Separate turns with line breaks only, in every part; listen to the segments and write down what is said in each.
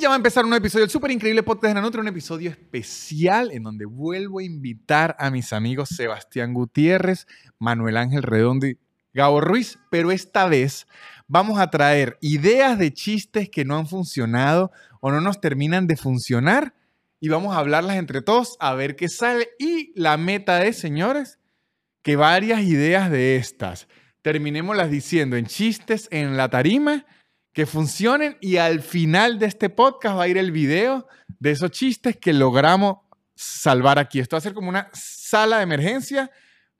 ya va a empezar un nuevo episodio del súper increíble podcast de Nanutra, un episodio especial en donde vuelvo a invitar a mis amigos Sebastián Gutiérrez, Manuel Ángel Redondo y Gabo Ruiz, pero esta vez vamos a traer ideas de chistes que no han funcionado o no nos terminan de funcionar y vamos a hablarlas entre todos a ver qué sale. Y la meta es, señores, que varias ideas de estas terminémoslas diciendo en chistes en la tarima que funcionen y al final de este podcast va a ir el video de esos chistes que logramos salvar aquí. Esto va a ser como una sala de emergencia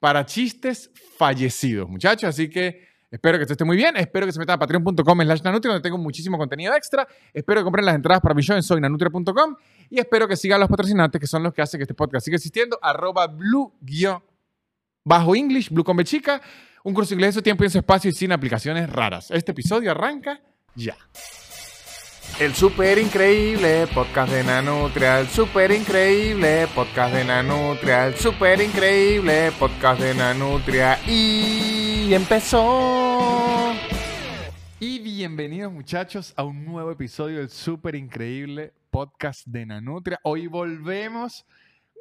para chistes fallecidos, muchachos. Así que espero que esto esté muy bien. Espero que se metan a patreon.com slash nanutria, donde tengo muchísimo contenido extra. Espero que compren las entradas para mi show en soynanutria.com y espero que sigan los patrocinantes que son los que hacen que este podcast siga existiendo. Arroba blue guión bajo English, blue con B chica, un curso de inglés de su tiempo y en su espacio y sin aplicaciones raras. Este episodio arranca ya. El super increíble podcast de Nanutria, el super increíble podcast de Nanutria, el super increíble podcast de Nanutria y empezó. Y bienvenidos muchachos a un nuevo episodio del super increíble podcast de Nanutria. Hoy volvemos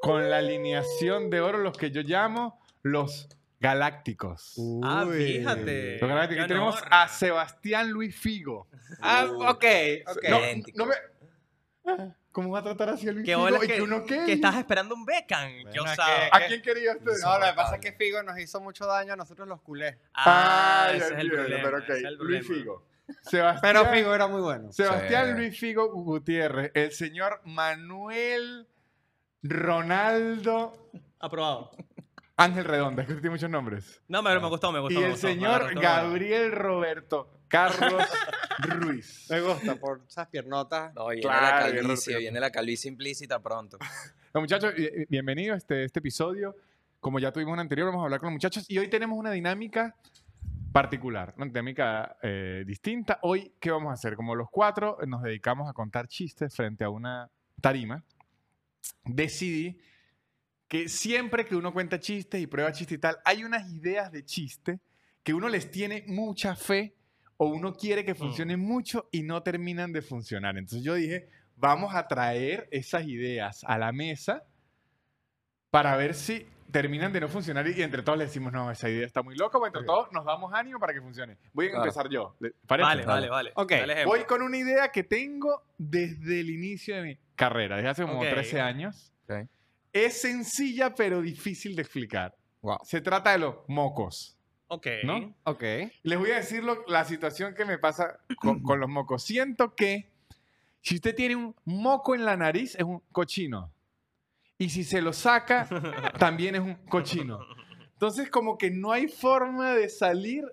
con la alineación de oro, los que yo llamo los galácticos.
Uh.
Ah,
Uy.
fíjate.
Los galácticos.
Qué
Tenemos
honor.
a Sebastián Luis Figo.
Ah, ok, ok.
No, no me- ¿Cómo va a tratar así a Luis
Qué
Figo?
bola
¿Y
que,
que uno qué?
que estás esperando un Beckham. yo
Bueno,
sabía.
¿A quién quería usted?
No, lo que pasa es que Figo nos hizo mucho daño a nosotros los culés.
Ah,
Ay,
ese es el
entiendo,
problema.
pero ok,
ese es el
Luis
problema.
Figo. Sebastián,
Pero Figo era muy bueno.
Sebastián
Sí.
Luis Figo Gutiérrez, el señor Manuel Ronaldo
Aprobado.
Ángel Redondo, es que usted tiene muchos nombres.
No, pero me gustó, me gustó.
y
me
el
gustó, me
señor
gustó, me gustó.
Gabriel Roberto Carlos Ruiz.
Me gusta por esas piernotas.
No, viene
Claro,
la
viene
calvicie,
rápido.
viene la calvicie implícita pronto.
Bueno, muchachos, eh, bienvenidos a este, este episodio. Como ya tuvimos un anterior, vamos a hablar con los muchachos y hoy tenemos una dinámica particular, una dinámica eh, distinta. Hoy, ¿qué vamos a hacer? Como los cuatro nos dedicamos a contar chistes frente a una tarima, decidí que siempre que uno cuenta chistes y prueba chistes y tal, hay unas ideas de chiste que uno les tiene mucha fe o uno quiere que funcionen mucho y no terminan de funcionar. Entonces yo dije, vamos a traer esas ideas a la mesa para ver si terminan de no funcionar y y entre todos le decimos, no, esa idea está muy loca, o entre
Ok.
todos nos damos ánimo para que funcione. Voy a
Claro.
empezar yo. ¿le parece?
Vale, vale, vale.
Ok,
Dale ejemplo.
Voy con una idea que tengo desde el inicio de mi carrera, desde hace como
Ok.
13 años.
Ok.
Es sencilla pero difícil de explicar.
Wow.
Se trata de los mocos.
Ok.
¿No?
ok.
Les voy a decir lo- la situación que me pasa con, con los mocos. Siento que si usted tiene un moco en la nariz, es un cochino. Y si se lo saca, también es un cochino. Entonces, como que no hay forma de salir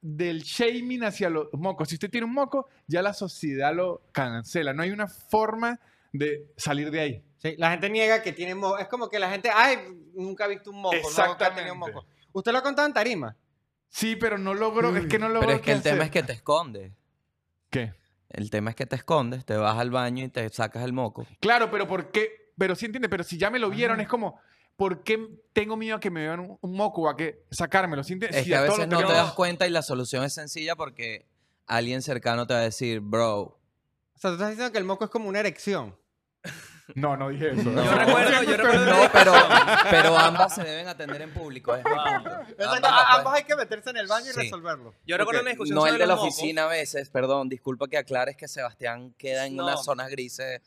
del shaming hacia los mocos. Si usted tiene un moco, ya la sociedad lo cancela. No hay una forma de salir de ahí.
Sí, la gente niega que tiene moco. Es como que la gente, ay, nunca he visto un moco. Nunca he tenido un
Exactamente.
moco. ¿Usted lo ha contado en tarima?
Sí, pero no logro, es que no logro
Pero es que
qué
el tema es
hacer.
que te escondes.
¿Qué?
El tema es que te escondes, te vas al baño y te sacas el moco.
Claro, pero ¿por qué? Pero sí entiende, pero si ya me lo vieron, es como, ¿por qué tengo miedo a que me vean un, un moco o a que sacármelo? ¿Sí entiende?
Es
Si
que a
ya todos
veces
lo
no te
tenemos.
das cuenta y la solución es sencilla porque alguien cercano te va a decir, bro.
O sea, tú estás diciendo que el moco es como una erección.
No, no dije eso.
No.
Yo recuerdo, yo recuerdo.
No, pero, pero ambas se deben atender en público. es distinto.
Exacto,
Ambas,
ambas
pues.
hay que meterse en el baño y
Sí.
resolverlo.
Yo recuerdo
Ok,
una discusión
No
sobre
el de la
los mocos.
oficina a veces, perdón, disculpa que aclares que Sebastián queda en
No.
unas zonas grises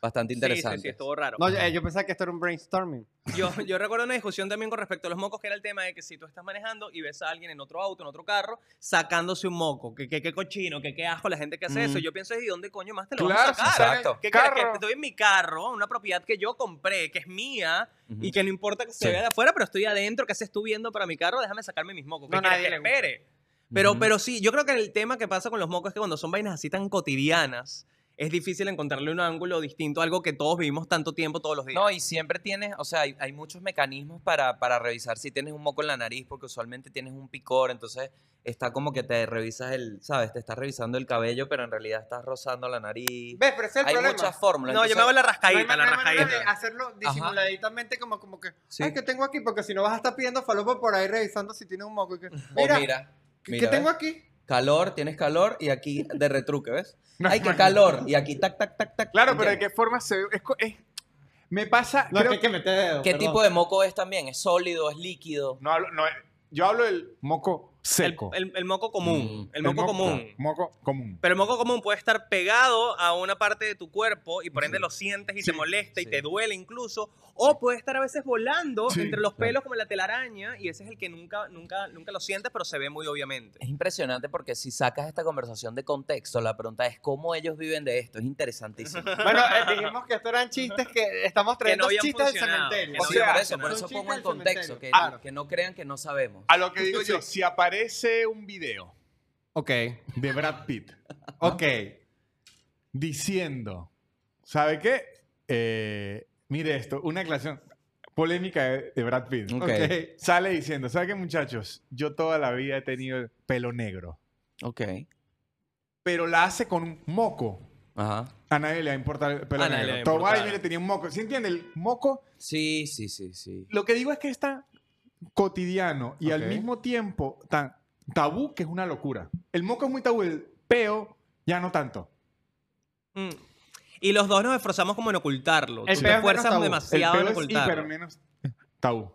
bastante
Sí, sí, sí,
interesantes.
estuvo raro.
No, yo, eh, yo pensaba que esto era un brainstorming.
Yo, yo recuerdo una discusión también con respecto a los mocos, que era el tema de que si tú estás manejando y ves a alguien en otro auto, en otro carro, sacándose un moco, que qué cochino, que qué asco la gente que hace eso. Yo pienso, ¿y dónde coño más te lo
Claro,
vas a
si
sacar?
sale
Exacto.
¿Qué quieres?
carro.
Que estoy en mi carro, una propiedad que yo compré, que es mía,
Ujú.
y que no importa que se
Sí.
vea de afuera, pero estoy adentro, que haces tú viendo para mi carro? Déjame sacarme mis mocos. ¿Qué
No,
quieres
nadie
que
le gusta.
espere? Pero,
Ujú.
pero sí, yo creo que el tema que pasa con los mocos es que cuando son vainas así tan cotidianas, es difícil encontrarle un ángulo distinto, algo que todos vivimos tanto tiempo todos los días.
No, y siempre tienes, o sea, hay, hay muchos mecanismos para, para revisar si tienes un moco en la nariz, porque usualmente tienes un picor, entonces está como que te revisas el, ¿sabes? Te estás revisando el cabello, pero en realidad estás rozando la nariz.
¿Ves? Pero ese es el
hay
problema.
muchas fórmulas.
No, yo me hago
entonces-
la
No hay
rascadita, la
manera- no hay manera
rascadita.
de hacerlo disimuladamente como, como que,
Sí.
ay, que tengo aquí, porque si no vas a estar pidiendo falopa por ahí revisando si tienes un moco. y que,
o
mira,
Oh, mira,
¿qué,
mira,
qué tengo
¿ves?
aquí?
calor, tienes calor y aquí de retruque, ¿ves?
No,
Ay, qué
imagínate.
calor y aquí tac, tac, tac, tac.
Claro, pero de
¿entiendes?
qué forma se ve. Es co- es- me pasa.
No,
creo
que hay que meter dedo,
¿Qué
perdón.
tipo de moco es también? ¿Es sólido? ¿Es líquido?
no hablo- no, yo hablo del moco
El-
seco.
El, el moco común.
Mm.
El moco común.
Moco común.
Pero el moco común puede estar pegado a una parte de tu cuerpo y por ende lo sientes y te molesta y
Sí.
te duele incluso. O puede estar a veces volando
Sí,
entre los pelos como la telaraña y ese es el que nunca, nunca, nunca lo sientes, pero se ve muy obviamente.
Es impresionante porque si sacas esta conversación de contexto, la pregunta es cómo ellos viven de esto. Es interesantísimo.
Bueno, eh, dijimos que estos eran chistes que estamos trayendo
habían
chistes del
funcionado,
cementerio.
que no
Sí,
sea,
por eso, por
son
eso
chistes
pongo en
del
contexto,
cementerio.
que,
Claro.
que no crean que no sabemos.
A lo que digo yo, si aparece un video
Ok,
de Brad Pitt
ok.
diciendo, ¿sabe qué? Eh, mire esto, una aclaración polémica de, de Brad Pitt.
Ok.
Ok.
Sale diciendo, ¿sabe qué, muchachos? Yo toda la vida he tenido el pelo negro,
Ok.
pero la hace con un moco.
Ajá.
A nadie le va a importar el pelo
A nadie
negro.
le va a
Tomás,
importar.
mire, tenía un moco. ¿Sí entiende? El moco
Sí, sí, sí, sí.
lo que digo es que es tan cotidiano y al
Ok.
mismo tiempo tan tabú que es una locura. El moco es muy tabú, el peo ya no tanto.
Mm. Y los dos nos esforzamos como en ocultarlo.
El peo
Tú te
es menos
esfuerzas
tabú. El
El
demasiado en
peo es
ocultarlo.
hiper menos tabú.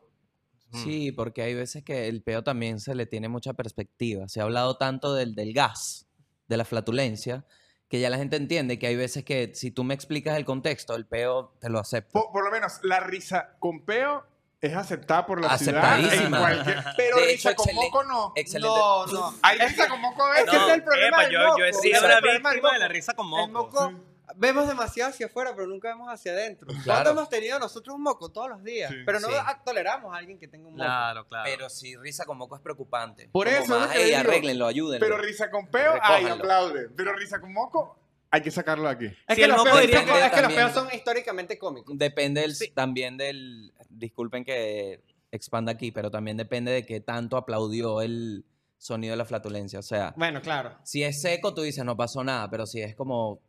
Mm.
Sí, porque hay veces que el peo también se le tiene mucha perspectiva. Se ha hablado tanto del, del gas, de la flatulencia, que ya la gente entiende que hay veces que si tú me explicas el contexto, el peo te lo acepto.
Po- Por, lo menos la risa con peo es aceptada por la ciudad.
Aceptadísima.
en cualquier- pero
De
risa
hecho,
con
excelente-
moco no.
Excelente.
No, no.
Hay risa con moco es
que ese es el problema
epa,
del
yo,
moco,
yo he
ese
sido
es el
una
problema del
víctima de la
moco.
risa con
ah,
El
moco.
moco, vemos demasiado hacia afuera, pero nunca vemos hacia adentro.
Claro.
¿Cuánto hemos tenido nosotros un moco? Todos los días.
Sí.
Pero no
Sí.
ah, toleramos a alguien que tenga un moco.
Claro, claro.
Pero si risa con moco es preocupante.
Por
Como
eso es lo
más,
que le
"Ey,
digo".
arréglenlo, ayúdenlo.
Pero risa con peo, ay,
Recójanlo.
aplaude. Pero risa con moco, hay que sacarlo de aquí.
Es,
Sí,
que
el
los
moco
feos,
diría
es
que
que los
también-
feos son históricamente cómicos.
Depende del-
Sí.
también del. Disculpen que expanda aquí, pero también depende de qué tanto aplaudió el sonido de la flatulencia. O sea,
Bueno, claro.
si es seco, tú dices no pasó nada, pero si es como.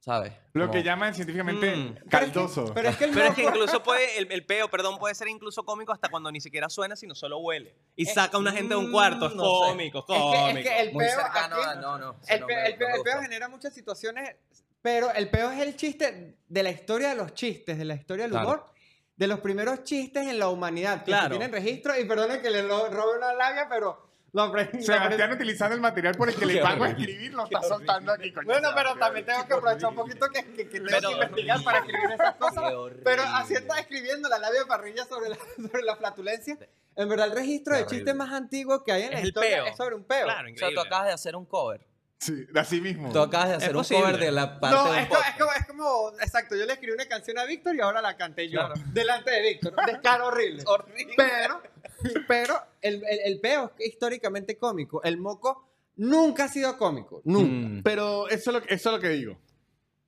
¿Sabes?
Lo
Como-
que llaman científicamente
Mm.
caldoso.
Pero es que el
Pero es que
moco...
incluso puede, el, el peo, perdón, puede ser incluso cómico hasta cuando ni siquiera suena, sino solo huele. Y
Eh,
saca a una gente de un
mm,
cuarto. Es
no sé.
cómico, es
Es
cómico.
que, es que el peo
Muy cercano
aquí-
a. No, no. o sea,
El,
no
pe-
me-
el
no
peo,
me
el peo
gusta.
genera muchas situaciones, pero el peo es el chiste de la historia de los chistes, de la historia del
Claro.
humor, de los primeros chistes en la humanidad. Que
Claro.
claro. tienen registro, y perdonen que le lo- robe una labia, pero lo aprendí.
Sebastián utilizando el material por el que le
Qué
pago a
horrible.
escribir lo está soltando aquí. coño.
Bueno, pero también tengo que aprovechar un poquito que, que- que tengo
Pero-
que investigar para escribir esas cosas.
Qué horrible.
Pero así está escribiendo la labia de parrilla sobre la, sobre la flatulencia. En verdad, el registro
Qué
de chistes
horrible.
más antiguo que hay en la
Es el
historia
peo.
es sobre un peo.
Claro,
O sea,
increíble.
tú acabas de hacer un cover.
Sí, así mismo.
Tú acabas de
Es
hacer un
posible.
cover de la parte
No,
de un
es como,
podcast.
es, como, es como- exacto, yo le escribí una canción a Víctor y ahora la canté yo. Delante de Víctor. Descaro horrible. Pero, pero el, el, el peo es históricamente cómico. El moco nunca ha sido cómico. Nunca.
Mm.
Pero eso es, lo, eso es lo que digo.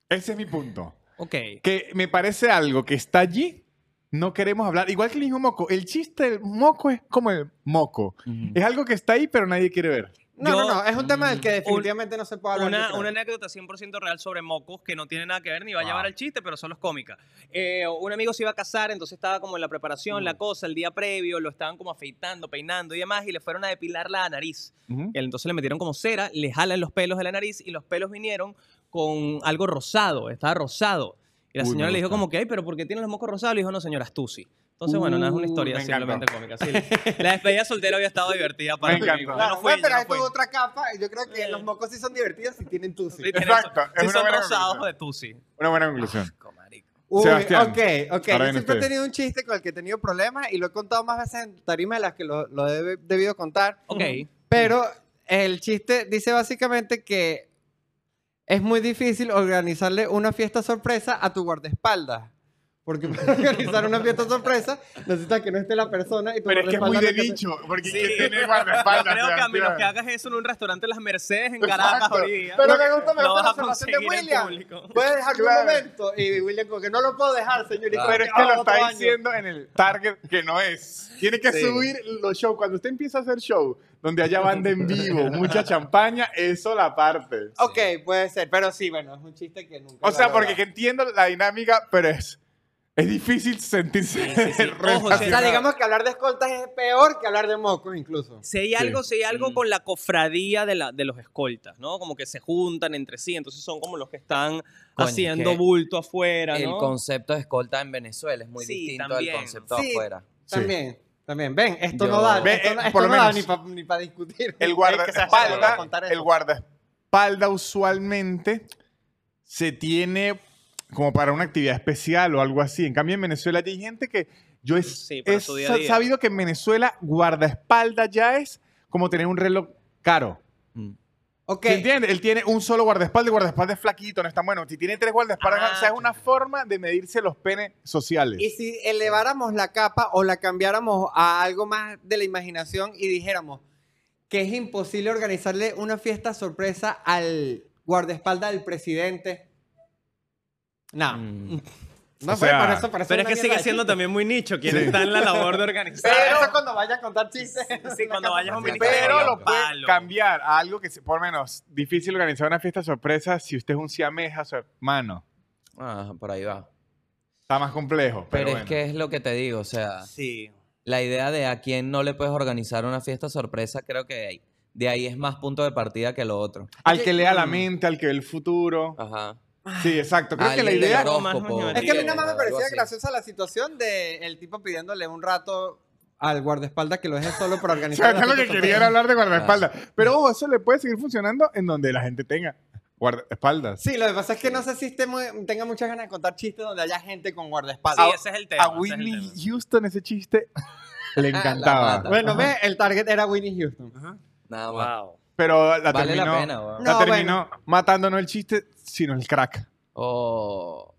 Ese es mi punto.
Ok.
Que me parece algo que está allí, no queremos hablar. Igual que el mismo moco. El chiste del moco es como el moco.
Ujú.
Es algo que está ahí, pero nadie quiere ver.
No,
Yo-
no, no. Es un tema del que
Mm.
definitivamente no se puede hablar. yo
Una,
creo.
una anécdota 100% real sobre mocos que no tiene nada que ver ni va a
Wow.
llevar al chiste, pero solo es cómica. Eh, un amigo se iba a casar, entonces estaba como en la preparación, la cosa, el día previo, lo estaban como afeitando, peinando y demás, y le fueron a depilar la nariz. Él, Entonces le metieron como cera, le jalan los pelos de la nariz y los pelos vinieron con algo rosado, estaba rosado. Y la
Uy, me
señora le dijo
gusta.
como que, ay, pero ¿por qué tiene los mocos rosados? Le dijo, no, señora, astuci. Entonces, bueno, nada, es una
Uh,
historia
me encantó.
simplemente cómica. Sí, la- la despedida soltera había estado divertida para
Me
mí.
encantó.
Yo
Claro,
no fui,
bueno,
yo
pero
no
ahí
fui.
tuvo otra capa. y Yo creo que
Eh.
los mocos sí son divertidos si tienen tusi.
Sí, tienen-
Exacto, es
sí
una
son
buena
rosados
conclusión.
de tusi.
Una buena conclusión.
Asco, marico.
Uy,
Sebastián,
ok, ok.
ahora
Yo
viene
siempre he
usted.
tenido un chiste con el que he tenido problemas y lo he contado más veces en tarima de las que lo, lo he debido contar.
Ok.
Pero el chiste dice básicamente que es muy difícil organizarle una fiesta sorpresa a tu guardaespaldas. Porque para organizar una fiesta sorpresa necesitas que no esté la persona y tu
Pero es que es muy de
guardaespaldas no te-
nicho. Porque
Sí,
¿quién tiene
Yo
guardaespaldas?
creo que a menos que
Sebastián?
hagas eso en un restaurante Las Mercedes en Caracas
Exacto.
hoy día,
Pero me gusta, me
no
gusta
vas
la
a
observación de
conseguir el
William.
público.
Puedes dejar
Claro.
un momento. Y William, como que no lo puedo dejar, señor. Y como
Pero es que
ah,
lo
otro
está
año.
diciendo en el target que no es. Tiene que
Sí.
subir los shows. Cuando usted empieza a hacer show, donde allá banda en vivo, mucha champaña, eso la parte.
Ok, puede ser. Pero sí, bueno, es un chiste que nunca.
O
lo
sea,
he
porque que
logrado.
entiendo la dinámica, pero es Es difícil sentirse.
Sí, sí, sí. Ojo,
O sea,
Chef.
digamos que hablar de escoltas es peor que hablar de mocos incluso.
Si hay algo, si hay algo con la cofradía de, la, de los escoltas, ¿no? Como que se juntan entre sí, entonces son como los que están
Coño,
haciendo
que
bulto afuera,
El
¿no?
concepto de escolta en Venezuela es muy
Sí,
distinto
también.
al concepto
Sí.
afuera.
Sí.
También, también. Ven, esto
Yo-
no da,
Ve,
esto,
eh,
no- esto
por lo
no da
menos.
ni para ni pa discutir.
El
Es que se hace loco para
guardaespalda,
contar
el
eso.
guardaespalda usualmente se tiene como para una actividad especial o algo así. En cambio, en Venezuela ya hay gente que yo he,
Sí,
he
para su día a
sa-
día.
sabido que en Venezuela guardaespalda ya es como tener un reloj caro.
Ok,
¿Se entiende? Él tiene un solo guardaespaldas y guardaespaldas es flaquito, no es tan bueno. Si tiene tres guardaespaldas,
Ah,
o sea, es una forma de medirse los penes sociales.
y si eleváramos la capa o la cambiáramos a algo más de la imaginación y dijéramos que es imposible organizarle una fiesta sorpresa al guardaespaldas del presidente. No,
Mm.
no
O
fue
sea,
para eso, para eso
Pero es
una
que sigue
mierda de
siendo
chiste.
también muy nicho quien
Sí.
está en la labor de organizar.
Pero eso es cuando vaya a contar chistes.
sí, cuando vayas a un ministerio.
Pero
Ay,
lo puede
palo.
cambiar a algo que, se- por lo menos, difícil organizar una fiesta sorpresa si usted es un siameja, su hermano.
Ah, por ahí va.
Está más complejo. Pero,
Pero, es
bueno.
que es lo que te digo, o sea,
Sí.
la idea de a quién no le puedes organizar una fiesta sorpresa, creo que de ahí, de ahí es más punto de partida que lo otro.
Al que lea la mente, al que ve el futuro.
Ajá.
Sí, exacto. Creo que la
Alguien del
idea.
logró.
horóscopo,
Es
Es que a mí nada más me
algo
parecía
así.
graciosa la situación de el tipo pidiéndole un rato al guardaespaldas que lo deje solo para
O
organizar.
sea, es lo que quería era hablar de guardaespaldas. Pero ojo, eso le puede seguir funcionando en donde la gente tenga guardaespaldas.
Sí, lo que pasa es que no sé si esté muy- tenga muchas ganas de contar chistes donde haya gente con
Sí,
guardaespaldas.
ese es el tema.
a
ese es el
Whitney
tema.
Houston ese chiste le encantaba.
mata.
bueno, ve, el target era Winnie Houston.
Nada más.
Wow.
pero la
Vale
terminó,
la pena, weón.
la
No,
terminó matando no el chiste, sino el crack.
Oh.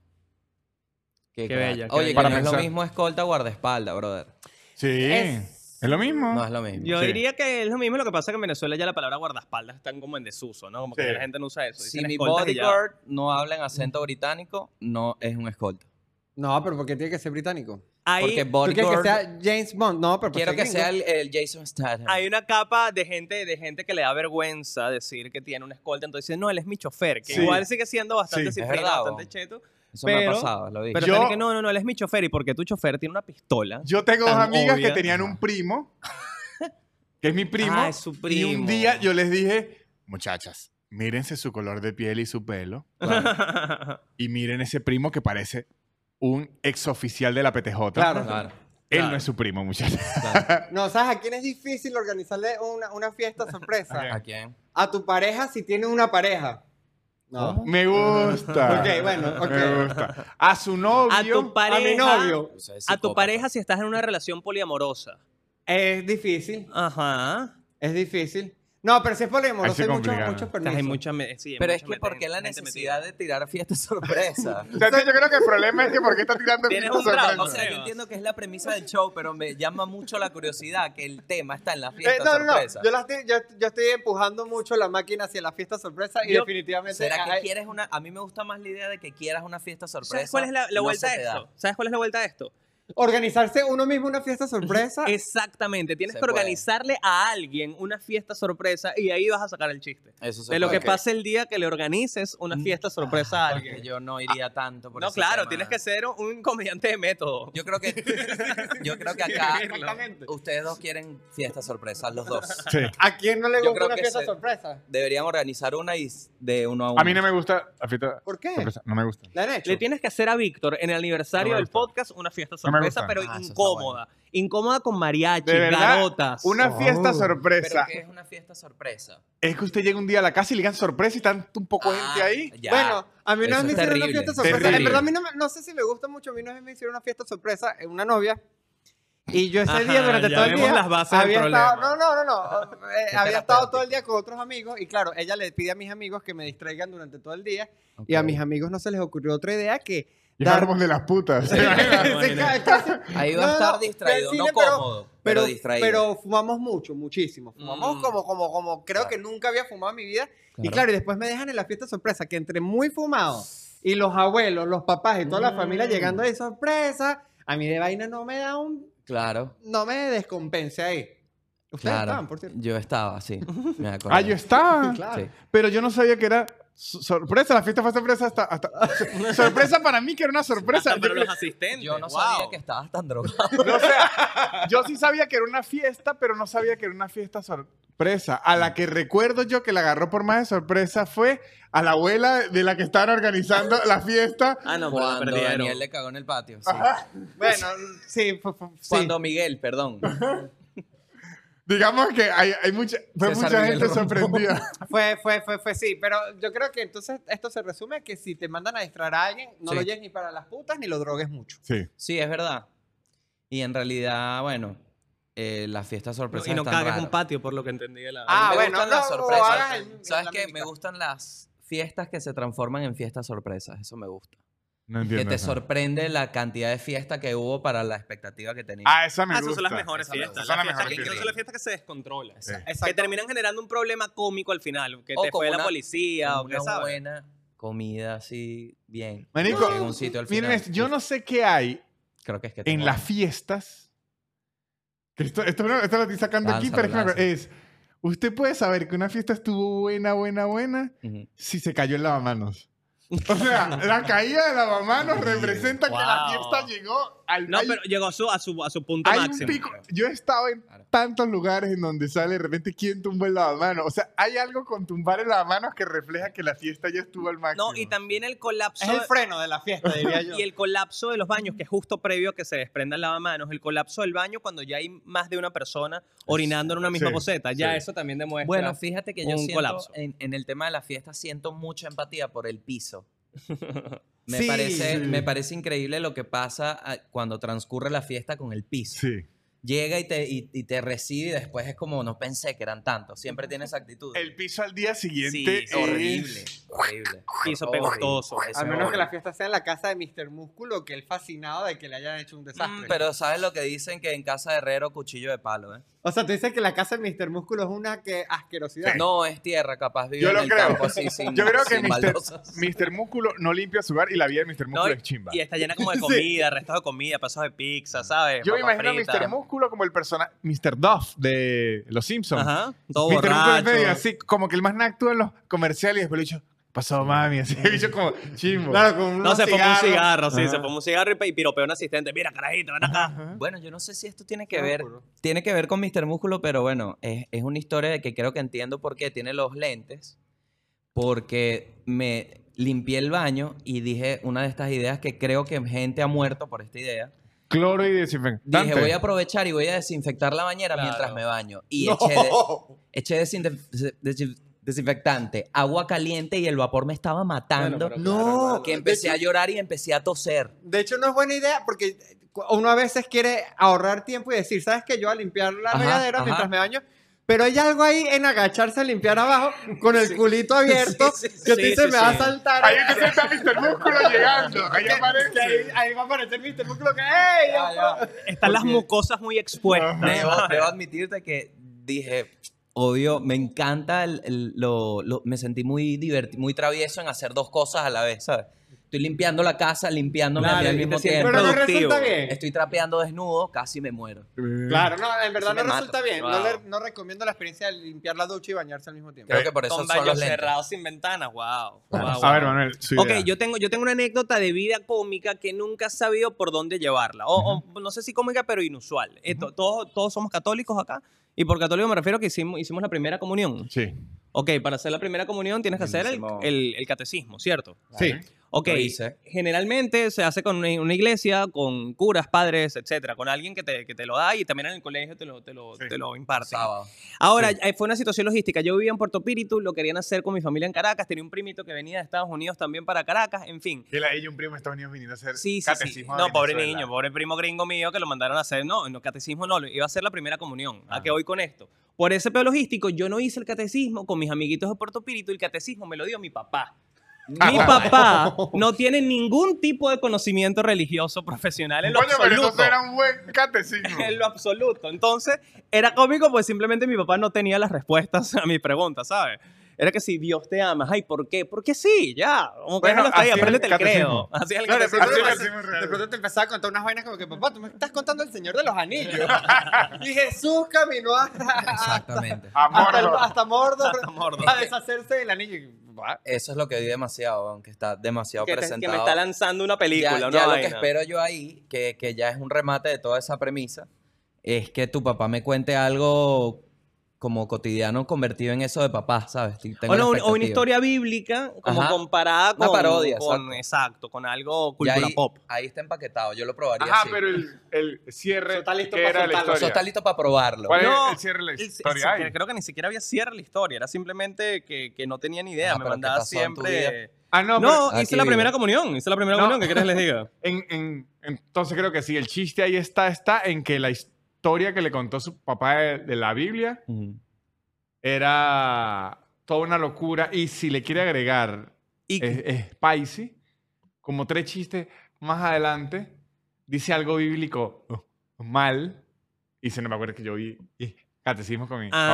Qué
crack.
bella, qué
Oye,
bella.
que
Para
no es
pensar.
lo mismo escolta guardaespalda, brother.
Sí. Es,
Es-
lo mismo.
No es lo mismo.
Yo
Sí.
diría que es lo mismo, lo que pasa que en Venezuela ya la palabra guardaespaldas están como en desuso, ¿no? Como que
Sí.
la gente no usa eso.
Si
dicen
mi
escoltas y ya.
bodyguard no habla en acento británico, no es un escolta.
No, pero porque tiene que ser británico.
Hay,
Porque
¿Tú quieres que
bodyguard
sea James Bond? No, pero pues
quiero que sea el, el Jason Statham.
hay una capa de gente, de gente que le da vergüenza decir que tiene un escolta, entonces dice, no, él es mi chofer, que
Sí.
igual sigue siendo bastante
Sí.
Es
cifrino,
verdad,
bastante
bo.
cheto.
Eso me ha
pero-
pasado, lo vi.
Pero
Yo-
tiene que, no, no, no, él es mi chofer, y porque tu chofer tiene una pistola.
Yo tengo dos
Tan
amigas que
obvia.
tenían
Ajá.
un primo, que es mi primo.
Ah, es su
Y un
primo.
día yo les dije, muchachas, mírense su color de piel y su pelo. Y miren ese primo que parece un exoficial de la PTJ.
Claro.
Claro,
Él
claro.
no es su primo, muchachas.
claro.
No, ¿sabes a quién es difícil organizarle una, una fiesta sorpresa?
¿A quién?
a tu pareja si tiene una pareja. No.
Me gusta.
Ok, bueno, ok.
Me gusta. A su novio.
a tu
A mi
pareja,
novio.
Eso es
a tu
psicópata.
pareja si estás en una relación poliamorosa.
Es difícil,
Ajá.
es difícil. No, pero si es
Ahí
poliamoroso
se
hay muchos,
complica.
muchos
O sea,
permisos.
hay mucha me- sí, hay
Pero
mucha
es que
meten-
¿por qué la
gente
necesidad
metida.
de tirar fiestas sorpresa?
O sea, yo creo que el problema es que porque está tirando
Tienes
fiesta
un trauma,
sorpresa.
O sea, yo entiendo que es la premisa del show, pero me llama mucho la curiosidad que el tema está en la
Eh,
fiesta
no, no, no.
sorpresa.
Yo, la estoy, yo, yo estoy empujando mucho la máquina hacia la fiesta sorpresa y
Yo-
definitivamente.
¿Será que
hay-
quieres una? A mí me gusta más la idea de que quieras una fiesta sorpresa.
¿Sabes cuál es la, la
No
vuelta
se
de
te da.
esto? ¿Sabes cuál es la vuelta de esto?
Organizarse uno mismo una fiesta sorpresa.
Exactamente, tienes
Ah. Se
que
puede.
organizarle a alguien una fiesta sorpresa y ahí vas a sacar el chiste.
Eso se
De lo
puede.
que pase el día que le organices una fiesta sorpresa a
Porque
alguien.
yo no iría tanto por
Ah, No,
ese
claro,
tema.
tienes que ser un comediante de método.
Yo creo que, yo creo que acá
Exactamente.
ustedes dos quieren fiesta sorpresa, los dos.
Sí.
¿A quién no le
Yo
gusta
creo
una
que
fiesta
se-
sorpresa?
Deberían organizar una y s- de uno a uno.
A mí no me gusta la fiesta
¿Por qué?
sorpresa. No me gusta.
¿La han hecho?
Le tienes que hacer a Víctor en el aniversario
No me
del
gusta.
podcast una fiesta
No me
sorpresa,
gusta.
pero
Ah, eso está
incómoda. Incómoda con mariachi,
De verdad,
garotas.
Una
Oh.
fiesta
Pero
sorpresa.
que es una fiesta sorpresa.
Es que usted llega un día a la casa y le digan sorpresa y están un poco gente ahí.
Ah, Ya.
Bueno, a mí no me
Eso es
hicieron una
terrible.
fiesta sorpresa. En
Terrible.
verdad, a mí no, me- no sé si me gusta mucho. A mí no me hicieron una fiesta sorpresa en una novia. Y yo ese
Ajá,
día, durante
ya
todo el
vemos
día,
las bases del
había estado, no,
problema.
no, no, no, eh, había estado
terapéutico.
todo el día con otros amigos y claro, ella le pide a mis amigos que me distraigan durante todo el día
Ok.
y a mis amigos no se les ocurrió otra idea que
Y es
dar-
árbol de las putas.
Sí, ca- casi-
Ahí va
No,
a estar
no,
distraído,
del
no
cine, pero-
cómodo, pero,
pero,
distraído.
pero fumamos mucho, muchísimo. Fumamos
Mm.
como, como, como creo
Claro.
que nunca había fumado en mi vida. Y claro, y después me dejan en la fiesta sorpresa, que entre muy fumado y los abuelos, los papás y toda la familia
Mm.
llegando de sorpresa, a mí de vaina no me da un,
claro.
no me descompense ahí. Ustedes
Claro.
estaban, por cierto.
Yo estaba, sí. Me acuerdo.
Ah, yo estaba.
Claro.
Sí.
Pero yo no sabía que era so- sorpresa, la fiesta fue sorpresa hasta, hasta- so- sorpresa para mí que era una sorpresa.
Ah, pero
Yo-
los asistentes.
Yo no
wow.
sabía que estabas tan drogado.
No, o sea, yo sí sabía que era una fiesta, pero no sabía que era una fiesta sorpresa. A la que recuerdo yo que la agarró por más de sorpresa fue a la abuela de la que estaban organizando la fiesta.
Ah, no, pero la
Cuando
perdieron.
Daniel le cagó en el patio. sí.
Bueno, sí, fue- fue- sí.
Cuando Miguel, perdón.
Digamos que hay, hay mucha, fue
César
mucha
Miguel
gente
Romo.
sorprendida.
Fue, fue, fue, fue, sí. Pero yo creo que entonces esto se resume a que si te mandan a distraer a alguien, no
Sí.
lo lleves ni para las putas ni lo drogues mucho.
Sí.
Sí, es verdad. Y en realidad, bueno, eh, las fiestas sorpresas
Y no
están
cagues
raras.
un patio, por lo que entendí de la.
Ah,
me
bueno,
gustan
no,
las
no,
sorpresas.
hagas el-
¿Sabes
la
qué? Me
mímica.
gustan las fiestas que se transforman en fiestas sorpresas. Eso me gusta.
No
Que
entiendo.
te
eso.
sorprende la cantidad de fiestas que hubo para la expectativa que tenías.
Ah, esa me
Ah,
gusta.
esas son las mejores
Esa me
fiestas.
gusta.
las
Son las
fiestas que-
mejores
esas son las fiestas que se descontrolan.
Sí.
Que terminan generando un problema cómico al final. Que
O
te
como
fue la
una-
policía o
Una
que sabes.
buena comida así, bien.
Marico,
en un sitio al
Miren,
final.
esto, yo no sé qué hay
Creo que es que
en
tengo
las
hambre.
fiestas. que esto, esto, no- esto lo estoy sacando aquí,
Lánzalo,
pero es que me acuerdo-
lánzalo.
es. Usted puede saber que una fiesta estuvo buena, buena, buena
Ujú.
si se cayó el lavamanos. O sea, la caída del lavamanos representa que la
Wow.
fiesta llegó al
No,
hay-
pero llegó a su, a su, a su punto
hay un
máximo.
pico. Yo he estado en
Claro.
tantos lugares en donde sale de repente quién tumbó el lavamanos. O sea, hay algo con tumbar el lavamanos que refleja que la fiesta ya estuvo al máximo.
No, y también el colapso.
Es el freno de la fiesta, diría yo.
y el colapso de los baños, que es justo previo a que se desprenda el lavamanos, el colapso del baño cuando ya hay más de una persona orinando en una misma
Sí,
poseta, ya
sí.
eso también demuestra.
Bueno, fíjate que yo
un
siento
colapso.
En, en el tema de las fiestas siento mucha empatía por el piso. Me,
Sí,
parece,
sí.
me parece increíble lo que pasa ah, cuando transcurre la fiesta con el piso.
Sí.
Llega y te, y, y te recibe y después es como, no pensé que eran tantos. Siempre tienes actitud.
El piso al día
Sí,
siguiente
Es
es
horrible, horrible.
Piso
Horrible.
pegostoso.
Eso
A
es
menos que la
horrible.
fiesta sea en la casa de Mr. Músculo, que él fascinado de que le hayan hecho un desastre.
Mm, pero ¿sabes lo que dicen? Que en casa de herrero, cuchillo de palo, ¿eh?
O sea, tú dices que la casa de Mr. Músculo es una que asquerosidad.
No, es tierra, capaz vive
Yo
en
lo
el
creo.
campo así, sin-
Yo creo que
sin
Mr.
baldosas.
Mr. Músculo no limpia su hogar y la vida de Mr. Músculo
y-
es chimba.
Y está llena como de comida, restos de comida, pedazos de pizza, ¿sabes?
Yo me
Papas
imagino
fritas.
a Mr. Músculo como el personaje. Mr. Duff de Los Simpsons.
Ajá, todo
Mr. Músculo en
borracho.
medio, así como que el más nada actúa en los comerciales y después le dicho, pasó mami, así el bicho como chimbo.
con
No, se fumó un cigarro, sí,
Ajá.
se fumó un cigarro y, pe- y piropeó a un asistente. Mira, carajito, ven acá.
Bueno, yo no sé si esto tiene que ver, tiene que ver con Mr. Músculo, pero bueno, es, es una historia de que creo que entiendo por qué tiene los lentes, porque me limpié el baño y dije una de estas ideas que creo que gente ha muerto por esta idea.
Cloro y
Dije,
desinfectante.
voy a aprovechar y voy a desinfectar la bañera
Claro.
mientras me baño. Y eché, de- eché desinfe- desin- desinfectante, agua caliente y el vapor me estaba matando.
pero
No,
hermano.
que empecé a llorar y empecé a toser.
De hecho, no es buena idea porque cu- uno a veces quiere ahorrar tiempo y decir, ¿sabes qué? Yo a limpiar la
Ajá,
regadera
ajá.
mientras me baño. Pero hay algo ahí en agacharse a limpiar abajo con el culito abierto
Sí, sí, sí,
que te
sí,
dice,
sí,
me
sí.
va a saltar.
Ahí es que se está Mr. Músculo llegando. Ahí
Que ahí-
aparece.
ahí va a aparecer Mr. Músculo que, ¡Ey!
Están las mucosas muy expuestas.
debo, debo admitirte que dije, obvio, me encanta, el- el- lo, lo- me sentí muy divertido, muy travieso en hacer dos cosas a la vez, ¿sabes? Estoy limpiando la casa, limpiándome a mí
Claro,
al
y te
mismo
sientes
tiempo.
Pero no
productivo.
resulta bien.
Estoy trapeando desnudo, casi me muero.
Claro, no, en verdad
Sí me
no
mato.
resulta bien. No,
Wow.
le- no recomiendo la experiencia de limpiar la ducha y bañarse al mismo tiempo.
Creo que por eso
Eh, Con
son los
baños
lentes.
cerrados sin ventanas, wow.
A ver, Manuel, su
Ok,
idea.
yo tengo, yo tengo una anécdota de vida cómica que nunca he sabido por dónde llevarla. O, o no sé si cómica, pero inusual. Eh, to- todos, todos somos católicos acá. Y por católico me refiero que hicimos, hicimos la primera comunión.
Sí.
Ok, para hacer la primera comunión tienes que hacer el,
Buenísimo.
el- el catecismo, ¿cierto?
Sí.
Ok,
Lo hice.
generalmente se hace con una, una iglesia, con curas, padres, etcétera, con alguien que te, que te lo da y también en el colegio te lo, te lo,
Sí.
te lo imparte.
Sábado.
Ahora, eh, fue una situación logística. Yo vivía en Puerto Píritu, lo querían hacer con mi familia en Caracas, tenía un primito que venía de Estados Unidos también para Caracas, en fin.
Que la ella un primo de Estados Unidos viniendo a hacer
Sí, sí, sí.
catecismo. a
No, pobre
Venezuela.
niño, pobre primo gringo mío que lo mandaron a hacer. No, no, catecismo no, lo- iba a hacer la primera comunión. ¿A
Ah.
qué voy con esto? Por ese pedo logístico, yo no hice el catecismo con mis amiguitos de Puerto Píritu, el catecismo me lo dio mi papá. Mi
Ah,
papá no tiene ningún tipo de conocimiento religioso profesional en lo
Coño, pero
absoluto.
eso era un buen catecismo.
en lo absoluto. Entonces, era cómico pues simplemente mi papá no tenía las respuestas a mis preguntas, ¿sabes? Era que si Dios te ama, ay, ¿por qué? Porque sí, ya. Como que
Bueno,
déjalo hasta
así
ahí,
es el
apréndete el creo.
catecismo.
Así es el
Claro, de
catecismo.
pronto,
Así
te
lo
empecé-
hacemos real.
de pronto te empezaba a contar unas vainas como que, papá, tú me estás contando el Señor de los Anillos. y Jesús caminó hasta,
Exactamente.
hasta, el-
Amor.
hasta Mordor
Mordor.
a deshacerse del anillo. Y, "Va".
Eso es lo que vi demasiado, aunque está demasiado
Que, te-
presentado.
que me está lanzando una película,
ya,
una
ya lo que
vaina.
espero yo ahí, que, que ya es un remate de toda esa premisa, es que tu papá me cuente algo como cotidiano convertido en eso de papá, ¿sabes? Tengo
o,
la
no, un- o una
expectativa.
historia bíblica como
Ajá.
comparada con
Una parodia,
con, exacto. con algo
Ya
cultura
ahí,
pop
Ahí está empaquetado, yo lo probaría
Ajá,
así.
pero el, el cierre
Está listo
que
pa'
era la
soltarlo,
Eso
historia.
está listo para probarlo.
¿Cuál
No,
es el cierre de la
El-
historia?
exacto,
Ay.
creo que ni siquiera había cierre la historia era simplemente que, que no tenía ni idea me
Ah, pero ¿qué
mandaba
pasó en tu
siempre
Ah, no,
no,
pero
pero-
hice
Aquí
la
vive.
primera comunión hice la primera
No.
comunión ¿qué quieres les diga
en- en- entonces creo que sí, el chiste ahí está, está en que la historia que le contó su papá de, de la Biblia
Ujú.
era toda una locura y si le quiere agregar
y
es, es spicy, como tres chistes más adelante, dice algo bíblico oh, mal y se no me acuerdo que yo vi y catecismo con mi papá.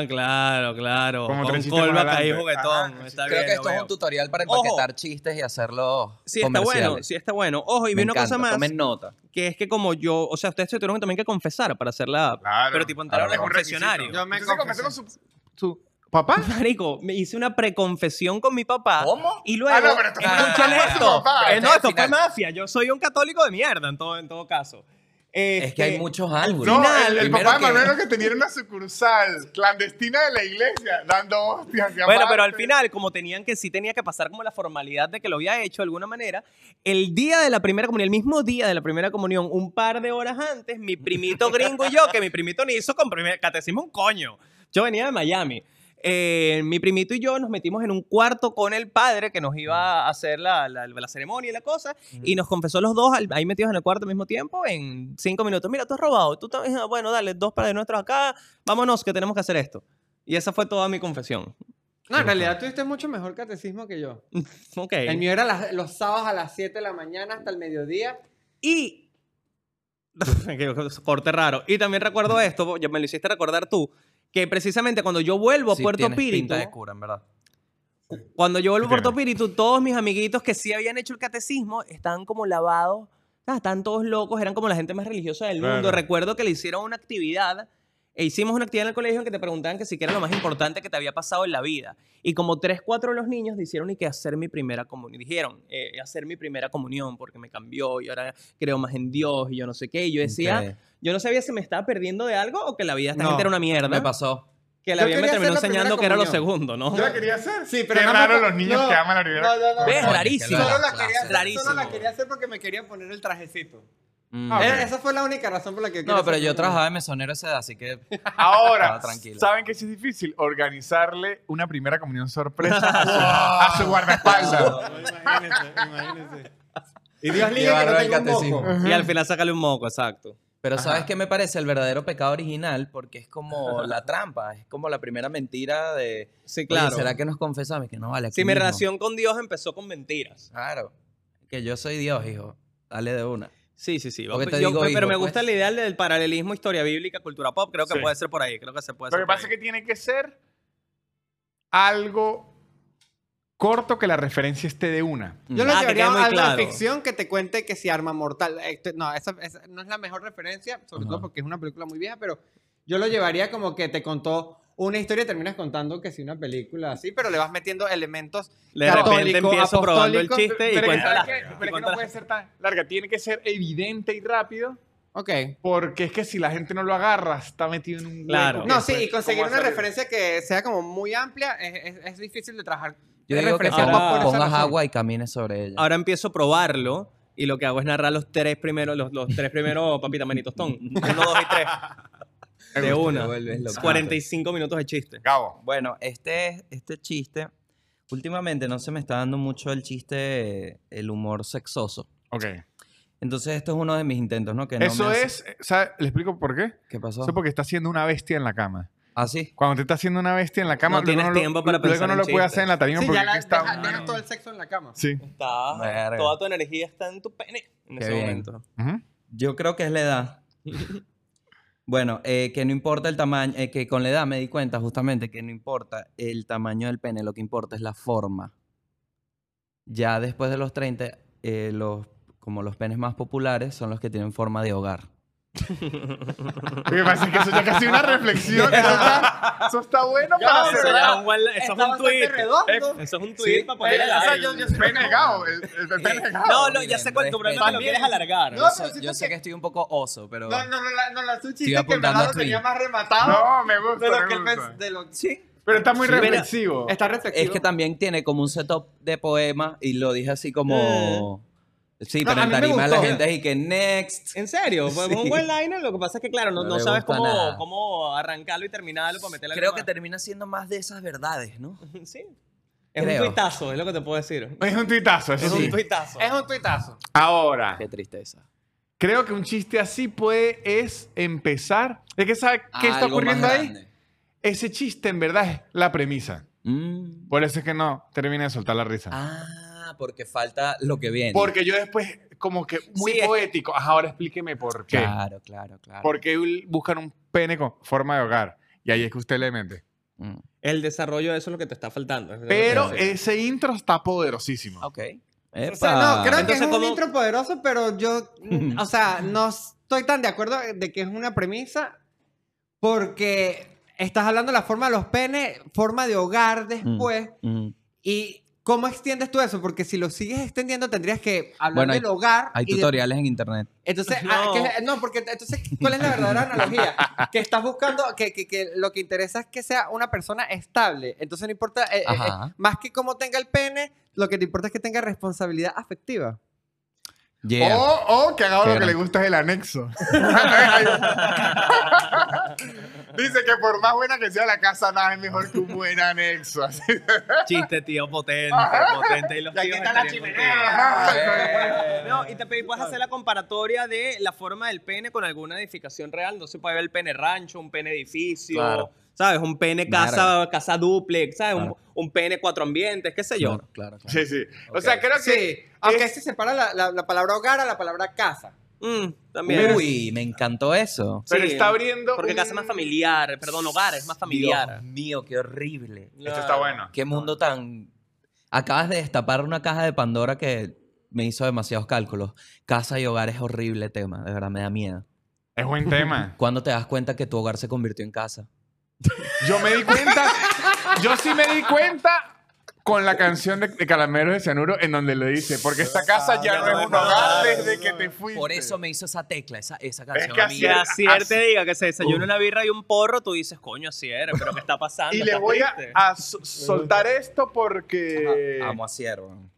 ah claro claro
Como
con
tres chistes más
callback ahí
adelante.
juguetón
Ajá,
está
Creo
bien,
que
lo
esto es
veo.
un tutorial para
Ojo.
empaquetar chistes y hacerlo
Sí, está bueno, sí está bueno. Ojo, y vi una cosa más,
Tomen nota.
que es que como yo, o sea, ustedes se tuvieron también que confesar para hacer la...
Claro.
Pero tipo entrar
Ahora
al
es un
confesionario.
Yo me
Entonces
confesé.
confesó con su, su papá.
Marico, me hice una preconfesión con mi papá.
¿Cómo?
Y luego,
Ah, no, pero esto
fue-
escuchen
ah,
esto.
no, papá,
Eh,
este
no,
es el
esto fue
final.
mafia. Yo soy un católico de mierda en todo, en todo caso.
Es que hay
Este,
muchos ángulos.
No,
final,
el, el
primero
papá de
que-
Manuel que tenía una sucursal clandestina de la iglesia, dando hostias. y
Bueno, pero al
aparte-
final, como tenían que, sí tenía que pasar como la formalidad de que lo había hecho de alguna manera, el día de la primera comunión, el mismo día de la primera comunión, un par de horas antes, mi primito gringo y yo, que mi primito ni hizo con primer catecismo un coño. Yo venía de Miami. Eh, mi primito y yo nos metimos en un cuarto con el padre que nos iba a hacer la, la- la ceremonia y la cosa, y nos confesó los dos al- ahí metidos en el cuarto al mismo tiempo en cinco minutos. Mira, tú has robado, tú también, ah, bueno, dale, dos para de nuestros acá, vámonos que tenemos que hacer esto. Y esa fue toda mi confesión.
No, en realidad tuviste mucho mejor catecismo que yo.
Ok.
El mío era las- los sábados a las 7 de la mañana hasta el mediodía.
Y. Corte raro. Y también recuerdo esto, ya me lo hiciste recordar tú, que precisamente cuando yo vuelvo a
Sí,
Puerto
tienes
Píritu,
pinta de cura, en verdad.
cuando yo vuelvo a
Sí,
Puerto
tienes.
Píritu, todos mis amiguitos que sí habían hecho el catecismo estaban como lavados, ah, estaban todos locos, eran como la gente más religiosa del
Claro.
mundo. Recuerdo que le hicieron una actividad. E hicimos una actividad en el colegio en que te preguntaban que si qué era lo más importante que te había pasado en la vida. Y como tres, cuatro de los niños dijeron y que hacer mi primera comunión. Dijeron, eh, hacer mi primera comunión porque me cambió y ahora creo más en Dios y yo no sé qué. Y yo decía,
Ok.
yo no sabía si me estaba perdiendo de algo o que la vida de esta
No,
gente era una mierda.
Me pasó.
que la
Yo
vida
quería hacer
me terminó
la primera
enseñando que era lo
comunión.
segundo, ¿no?
Yo la quería hacer.
Sí, pero
Qué
no me
raro
acu-
los niños
no.
que aman la primera.
No, no, no.
¿Ves?
no.
Rarísimo.
Solo
Claro,
la quería hacer-
rarísimo.
solo la quería hacer porque me quería poner el trajecito.
Mm.
Ah, ok.
Eh, Esa fue la única razón por la que...
No,
quería
pero
hacer-
yo trabajaba de mesonero a esa edad, así que
Ahora,
Ah, tranquilo.
¿saben que sí es difícil? Organizarle una primera comunión sorpresa a su, a su guardaespaldas.
Imagínense, imagínense. Y Dios libre que no
Llevarlo al
tenga un
catecismo.
moco.
Y al final sácale un moco, exacto.
Pero ¿sabes qué me parece el verdadero pecado original? Porque es como la trampa, es como la primera mentira de...
Sí,
"Oye,
claro.
¿Será que nos confesamos? Que no vale. aquí
Sí, mi
mismo".
relación con Dios empezó con mentiras.
Claro. Que yo soy Dios, hijo. Dale de una.
Sí, sí, sí.
Porque
Yo-
te
yo-
digo,
pero
hijo,
me gusta
pues.
el ideal del paralelismo historia bíblica, cultura pop. Creo que
Sí.
puede ser por ahí. Creo que se puede
Lo
ser
que
por
pasa es
ahí.
que tiene que ser algo corto que la referencia esté de una.
Yo lo
Ah, que
llevaría
quede muy
a la
claro.
ficción que te cuente que si arma mortal. eh, te- No, esa, esa no es la mejor referencia, sobre todo
Ajá.
porque es una película muy vieja, pero yo lo llevaría como que te contó una historia y terminas contando que si una película así, pero le vas metiendo elementos
De repente
católico,
empiezo probando el
apostólico,
chiste y
pero que,
cuento
¿sabes
la...
qué? Pero que
cuenta
no
la-
puede ser tan larga. Tiene que ser evidente y rápido.
Ok.
Porque es que si la gente no lo agarra, está metido en un hueco.
Claro.
que
No, sí,
después,
y conseguir
Pues, ¿cómo va
una
a salir?
referencia que sea como muy amplia es, es- es difícil de trabajar.
Yo
Es
digo que
referencia
ahora
pop por
pongas,
esa
pongas
razón.
agua y camines sobre
Ah,
ella.
Ahora empiezo a probarlo y lo que hago es narrar los tres primeros, los, los tres primeros papita manitos ton. Uno, dos y tres. De una.
vuelves loco.
45 minutos de chiste.
Gabo.
Bueno, este, es- este chiste... Últimamente no se me está dando mucho el chiste, el humor sexoso.
Ok.
Entonces esto es uno de mis intentos, ¿no? Que no
Eso
me hace-
es, o sea, le explico por qué.
¿Qué pasó?
Eso es porque está haciendo una bestia en la cama.
¿Ah, sí?
Cuando te está haciendo una bestia en la cama,
No
luego
tienes
no lo-
tiempo para
luego
pensar
no
en
lo puede
chistes.
hacer en la tarima
Sí,
porque
ya la-
es que está.
deja, deja
no.
todo el sexo en la cama.
Sí.
Está,
Verga.
toda tu energía está en tu pene en
Qué
ese
bien.
momento.
Ujú.
Yo creo que es la edad. Bueno, eh, que no importa el tamaño, eh, que con la edad me di cuenta justamente que no importa el tamaño del pene, lo que importa es la forma. Ya después de los 30, eh, los, como los penes más populares son los que tienen forma de hogar.
Lo que pasa es que eso ya casi una reflexión. Eso está, eso está bueno para
eso,
cerrar.
ya es Ah, un gual- eso es un tweet.
redondo.
Eso es un
Sí,
tweet para poner
Eh,
al
o sea,
aire.
yo, yo soy pene negado. El, el, el pene negado.
No, no, ya sé cuál tu
También.
problema lo quieres alargar.
No,
Yo
pero
sé-
siento
yo sé
que-
que estoy un poco oso, pero...
No, no, no, la- no, la su chiste que en
apuntando
verdad
a
lo
ti.
tenía más rematado.
No, me gusta.
de lo
me
que él
gusta.
pens- de lo-
Sí.
Pero está muy
Sí, pero-
reflexivo.
Está reflexivo.
Es que también tiene como un setup de poema y lo dije así como... Sí,
Eh. No,
pero
a
en
mí me
tarima la
gustó.
gente y que next.
En serio, pues es un
Sí.
buen liner, lo que pasa es que claro, no,
No
no
le
sabes
gusta
cómo,
nada.
cómo arrancarlo y terminarlo para meterle
Creo
algo
que termina siendo más de esas verdades, ¿no?
más. Sí. Es
Creo.
un tuitazo, es lo que te puedo decir.
Es un tuitazo, eso
Es
sí.
un tuitazo.
Es un tuitazo.
Ahora,
Qué tristeza.
creo que un chiste así puede es empezar. ¿De qué sabe qué está
Algo más
ocurriendo ahí?
grande.
Ese chiste en verdad es la premisa.
Mm.
Por eso es que no termina de soltar la risa.
Ah, porque falta lo que viene.
Porque yo después, como que muy
Sí, es que-
poético. Ajá, ahora explíqueme por qué.
Claro, claro, claro.
¿Por qué ul- buscan un pene con forma de hogar? Y ahí es que usted le mente.
Mm.
El desarrollo de eso es lo que te está faltando. es lo que te
Pero
voy a decir.
ese intro está poderosísimo.
Ok.
O sea, no, creo que
Entonces,
es un
¿cómo-
intro poderoso, pero yo, mm, o sea, no estoy tan de acuerdo de que es una premisa porque estás hablando de la forma de los penes, forma de
Mm.
hogar después.
Mm.
¿Y cómo extiendes tú eso? Porque si lo sigues extendiendo tendrías que hablar
Bueno, hay-
del hogar.
Hay
y de-
tutoriales en internet.
Entonces,
No.
ah, que- no. porque entonces, ¿cuál es la verdadera analogía? Que estás buscando, que, que- que lo que interesa es que sea una persona estable. Entonces, no importa, eh, eh,
Ajá.
eh, más que cómo tenga el pene, lo que te importa es que tenga responsabilidad afectiva.
Yeah.
O, o que haga lo que
Claro.
le gusta es el anexo. Dice que por más buena que sea la casa, nada es mejor que un buen anexo. Así.
Chiste, tío, potente, potente. Y los tíos estarían
Eh,
contigo. No, y te pedí, puedes hacer la comparatoria de la forma del pene con alguna edificación real. No se puede ver el pene rancho, un pene edificio,
Claro.
¿sabes? Un pene casa, casa duplex, ¿sabes? Un-
Claro.
Un, pene cuatro ambientes, qué sé yo.
Claro, claro, claro.
Sí, sí. O sea, creo que.
Sí, aunque este se separa la, la- la palabra hogar a la palabra casa.
Mm, también.
Uy, me encantó eso.
Pero
Sí,
está abriendo.
Porque
un-
casa es más familiar, perdón, hogar es más familiar.
Dios mío, qué horrible.
Esto está bueno.
Qué mundo tan. Acabas de destapar una caja de Pandora que me hizo demasiados cálculos. Casa y hogar es horrible tema, de verdad me da miedo.
Es buen tema.
¿Cuándo te das cuenta que tu hogar se convirtió en casa?
Yo me di cuenta. yo sí me di cuenta con la canción de, de Calamero de Cianuro en donde le dice, porque esta casa Ah, ya no es un hogar desde que te fuiste.
Por eso me hizo esa tecla, esa, esa canción.
que
a mí.
así
Que
era.
así él te diga que se desayuna una birra y un porro, tú dices, coño, así eres, pero ¿qué está pasando?
Y le
¿Estás
voy a,
triste?
a so- soltar esto
Ah,
porque.
Amo a Cierro.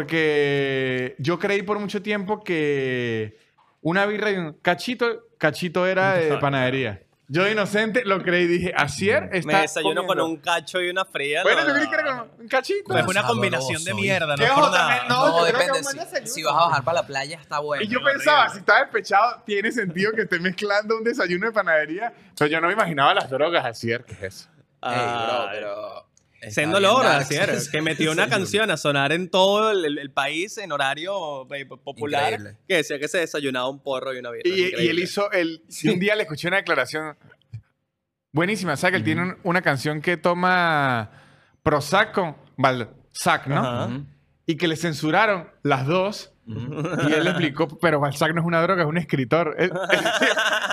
Porque yo creí por mucho tiempo que una birra y un cachito, cachito era de panadería. Yo de inocente lo creí y dije, Asier está
Me desayuno
comiendo".
con un cacho y una fría.
Bueno,
no,
yo
no,
creí que era
no.
con un cachito.
Es una combinación de
Sabroso,
mierda, no
¿Qué
es por
otra
nada.
vez? No,
No,
yo creo que
depende.
es un buen
Si,
desayuno.
si vas a bajar para la playa, está bueno.
Y yo
no,
pensaba,
horrible.
si está despechado, tiene sentido que esté mezclando un desayuno de panadería. Pero yo no me imaginaba las drogas, Asier, ¿qué es eso?
Ey,
Ah,
bro, pero. está
Sendo
bien
Lora,
dark.
así eres, que metió una canción a sonar en todo el, el país en horario eh, popular
Increíble.
que decía que se desayunaba un porro y una birra.
Y, y él
Increíble.
hizo el. Un día le escuché una declaración buenísima. O sea, que él tiene un- una canción que toma Prozac con Balzac, ¿no?
Ajá.
Ujú,
Y que le censuraron las dos.
ujú.
Y él le explicó, pero Balzac no es una droga, es un escritor. Él-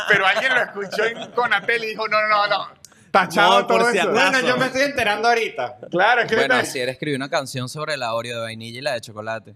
pero alguien lo escuchó en Conatel y dijo, no, no, no, no. Tachado
No, por
todo
si
eso.
acaso.
Bueno, yo me estoy enterando ahorita.
Claro, es que
Bueno,
le-
así era escribió una canción sobre la Oreo de vainilla y la de chocolate.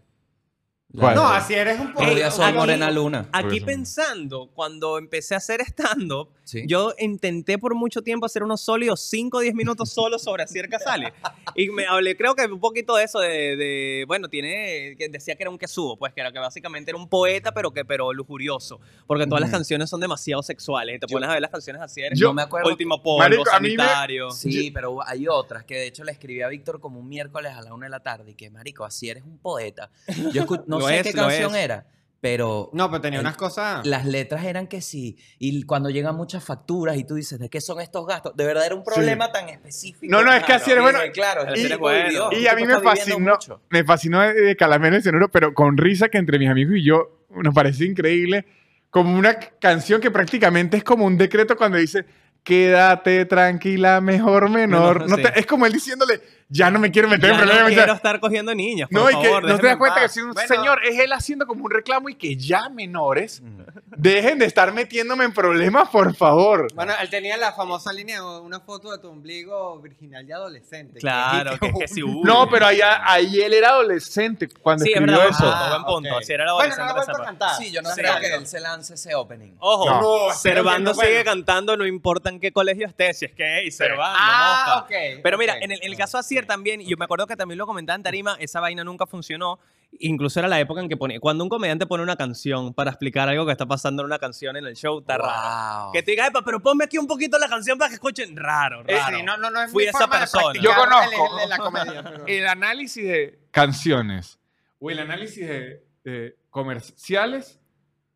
¿Cuál?
No, así eres un poco.
Todos los días soy
aquí-
Morena Luna.
Por
Aquí
eso.
pensando, cuando empecé a hacer stand-up,
Sí.
yo intenté por mucho tiempo hacer unos sólidos 5 o 10 minutos solo sobre Asier Casale. y me hablé, creo que un poquito de eso, de, de- bueno, tiene, que decía que era un quesudo, pues que era que básicamente era un poeta, pero que pero lujurioso. Porque todas las
Ujú.
canciones son demasiado sexuales. Te
Yo-
pones a ver las canciones de Asier.
Yo-
no me acuerdo.
Último polvo,
Marico, a mí me-
sanitario.
Sí, pero hay otras que de hecho le escribí a Víctor como un miércoles a la una de la tarde y que, marico, así eres un poeta. Yo escu- no
Lo
sé
es,
qué
lo
canción
es.
era, pero
No, pero tenía
El-
unas cosas.
las letras eran que sí. Y cuando llegan muchas facturas y tú dices, ¿de qué son estos gastos? De verdad era un problema tan específico.
No, no, es que así era
Claro,
bueno.
dije, Claro,
Así
y,
era bueno.
Y a mí me fascinó, me fascinó de, de Calamero de Cianuro, pero con risa que entre mis amigos y yo nos pareció increíble como una c- canción que prácticamente es como un decreto cuando dice quédate tranquila, mejor menor.
Menor,
No te-
sí.
es como él diciéndole, ya no me quiero meter en
Ya no
problemas. ya-
quiero estar cogiendo niñas, por
No, y
favor,
que no te
déjenme
das
en
cuenta que
paz.
si un
Bueno.
señor es él haciendo como un reclamo y que ya menores
Mm.
dejen de estar metiéndome en problemas, por favor.
Bueno, él tenía la famosa línea, una foto de tu ombligo virginal y adolescente. que
Claro, que, que sí, uy.
No, pero allá, ahí él era adolescente cuando
Sí, es
escribió
verdad, Ah. buen
eso.
punto, buen punto.
Ah, ok.
Si era la
Bueno, no
adolescente
la he
esa
vuelto a
parte.
cantar.
Sí, yo no
Sí,
creo
claro.
que él se lance ese opening.
Ojo,
No.
No, está
Cervando
diciendo,
sigue
bueno.
cantando, no importa en qué colegio estés, si es que es Cervando,
Ah,
mosca.
ok.
Pero mira,
ok.
en el, en el caso de Asier también, yo me acuerdo que también lo comentaba en Tarima, esa vaina nunca funcionó. Incluso era la época en que ponía, cuando un comediante pone una canción para explicar algo que está pasando en una canción en el show, está raro.
Wow.
Que te diga, "Epa, pero ponme aquí un poquito la canción para que escuchen. Raro,
Eh,
raro.
sí, no, no, no es
Fui
mi
esa
forma de
persona.
practicar
Yo conozco.
el- el- la comedia, pero-
El análisis de canciones o el análisis de, de comerciales,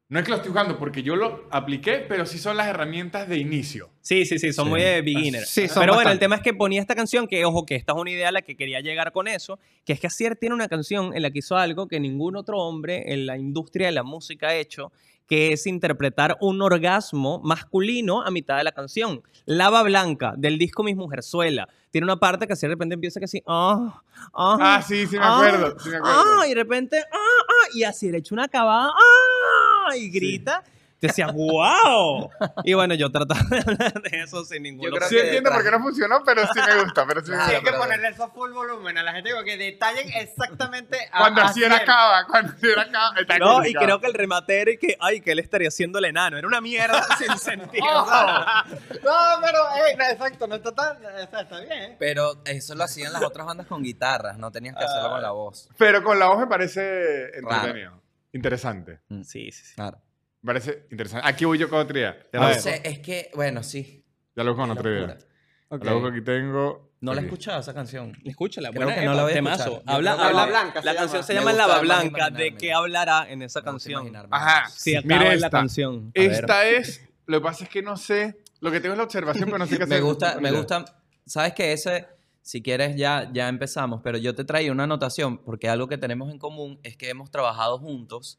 no es que lo estoy jugando porque yo lo apliqué, pero sí son las herramientas de inicio.
Sí, sí, sí, son
Sí.
muy de beginner.
Sí, son
Pero bueno, el
bastante.
tema es que ponía esta canción, que ojo, que esta es una idea a la que quería llegar con eso, que es que Asier tiene una canción en la que hizo algo que ningún otro hombre en la industria de la música ha hecho, que es interpretar un orgasmo masculino a mitad de la canción. Lava Blanca, del disco Mis Mujerzuela. Tiene una parte que así de repente empieza que así, ah, ah,
Ah, sí, sí me
ah,
acuerdo. sí me acuerdo.
Ah, y de repente, ah, ah, y así le echa una acabada, ah, y grita. Te decías, wow. Y bueno, yo trataba de hablar de eso sin ningún
Yo creo
sí
que
entiendo
detrás.
por qué no funcionó, pero sí me gusta. Ah, Pero sí
Ah,
me
Sí, hay
gusta.
que ponerle eso a full volumen a la gente, porque detallen exactamente a-
Cuando
a
así era
hacer.
acaba, cuando así era acaba. está
Ah, No, y
complicado.
creo que el remate era que, ay, que él estaría haciendo el enano. Era una mierda sin sentido.
No, pero, eh, no, exacto, no está tan. o sea, está bien. ¿eh?
Pero eso lo hacían las otras bandas con guitarras, no tenías que hacerlo con la voz.
Pero con la voz me parece entretenido. Interesante.
Mm.
Sí, sí, sí.
Claro.
Me parece interesante. Aquí voy yo con otra idea. Ya,
No
lo-
sé, es que, bueno, sí.
ya lo busco con otra idea.
Ah, Locura.
La busco aquí tengo.
No la he
Aquí.
escuchado esa canción.
Escúchala,
Creo
buena
que
epa,
no la voy a
temazo.
escuchar. Yo
Habla,
creo que
habla-
Lava Blanca se
La canción
llama.
se
Me
llama
gusta
Lava
más
Blanca.
imaginarme.
¿De qué hablará en esa canción?
Imaginarme.
Ajá.
Sí, acaba
Mire
en la
esta.
canción.
ver.
Esta es. Lo que pasa es que no sé. Lo que tengo es la observación, pero no sé qué
Me
hacer.
gusta, me gusta. Sabes que ese, si quieres, ya, ya empezamos, pero yo te traía una anotación porque algo que tenemos en común es que hemos trabajado juntos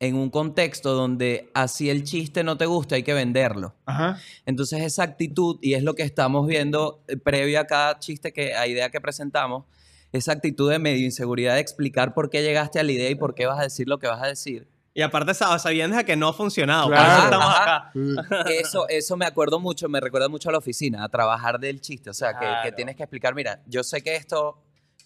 en un contexto donde así el chiste no te gusta, hay que venderlo.
Ajá.
Entonces esa actitud, y es lo que estamos viendo eh, previo a cada chiste, que, a idea que presentamos, esa actitud de medio inseguridad de explicar por qué llegaste a la idea y por qué vas a decir lo que vas a decir.
Y aparte, sab- sabiendo que no ha funcionado. Por
Claro.
eso estamos
Ajá.
acá.
Eso, eso me acuerdo mucho, me recuerda mucho a la oficina, a trabajar del chiste. O sea, que- que,
Claro.
tienes que explicar, mira, yo sé que esto,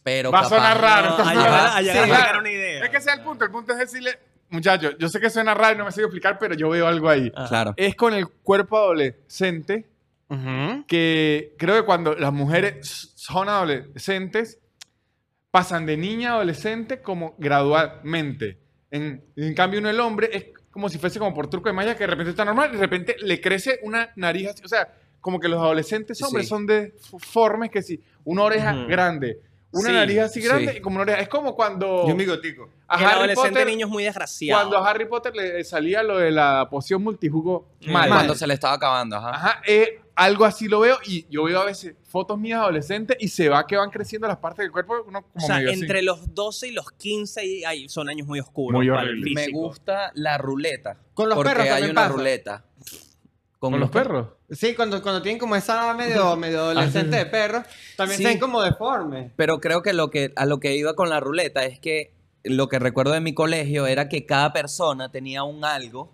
pero.
Va a sonar
capaz
raro,
no,
a
entonces-
llegar, a
ajá,
llegar
Sí,
a sacar
claro.
una idea.
Es que ese es el punto. El punto es decirle, muchachos, yo sé que suena raro y no me sé explicar, pero yo veo algo ahí.
Ajá.
Ah. Claro.
Es con el cuerpo adolescente que creo que cuando las mujeres son adolescentes, pasan de niña a adolescente como gradualmente. En, en cambio, uno el hombre es como si fuese como por truco de magia, que de repente está normal y de repente le crece una nariz así. O sea, como que los adolescentes hombres
Sí.
son deformes que sí, una oreja
Ujú.
grande, una
Sí,
nariz así grande
sí.
y como una oreja. Es como cuando
bigotico.
a
el
Harry
adolescente
Potter,
niño es muy desgraciado.
cuando a Harry Potter le eh, salía lo de la poción multijugo mal.
Cuando se le estaba acabando, ajá.
Ajá, eh, algo así lo veo y yo veo a veces fotos mías adolescentes y se va que van creciendo las partes del cuerpo, uno como
o sea,
medio así.
entre los 12 y los 15 y- ay, son años muy oscuros.
Muy
para el
horrible.
Me
físico.
gusta la ruleta.
Con los
porque
perros
hay
también
una
pasa.
ruleta.
con los perros.
Sí, cuando, cuando tienen como esa medio, medio adolescente de perro, también
Sí.
se ven como deformes.
Pero creo que, lo que a lo que iba con la ruleta es que lo que recuerdo de mi colegio era que cada persona tenía un algo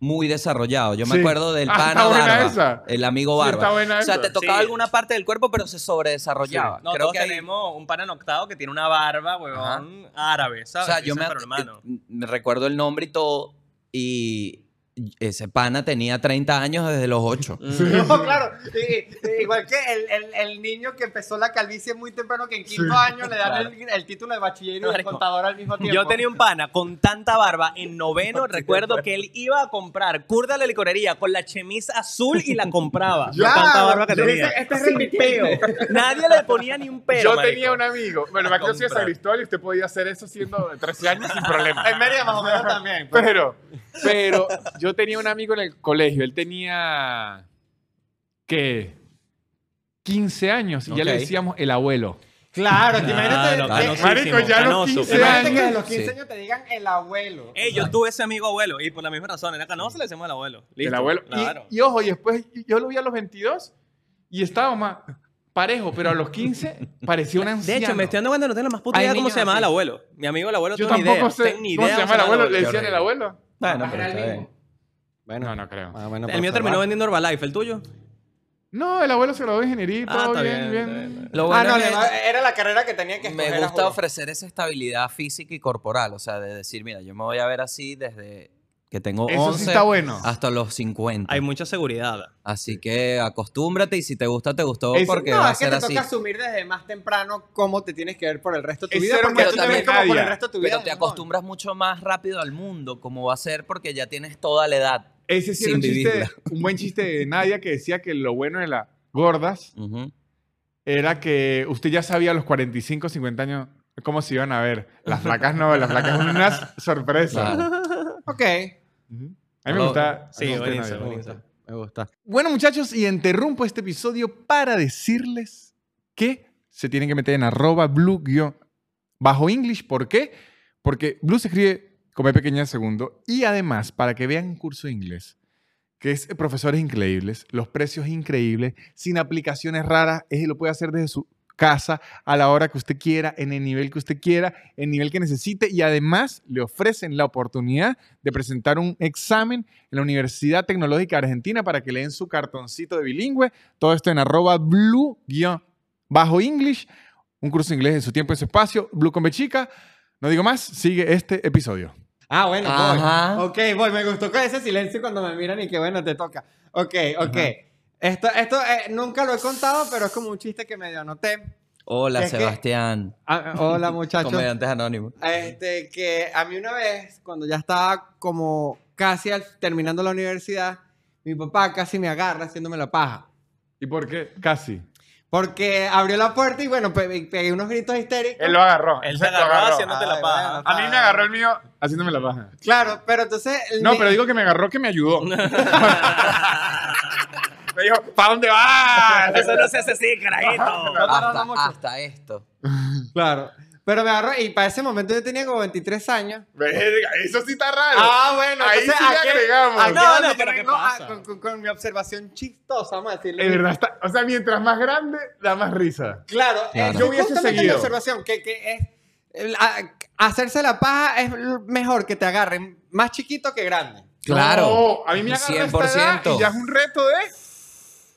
muy desarrollado. Yo me
Sí.
acuerdo del
Ah,
pana
está buena
barba,
esa.
el amigo
Sí,
barba.
está buena
o sea,
esa.
te tocaba
Sí.
alguna parte del cuerpo, pero se sobredesarrollaba.
No,
Ah, creo
todos
que ahí-
tenemos un pana en octavo que tiene una barba, huevón, árabe,
o
¿sabes?
sea,
Que
yo me,
dices, "Pero, hermano".
eh, me recuerdo el nombre y todo y ese pana tenía 30 años desde los 8.
Mm.
No, claro. y- y- igual que el, el, el niño que empezó la calvicie muy temprano, que en quinto año le dan
Claro.
el, el título de bachiller y de
Marico,
contador al mismo tiempo.
Yo tenía un pana con tanta barba en noveno. recuerdo que él iba a comprar curda a la licorería con la chemise azul y la compraba.
Yo-
con tanta barba que
Yo
tenía.
dije, "Este es
Sin
repitiente".
peo. Nadie le ponía ni un pelo.
yo
marico.
tenía un amigo, bueno, me acuerdo que yo soy de San Cristóbal y usted podía hacer eso siendo de 13 años sin problema.
En media más o menos también. pues.
Pero, pero yo tenía un amigo en el colegio, él tenía, ¿qué? 15 años y ya le
Ok.
decíamos el abuelo.
Claro, que imagínate,
eh,
Claro, eh,
de-
canosísimo,
Marico, ya los
canoso,
15
canoso.
imagínate que
años.
de los 15
Sí. Eh,
años te digan el abuelo.
Ey, yo tuve ese amigo abuelo y por la misma razón, era canoso, le decimos el abuelo. Listo,
El abuelo. Y-
Claro.
Y, ojo, y después yo lo vi a los 22 y estaba más parejo, pero a los 15 parecía un
de
anciano.
hecho, me estoy dando cuenta, no tengo la más puta
Hay
idea cómo
niños
se llamaba el
así.
abuelo. Mi amigo el abuelo,
Yo
tengo ni
tampoco
idea.
sé
tengo ni
cómo
idea
se llama el abuelo. ¿Le
Qué
decían el
horrible.
abuelo?
Bueno, Ah, pero
Era el
está bien.
mismo. Bueno,
No, no creo.
ah, bueno,
El
por
mío terminó
favor.
vendiendo Herbalife, ¿el tuyo?
No, el abuelo se lo dio ingeniería y
Ah,
todo
está
bien,
bien,
bien.
está bien.
Lo
Ah,
bueno
no,
es
le
que-
va-
eh.
era la carrera que tenía que
me
escoger a
gusta
Julio.
ofrecer esa estabilidad física y corporal, o sea, de decir, mira, yo me voy a ver así desde que tengo
Eso
11
sí está bueno.
hasta los 50.
Hay mucha seguridad.
Así que acostúmbrate y si te gusta, te gustó
Ese-
porque
No,
va a
es que
ser
te
así.
toca asumir desde más temprano cómo te tienes que ver por el resto de tu
Es
vida.
cero que
Porque tú
tú
te ves
también
como por el
nadie.
resto de tu vida.
Pero te
de mamón.
acostumbras mucho más rápido al mundo, como va a ser porque ya tienes toda la edad.
Ese sí era
Sin
un, chiste,
vivirla.
un buen chiste de Nadia que decía que lo bueno de las gordas
Ujú.
era que usted ya sabía a los 45, 50 años cómo se iban a ver. Las flacas no, las flacas son unas sorpresas.
Claro.
Ok.
Ujú. A mí me
Hola.
gusta.
Sí,
me gusta
buenísimo,
Nadia, me
buenísimo.
gusta.
Me gusta.
Bueno, muchachos, y interrumpo este episodio para decirles que se tienen que meter en arroba blue guión bajo English. ¿Por qué? Porque blue se escribe con B pequeña de segundo. Y además, para que vean un curso de inglés, que es eh, profesores increíbles, los precios increíbles, sin aplicaciones raras, es, lo puede hacer desde su casa a la hora que usted quiera, en el nivel que usted quiera, el nivel que necesite y además le ofrecen la oportunidad de presentar un examen en la Universidad Tecnológica Argentina para que le den su cartoncito de bilingüe. Todo esto en arroba blue-english, un curso de inglés en su tiempo y su espacio, blue con bechica. No digo más, sigue este episodio.
Ah, bueno,
Ajá.
voy. Ok, voy. Me gustó con ese silencio cuando me miran y que bueno, te toca. Ok, ok. Esto, esto eh, nunca lo he contado, pero es como un chiste que medio anoté.
Hola,
Es que-
Sebastián.
Ah, hola, muchachos.
Comediantes Anónimos.
Este, que a mí una vez, cuando ya estaba como casi al- terminando la universidad, mi papá casi me agarra haciéndome la paja.
¿Y por qué? Casi.
Porque abrió la puerta y bueno, pe- pegué unos gritos histéricos.
Él lo agarró. Ah.
Él se agarró haciéndote la
Ay,
paja.
A mí me agarró el mío haciéndome la paja.
Claro, pero entonces...
No,
me-
pero digo que me agarró que me ayudó. me dijo, ¿para dónde vas?
Eso no se hace así, carajito.
No tardaba
Hasta,
mucho.
hasta esto.
Claro. Pero me agarró y para ese momento yo tenía como 23 años.
Verga, eso sí está raro.
Ah, bueno,
Ahí
entonces,
sí
¿a qué-
agregamos.
a qué
No,
edad
no,
me
pero
tengo
¿qué
a-
pasa?
ah, con, con- con mi observación chistosa, vamos a decirle.
Es verdad, está- o sea, mientras más grande, da más risa.
Claro,
Claro.
eh,
Yo hubiese
justamente
seguido.
mi observación, que, que es... el- a- hacerse la paja es l- mejor que te agarren más chiquito que grande.
Claro.
No, a mí me agarra esta edad
100%.
y ya es un reto de...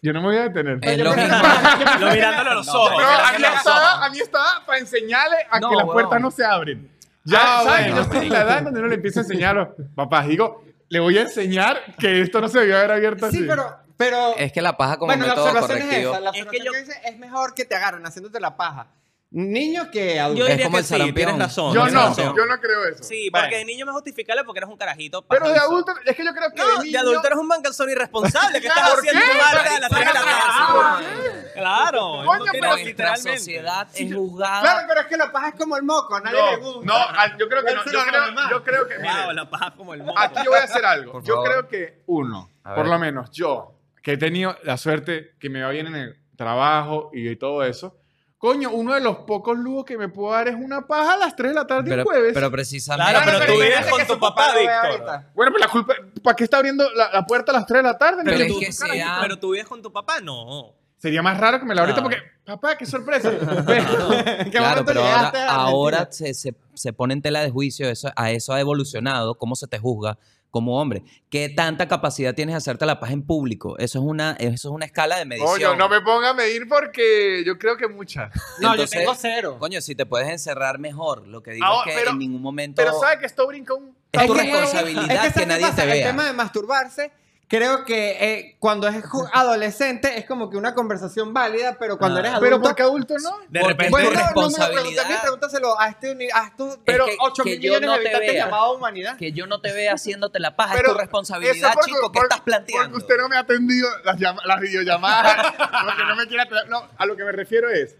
Yo no me voy a detener.
Es
Yo
lo
prefiero-
mismo.
yo prefiero-
Lo mirándolo a los ojos.
No,
mirándolo
a
a
mí,
los ojos.
está, a mí está para enseñarle a
No,
que las
weón.
puertas no se abren. Ya,
Ah,
¿sabes?
bueno.
Yo estoy en la edad donde no le empiezo a enseñar a los papás. Digo, le voy a enseñar que esto no se debió haber abierto así.
Pues Sí, pero... pero
Es que la paja como
bueno, la
método
observación
correctivo.
es esa. La
Es que
observación que
yo-
dice, es mejor que te agarren haciéndote la paja. Niño que adulto.
Yo
Es
diría
como
que
el
sí, tienes
sarampión.
razón.
Yo
tienes
no,
razón.
yo no creo eso.
Sí,
Bueno.
porque de niño me justificable porque eres un carajito.
Pero de
pajarizo.
adulto, es que yo creo que
No,
de,
de adulto eres un mancanzón irresponsable que estás
¿Por
haciendo
qué?
parte a las tres de la
Ah,
tarde. Claro.
Coño,
no
pero
tienes-
Nuestra
literalmente.
sociedad es juzgada.
Claro, pero es que la paja es como el moco, a nadie le
No,
gusta.
no, ah, yo creo que no.
Dárselo
Yo
a los
creo,
demás.
yo creo que,
Wow,
mire,
la paja como el moco.
aquí yo voy a hacer algo.
Por
Yo
favor.
creo que uno,
A
por
ver.
lo menos yo, que he tenido la suerte que me va bien en el trabajo y de todo eso, coño, uno de los pocos lujos que me puedo dar es una paja a las 3 de la tarde
Pero-
un jueves.
pero precisamente.
Claro, pero tú vives
imagínate
con
que
tu
su
papá,
lo vea
Víctor.
ahorita.
bueno, pero la culpa, ¿para qué está abriendo la, la puerta a las 3 de la tarde?
Pero
Entonces,
es
tú-
que se
carajito,
da-
pero tú vives con tu papá, no.
Sería más raro que me la abriera
Ah.
porque, papá, qué sorpresa. Pues, Pero-
¿En qué
Claro,
momento
pero ahora,
llegaste a Argentina?
ahora se, se- se pone en tela de juicio, eso, a eso ha evolucionado, cómo se te juzga como hombre. ¿Qué tanta capacidad tienes de hacerte la paz en público? Eso es una, eso es una escala de medición.
Coño, no me ponga a medir porque yo creo que muchas.
No,
Entonces,
yo tengo cero.
Coño, si te puedes encerrar mejor, lo que digo
Ahora,
es que
pero-
en ningún momento...
Pero sabe que esto brinca un...
Es tu
que-
responsabilidad
es
que
¿sabes qué
nadie
pasa?
te vea.
El tema de masturbarse, creo que eh, cuando es ju- adolescente es como que una conversación válida, pero cuando
Ah.
eres adulto...
Pero porque adulto no.
De
Porque
repente.
es tu
Bueno, no, no me lo preguntes a mí,
responsabilidad.
pregúntaselo a, este, uni- a estos pero
que-
8
que
mil
yo
millones
no
de
te
habitantes
vea.
llamados humanidad.
Que yo no te vea haciéndote la paja,
Pero
es tu
eso
responsabilidad,
porque-
chico, ¿qué
por-
estás planteando?
Porque usted no me ha atendido las, llama- las videollamadas, porque no me quiere atender. No, a lo que me refiero es,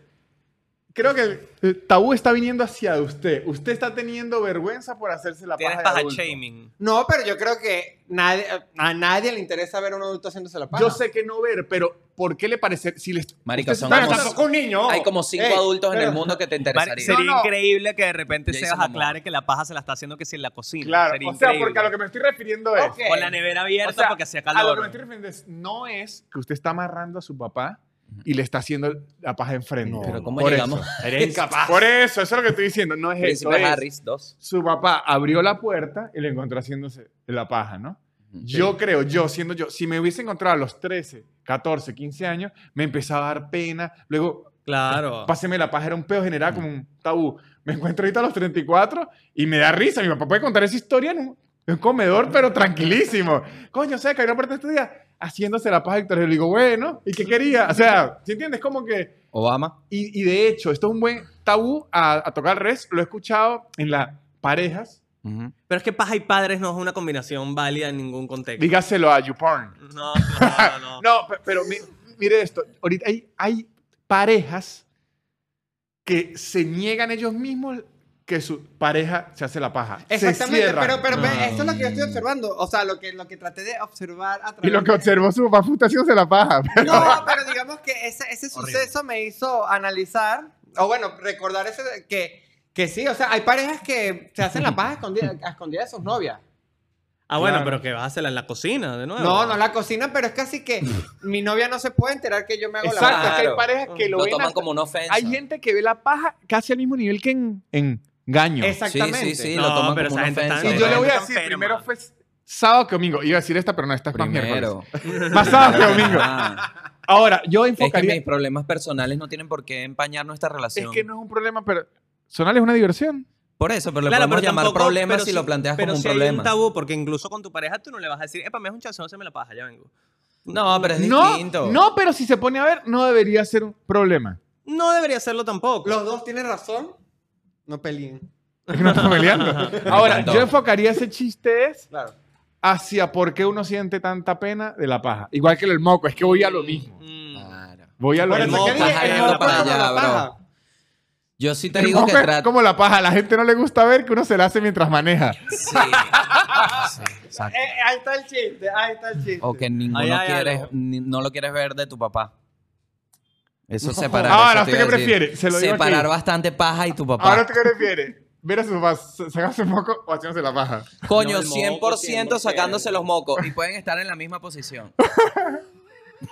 creo que el tabú está viniendo hacia usted. Usted está teniendo vergüenza por hacerse la
Tienes
paja de
paja
adulto.
shaming.
No, pero yo creo que nadie, a nadie le interesa ver a un adulto haciéndose la paja.
Yo sé que no ver, pero ¿por qué le parece? Si les,
Marica,
usted se
son
está
Pero
como-
casando
tampoco un niño. ojo.
Hay como cinco
Ey,
adultos en
pero-
el mundo que
Mar-
te interesaría.
No,
sería
no.
increíble que de repente
Jason
Sebas
Momoa.
aclare que la paja se la está haciendo que si en la cocina.
Claro,
Sería
o sea,
increíble.
porque a lo que me estoy refiriendo es...
Ok.
Con la nevera abierta
O sea,
porque hacía
A lo
calor.
que me estoy refiriendo es, no es que usted está amarrando a su papá y le está haciendo la paja enfrente.
Pero ¿cómo
Por
llegamos?
eso.
Eres incapaz.
Por eso, eso es lo que estoy diciendo. No es eso.
Príncipe
es-
Harris, dos.
su papá abrió la puerta y le encontró haciéndose la paja, ¿no? Yo creo, yo siendo yo, si me hubiese encontrado a los 13, 14, 15 años, me empezaba a dar pena. Luego,
Claro.
páseme la paja, era un pedo general como un tabú. Me encuentro ahorita a los 34 y me da risa. Mi papá puede contar esa historia en un, en un comedor, pero tranquilísimo. Coño, o sea, que abrió la puerta este día haciéndose la paja, Victoria. Yo le digo, bueno, ¿y qué quería? O sea, ¿sí entiendes? Como que
Obama.
y, y de hecho, esto es un buen tabú a, a tocar res. Lo he escuchado en las parejas.
Pero es que paja y padres no es una combinación válida en ningún contexto.
Dígaselo a YouPorn.
No, claro, no.
No, pe- pero mi- mire esto. Ahorita hay, hay parejas que se niegan ellos mismos que su pareja se hace la paja. Se
Exactamente,
cierran.
pero, pero, pero
Ah.
eso es lo que yo estoy observando. O sea, lo que, lo que traté de observar a
Y
través
lo que
de-
observó su papá fue haciéndose la paja.
No, pero digamos que ese, ese
Horrible.
suceso me hizo analizar, o bueno, recordar ese que, que sí, o sea, hay parejas que se hacen la paja escondida, a escondidas de sus novias.
Ah, bueno,
Claro.
pero que vas a hacerla en la cocina
Ah.
de nuevo.
No, no la cocinan, pero es casi que mi novia no se puede enterar que yo me hago la
Exacto,
paja.
es que hay
Claro.
parejas que lo,
Lo
ven
toman
hasta-
como una ofensa.
Hay gente que ve la paja casi al mismo nivel que en, en Gaño.
Exactamente.
Sí, sí, sí,
No,
lo toman
pero
como
esa
una
gente
ofensa.
está-
Y yo le voy a
Están
decir,
enfermas.
primero fue sábado que domingo. Iba a decir esta, pero no, esta es más miércoles.
Primero.
Más sábado que domingo.
Ah,
Ahora, yo
es que
enfocaría...
mis problemas personales no tienen por qué empañar nuestra relación.
Es que no es un problema personal, es una diversión.
Por eso, pero le
Claro,
podemos
pero
llamar
tampoco-
problemas
pero
si
sí-
lo planteas
pero
como un
sí hay
problema.
tabú, porque incluso con tu pareja tú no le vas a decir, epa, me es un chanzón, se me la paja, ya vengo.
No, pero es distinto.
No, no, pero si se pone a ver, no debería ser un problema.
No debería serlo tampoco.
Los dos tienen razón. No peleen.
No estamos peleando. Ahora,
encantó.
yo enfocaría ese chiste es
Claro.
hacia por qué uno siente tanta pena de la paja. Igual que el moco, es que voy a lo mismo.
Mm.
Claro.
Voy a lo
Por
Bueno,
mismo.
eso que
moco,
dije,
paja
el
en la
moco es como
playa,
la
bro.
paja.
Yo sí te
El
digo
moco
que
es
trato.
como la paja, a la gente no le gusta ver que uno se la hace mientras maneja.
Sí. Sí, exacto.
Eh, ahí está el chiste, ahí está el chiste.
O que ninguno
Ahí hay
quieres,
algo.
ni- no lo quieres ver de tu papá. Eso es separar.
Ahora,
eso te
¿usted
iba
Ah, qué
a decir.
prefiere? Se lo digo aquí.
Separar bastante paja y tu papá.
Ahora, ¿tú qué prefieres? ¿Ver a su papá sacándose el moco o haciéndose la paja?
Coño,
No, el moco,
100%
100%.
sacándose los mocos y pueden estar en la misma posición.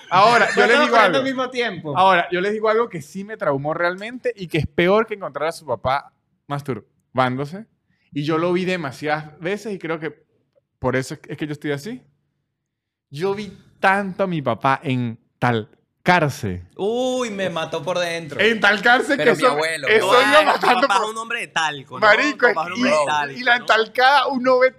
Ahora, yo le
Estamos
digo
hablando
algo.
al mismo tiempo.
Ah,
Ahora, yo les digo algo que sí me traumó realmente y que es peor que encontrar a su papá masturbándose. Y yo lo vi demasiadas veces y creo que por eso es que- es que yo estoy así. Yo vi tanto a mi papá en tal cárcel.
Uy, me mató por dentro.
En tal cárcel
Pero
que
mi
eso,
abuelo,
eso
bro.
iba
Ay, tu
matando
papá
por-
es un hombre de talco. ¿no?
marico.
Tu papá es un hombre de
y,
talco,
y la
¿no?
entalcada uno ve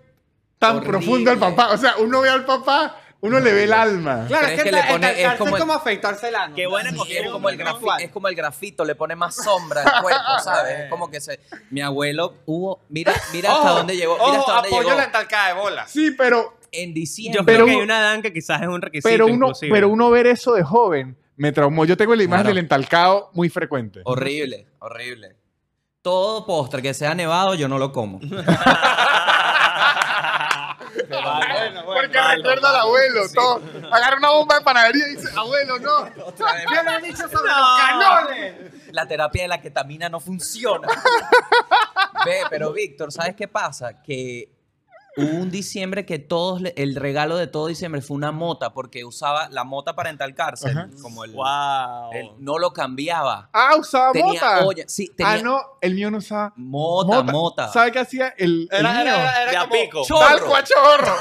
tan
Horrible.
profundo al papá. O sea, uno ve al papá, uno le ve el alma.
Claro,
Pero
es
es
que,
que le pone-
es,
es
como,
como el-
afeitarse el ano.
Qué buena
Sí,
cogida,
Es como, el grafi-
visual.
es como el grafito, le pone más sombra al cuerpo, ¿sabes? Es como que se... Mi abuelo hubo... Mira, mira hasta
Ojo,
dónde llegó. Mira
ojo,
hasta dónde
apoyo
llegó.
la entalcada de bolas.
Sí, pero,
En
Yo
diciembre.
Pero
creo que hay
uno-
una edad en que quizás es un requisito.
pero, uno,
inclusive.
pero uno ver eso de joven me traumó. Yo tengo la imagen
Claro.
del entalcado muy frecuente.
Horrible, horrible. Todo postre que sea nevado, yo no lo como.
Bueno, bueno.
Porque recuerda al abuelo, todo. Agarra una bomba de panadería y dice, abuelo, no.
¿Qué le he dicho sobre
No.
los canones?
La terapia de la ketamina no funciona. Ve, pero Víctor, ¿sabes qué pasa? Que hubo un diciembre que todos, le- el regalo de todo diciembre fue una mota, porque usaba la mota para entalcarse. Como el,
Wow.
el- No lo cambiaba.
Ah, usaba
Tenía
mota.
olla- sí, tenía
Ah, no, el mío no usaba
mota, mota.
¿Sabe qué hacía el, el
Era,
mío?
era, era, era
De a
como...
pico.
Chorro.
¡Tal cuachorro!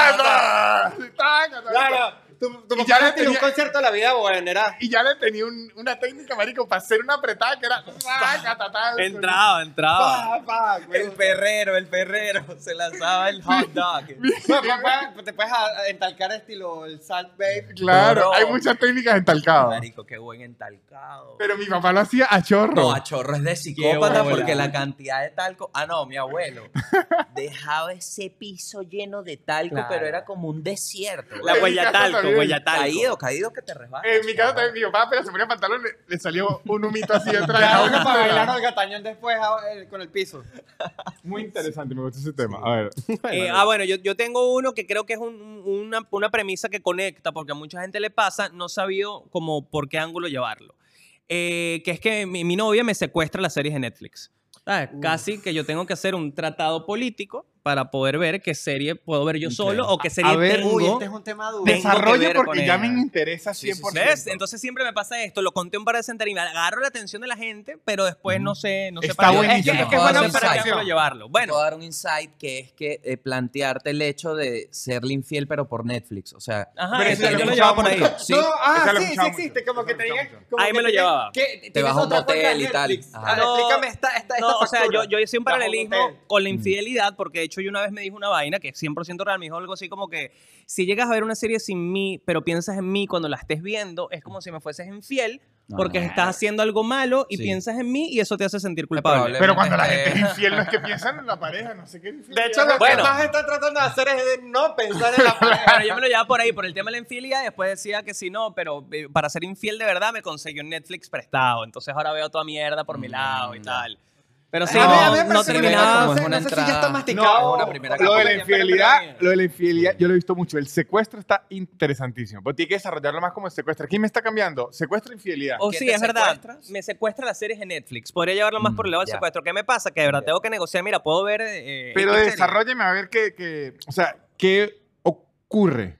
¡Tácata! ¡Tácata!
Claro. Tu, tu
Y
papá
ya le
le tiró un
tenía-
concierto de la vida bueno, era...
Y ya le tenía un- una técnica, marico, para hacer una apretada que era... ¡Tácata! tácata.
Entraba,
Pa,
entraba.
pa,
El
Ah, güey.
perrero, el perrero. Se lanzaba el hot dog.
Bueno, pa, pa, te puedes a- a entalcar estilo el Salt Babe.
Claro,
Bro.
hay muchas técnicas de entalcado.
Marico, qué buen entalcado.
Pero mi papá lo hacía a chorro.
No, a chorro es de psicópata
bola.
porque la cantidad de talco. Ah, no, mi abuelo dejaba ese piso lleno de talco, pero era como un desierto.
La
Dedicaste
huella talco,
caído.
huellatalco.
Caído, caído que te resbalas.
En mi casa también mi papá apenas se ponía pantalón, le, le salió un humito así detrás de la boca.
para bailar al gatañón después a- eh, con el piso.
Muy interesante, me gusta ese tema. A ver.
Eh, ah, bueno, yo, yo tengo uno que creo que es un- un- una, una premisa que conecta, porque a mucha gente le pasa, no sabido como por qué ángulo llevarlo. Eh, que es que mi, mi novia me secuestra las series de Netflix. ¿Sabes? Casi que yo tengo que hacer un tratado político para poder ver qué serie puedo ver yo solo o qué serie
ver,
tengo.
Uy, este es un tema duro.
Tengo que
Desarrolla
ver
porque
con
ya
ella.
me interesa 100%.
Sí, sí, sí.
¿Ves? Entonces siempre me pasa esto, lo conté un par de sentadas y me agarro la atención de la gente, pero después no sé, no sé
Está
qué-
buenísimo.
Es que, es que
Puedo
bueno
hacer
para qué
insight.
ángulo llevarlo.
Te
Bueno,
puedo dar un insight que es que eh, plantearte el hecho de serle infiel pero por Netflix, o sea,
ajá,
Pero ese
eso yo
lo
lo
escuchaba
llevaba por ahí.
mucho.
sí,
No, ah,
Esa la
sí, sí
escuchaba
existe.
mucho,
Como
esa
que
la
te digan.
escuchaba
como
Ahí
que
me lo
te digan,
llevaba.
¿qué? ¿Tienes
Te vas a un
otra cuenta de
motel y tal.
Netflix?
Ajá.
A ver,
No,
Explícame esta, esta, esta
No, o sea, yo,
factura.
yo hice un
Bajo un
paralelismo
hotel.
con la infidelidad, porque de hecho yo una vez me dijo una vaina que es 100% real, me dijo algo así como que si llegas a ver una serie sin mí, pero piensas en mí cuando la estés viendo, es como si me fueses infiel, porque estás haciendo algo malo y
Sí.
piensas en mí y eso te hace sentir culpable.
probable.
Pero cuando la
Eh.
gente es infiel, no es que piensan en la pareja, no sé qué.
De hecho, lo
Bueno.
que más están tratando de hacer es de no pensar en la pareja.
Pero yo me lo llevaba por ahí, por el tema de la infidelidad, después decía que si no, pero eh, para ser infiel de verdad me conseguí un Netflix prestado, entonces ahora veo toda mierda por
Mm,
mi lado y tal. Pero sí,
A ver, a
no,
ver,
no
pero si me
terminaba.
no
como
sé-
es una
no sé si ya
entrada.
está masticado.
No, es una primera
Oh, Lo de la
Espera, espera,
infidelidad,
espera.
lo de la infidelidad, yo lo he visto mucho. El secuestro está interesantísimo, pero tiene que desarrollarlo más como el secuestro. ¿Quién me está cambiando? Secuestro, infidelidad.
O
¿Qué
Oh, sí,
te
es verdad.
secuestras? Mm,
Me secuestra las series de Netflix. Podría llevarlo más por el lado del
ya.
secuestro. ¿Qué me pasa? Que de verdad
Ya.
tengo que negociar. Mira, puedo ver. eh,
Pero
X serie.
desarrolleme a ver qué, qué- o sea, qué ocurre.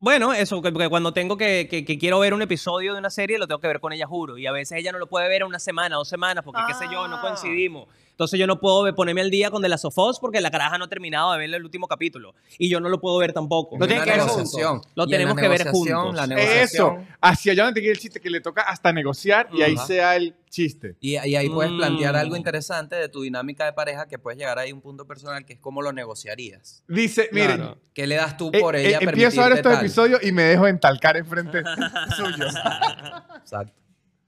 Bueno, eso, que, que cuando tengo que, que, que quiero ver un episodio de una serie, lo tengo que ver con ella, juro. Y a veces ella no lo puede ver en una semana, dos semanas, porque qué sé yo, no
Ah.
coincidimos. Entonces yo no puedo ver- ponerme al día con The Last of Us porque la caraja no ha terminado de ver el último capítulo. Y yo no lo puedo ver tampoco.
Lo tienen
Una
que ver
negociación.
juntos.
Lo
Y en
tenemos
la
que ver
negociación,
juntos.
la
Eso,
negociación.
hacia allá donde te quiere el chiste, que le toca hasta negociar y ahí
Ajá.
sea el chiste.
Y, y ahí puedes plantear algo
Mm.
interesante de tu dinámica de pareja que puedes llegar ahí a un punto personal que es cómo lo negociarías.
Dice, miren,
Claro.
¿Qué le das tú
eh,
por
eh,
ella?
empiezo a ver
permitirte
estos
tal?
episodios y me dejo entalcar enfrente suyo.
Exacto.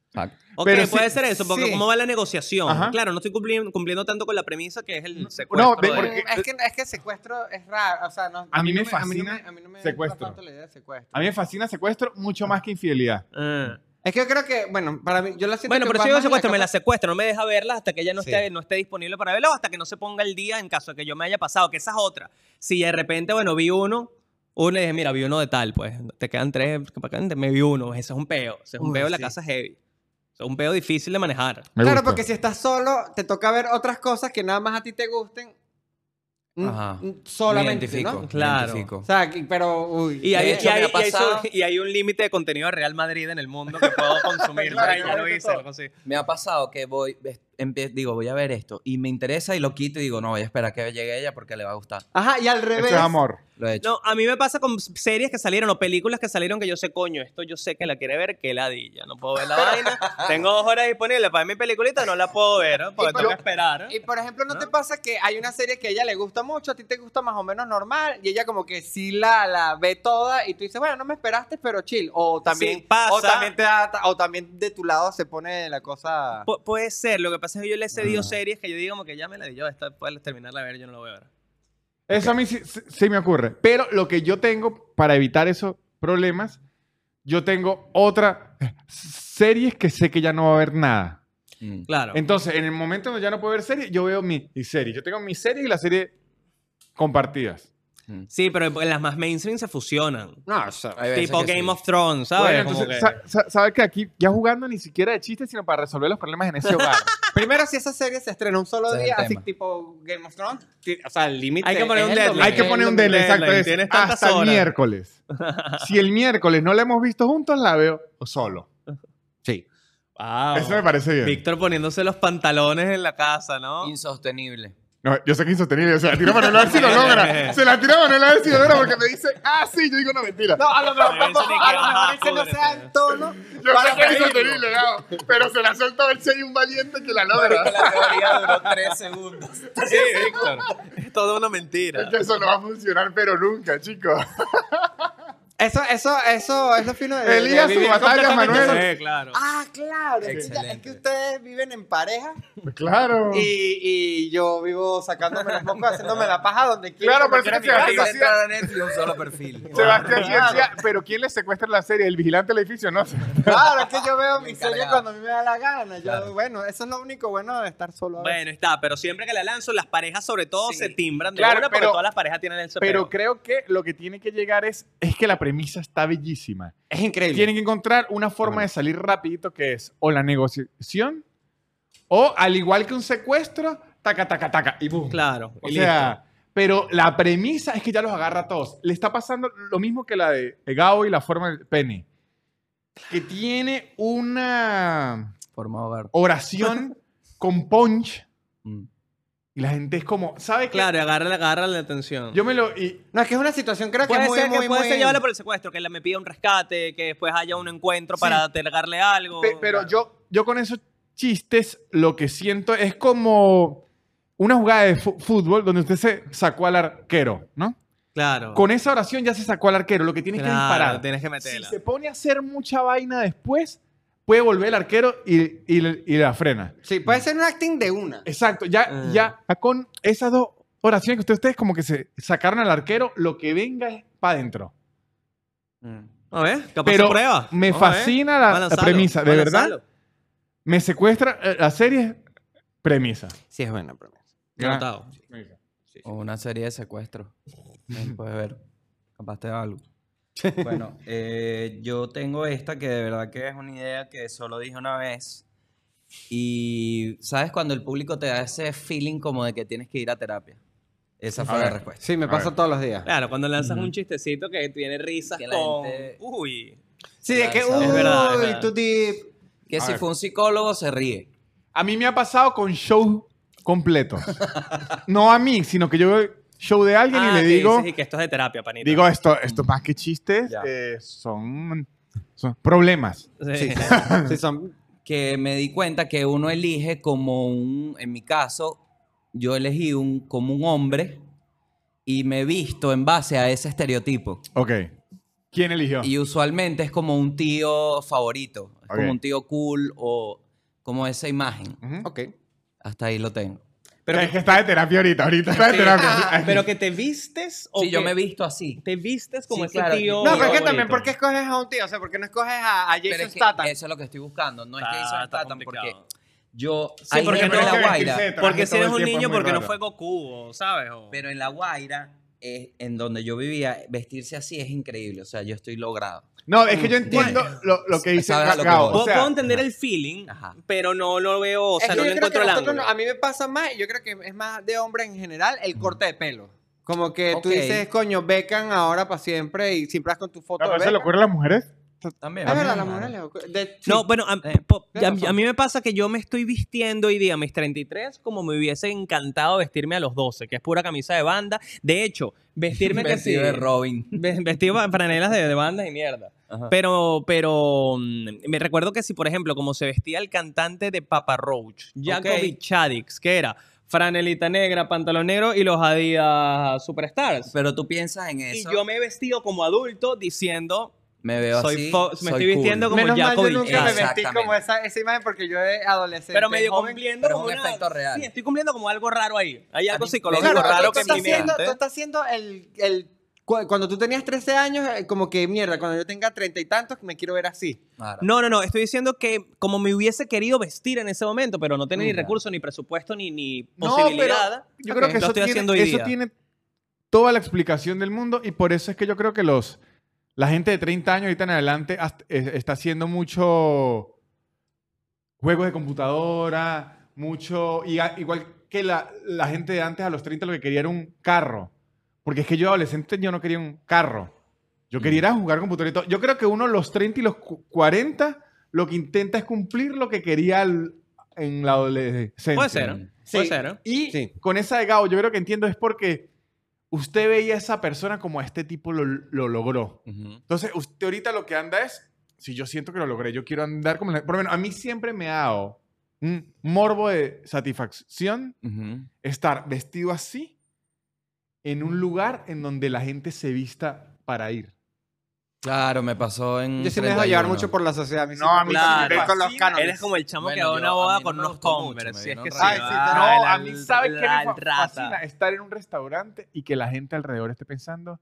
Exacto.
Ok,
pero
puede
sí-
ser eso, porque
sí.
¿cómo va la negociación?
Ajá.
Claro, no estoy cumpliendo, cumpliendo tanto con la premisa que es el
No,
secuestro.
de-
de-
porque-
Es que, es que secuestro es raro. O sea, no,
A mí me
no a no
fascina
a mí no me
secuestro.
gusta tanto la idea de secuestro.
A mí me fascina secuestro mucho más que infidelidad.
Ah.
Es que yo creo que, bueno, para mí, yo la siento
Bueno,
que
pero
va
si
más en
yo
la
secuestro, me la
cosa-
secuestro, no me deja verla hasta que ella no,
Sí.
esté, no esté disponible para verla o hasta que no se ponga el día en caso de que yo me haya pasado, que esa es otra. Si de repente, bueno, vi uno, uno y dije, mira, vi uno de tal, pues te quedan tres, que para acá, me vi uno, ese es un peo, ese es un
Uy,
peo de la
sí.
casa heavy. Eso es un peo difícil de manejar.
Me
Claro,
gusta.
porque si estás solo, te toca ver otras cosas que nada más a ti te gusten. mm,
Ajá.
mm,
Me
Solamente,
identifico.
¿no?
me
Claro.
identifico.
O sea, que- pero, uy.
Y hay,
De hecho,
y
me
hay-
ha
y hay su-
pasado-
y hay un límite de contenido de Real Madrid en el mundo que puedo consumir.
Claro,
¿sabes? ya lo
ahorita
hice,
todo.
algo así.
Me ha pasado que voy, ves- empie- digo, voy a ver esto y me interesa y lo quito y digo, no, voy a esperar que llegue ella porque le va a gustar.
Ajá, y al
Eso
revés.
es amor.
Lo he hecho.
No, a mí me pasa con series que salieron o películas que salieron que yo sé, coño, esto yo sé que la quiere ver, que ladilla. No puedo ver la vaina. Tengo dos horas disponibles para ver mi peliculita, no la puedo ver, ¿no? porque
Y por-
tengo que esperar.
Y por ejemplo, ¿no,
Ah.
te pasa que hay una serie que a ella le gusta mucho, a ti te gusta más o menos normal, y ella como que sí la, la ve toda y tú dices, bueno, no me esperaste, pero chill. O también
Sí, pasa.
O también, te da- o también de tu lado se pone la cosa...
Pu- puede ser, lo que pasa es que yo le he cedido
Ah.
series que yo digo como que ya me la di yo, esta puedes terminarla de ver, yo no la voy a ver.
Eso a mí sí, sí- sí me ocurre. Pero lo que yo tengo para evitar esos problemas, yo tengo otra series que sé que ya no va a haber nada.
Mm.
Claro.
Entonces, en el momento donde ya no puedo ver series, yo veo mi mi serie. Yo tengo mi serie y la serie compartidas.
Mm.
Sí, pero en las más mainstream se fusionan.
No, o sea,
Hay veces
Tipo
que
Game
sí.
of Thrones, ¿sabes?
Bueno,
Como
entonces,
que-
sa- sa- sabes que aquí ya jugando ni siquiera de chistes, sino para resolver los problemas en ese hogar.
Primero, si esa serie se estrena un solo
Ese es el
día, así
tema.
tipo Game of Thrones, ti- o sea, el límite.
Hay que
es
poner un
el
deadline.
Hay que
domingo.
poner un
Deadline,
deadline, exacto. es
tienes tantas
hasta el
horas.
miércoles. Si el miércoles no la hemos visto juntos, la veo solo. Sí.
Wow.
Eso me parece bien.
Víctor poniéndose los pantalones en la casa, ¿no?
Insostenible.
No, yo sé que es insostenible. Se la tiró a Manuel a ver si lo logra. Se la tiró a Manuel a ver si lo logra porque me dice, ah, sí. Yo digo, no, mentira.
No, a lo mejor,
Debe ser
tampoco- a lo
que-
mejor ese no sea el tono.
yo sé
para
que es
pedirlo.
insostenible, Gabo, pero se la suelta a ver si hay un valiente que la
Porque
logra.
la teoría duró tres segundos.
Sí, Víctor. Es toda una mentira.
Es que eso no va a funcionar, pero nunca, chicos.
Eso, eso, eso es lo fino de- de.
Elías
de
su
vivir
batalla,
completamente
Manuel. Ah.
solo.
Sí, claro.
Ah, claro. Es que, ya- es
Excelente.
que ustedes viven en pareja
Claro.
Y, y yo vivo sacándome los mocos, haciéndome la paja donde quiera.
Claro,
como
pero
quiera
eso
en mi
que se hace.
casa.
entrar a Netflix un solo perfil.
Mm.
Sebastián sí decía, pero ¿quién le secuestra la serie? ¿El vigilante del edificio? No.
Claro, es que yo veo mi
Encargado.
serie cuando a mí me da la gana. Yo,
Claro.
Bueno, eso es lo único bueno de estar solo. a veces.
Bueno, está, pero siempre que la lanzo, las parejas sobre todo
Sí.
se timbran de
Claro,
una, porque
pero-
todas las parejas tienen el
Pero
cepero.
creo que lo que tiene que llegar es, es que la premisa está bellísima.
es increíble.
Tienen que encontrar una forma de salir rapidito que es o la negociación o al igual que un secuestro, taca, taca, taca y boom.
Claro.
O
y
sea, pero la premisa es que ya los agarra a todos. Le está pasando lo mismo que la de Gao y la forma del pene. Que tiene una
Forma hogar.
oración con punch
Mm.
y la gente es como, ¿sabe
listo.
qué?
Claro, y agarra, agarra la atención.
Yo me lo... y-
No, es que es una situación, creo que
Puede
es muy,
ser que
muy,
puede
muy-
ser llevarla por el secuestro, que la- me pida un rescate, que después haya un encuentro
Sí.
para atergarle algo.
Pe- pero yo, yo con esos chistes lo que siento es como una jugada de fu- fútbol donde usted se sacó al arquero, ¿no?
Claro.
Con esa oración ya se sacó al arquero, lo que tiene que
Ah. Claro,
disparar.
Tienes que
Si
meterla.
se pone a hacer mucha vaina después, puede volver el arquero y, y- y la frena.
Sí, puede ser un acting de una.
Exacto, ya,
Ah.
ya con esas dos oraciones que ustedes, ustedes como que se sacaron al arquero, lo que venga es para adentro.
Mm.
A ver, capaz
Pero
se prueba.
me
Vamos a ver.
fascina
Vamos a
la, la
lanzarlo,
premisa, de
vamos a
verdad.
lanzarlo.
Me secuestra eh, la serie premisa.
Sí, es buena, pero.
Anotado.
O una serie de secuestros. Ahí Puedes ver. Capaz te da algo. Bueno, eh, yo tengo esta que de verdad que es una idea que solo dije una vez. Y sabes cuando el público te da ese feeling como de que tienes que ir a terapia. Esa fue la
ver.
respuesta.
pues, Sí, me
A
pasa
ver.
todos los días.
Claro, cuando lanzas un chistecito que tiene risas
Que la
con.
gente-
Uy.
Sí, es que,
Es
uy,
verdad, es verdad.
tú deep.
Que
A
si
ver.
fue un psicólogo se ríe.
A mí me ha pasado con shows completos. no a mí, sino que yo veo show de alguien
Ah,
y le
que
digo,
dices, y que esto es de terapia, panita.
digo esto, esto más que chistes,
Ya.
eh, son, son problemas.
Sí.
Sí, son.
que me di cuenta que uno elige como un, en mi caso, yo elegí un, como un hombre y me he visto en base a ese estereotipo.
Ok. ¿Quién
Ah.
eligió?
Y usualmente es como un tío favorito, es
Ok.
como un tío cool o como esa imagen.
Ujú.
Ok.
Hasta ahí lo tengo.
Pero es que está de terapia ahorita, ahorita está de
Sí. Ah,
terapia.
Pero que te vistes o
Sí, yo
que
me he visto así.
te vistes como
Sí,
ese
claro.
No,
tío.
pero es que
favorito.
también, ¿por qué escoges a un tío? O sea, ¿por qué no escoges a, a Jason
Pero es que
Statham?
eso es lo que estoy buscando, no es que
Está-
Jason
Ah, está
Statham, porque
complicado.
yo...
Sí,
hay
porque
ejemplo
no-
en La Guaira.
Porque si eres un niño, porque no fue Goku, o, ¿sabes? O-
Pero en La Guaira, eh, en donde yo vivía, vestirse así es increíble. O sea, yo estoy logrado.
No, es que yo entiendo lo, lo que dice
Sabes a lo que
Gao,
voy.
o sea,
puedo entender el feeling,
Ajá.
pero no lo veo, o sea,
Es que
no
yo
le
creo que
encuentro el
nosotros
ángulo.
no- a mí me pasa más, yo creo que es más de hombre en general, el corte de pelo. Como que tú
Ok.
dices, coño, becan ahora para siempre y siempre vas con tu foto.
¿no,
de
pero ¿Se le
Beckham.
ocurre a las mujeres?
También.
Es verdad, las mujeres les ocurre. De- sí.
No, bueno, a,
Eh,
po-
tienes
a-
razón.
a mí me pasa que yo me estoy vistiendo hoy día a mis 33 como me hubiese encantado vestirme a los 12, que es pura camisa de banda. De hecho, vestirme que sí,
Vestido de Robin.
ve- vestido de franelas de, de bandas y mierda. Pero, pero mm, me recuerdo que si, por ejemplo, como se vestía el cantante de Papa Roach, Jacoby Chaddix, que era franelita negra, pantalón negro y los Adidas Superstars.
Pero tú piensas en eso.
Y yo me he vestido como adulto diciendo,
me veo
soy
así.
fo- me
soy
estoy
cool.
vistiendo como
Menos mal, yo
Jacoby
nunca me
Chaddix.
vestí como esa, esa imagen porque yo era adolescente.
Pero medio
joven.
cumpliendo
pero
como
un
una-
efecto real.
Sí, estoy cumpliendo como algo raro ahí. Hay algo
mí-
psicológico
Claro,
Algo
claro,
raro que
tú,
en
estás
mi
haciendo,
mente.
tú estás haciendo el, el- cu- Cuando tú tenías 13 años, eh, como que mierda, cuando yo tenga treinta y tantos, me quiero ver así.
Claro.
No, no, no. Estoy diciendo que como me hubiese querido vestir en ese momento, pero no tenía ni
Mira.
recursos, ni presupuesto, ni, ni
No,
posibilidad.
Yo
Ok.
creo que
Lo
eso,
estoy haciendo
tiene,
hoy
eso
día.
tiene toda la explicación del mundo y por eso es que yo creo que los la gente de 30 años ahorita en adelante hasta- es- está haciendo mucho juegos de computadora, mucho y a- igual que la, la gente de antes a los 30 lo que quería era un carro, porque es que yo adolescente yo no quería un carro. Yo quería era jugar computadora y todo. Yo creo que uno a los 30 y los cu- 40 lo que intenta es cumplir lo que quería al- en la adolescencia.
Puede ser. ¿no? Puede
Sí.
ser. ¿no?
Y
Sí.
con esa de Gao, yo creo que entiendo es porque usted veía a esa persona como a este tipo lo, lo logró.
Mm, Ujú.
Entonces, usted ahorita lo que anda es, si yo siento que lo logré, yo quiero andar como... la- Por lo menos, a mí siempre me ha dado un morbo de satisfacción
Ujú.
estar vestido así en un lugar en donde la gente se vista para ir.
Claro, me pasó en.
Mm,
Yo sí me dejo llevar
31.
mucho por la sociedad. a mí sí
No, a
me
mí
fascina.
también, con los cánones.
Eres como el chamo
Bueno,
que va a una
yo- a
boda
mí no
con
me
unos
gustó mucho,
Converse.
me
Si es
vino
que sí.
raro.
Ay, sí,
va,
no,
el-
a mí, ¿sabes qué
Ah, la-
me
el
fa-
rata.
fascina? Estar en un restaurante y que la gente alrededor esté pensando,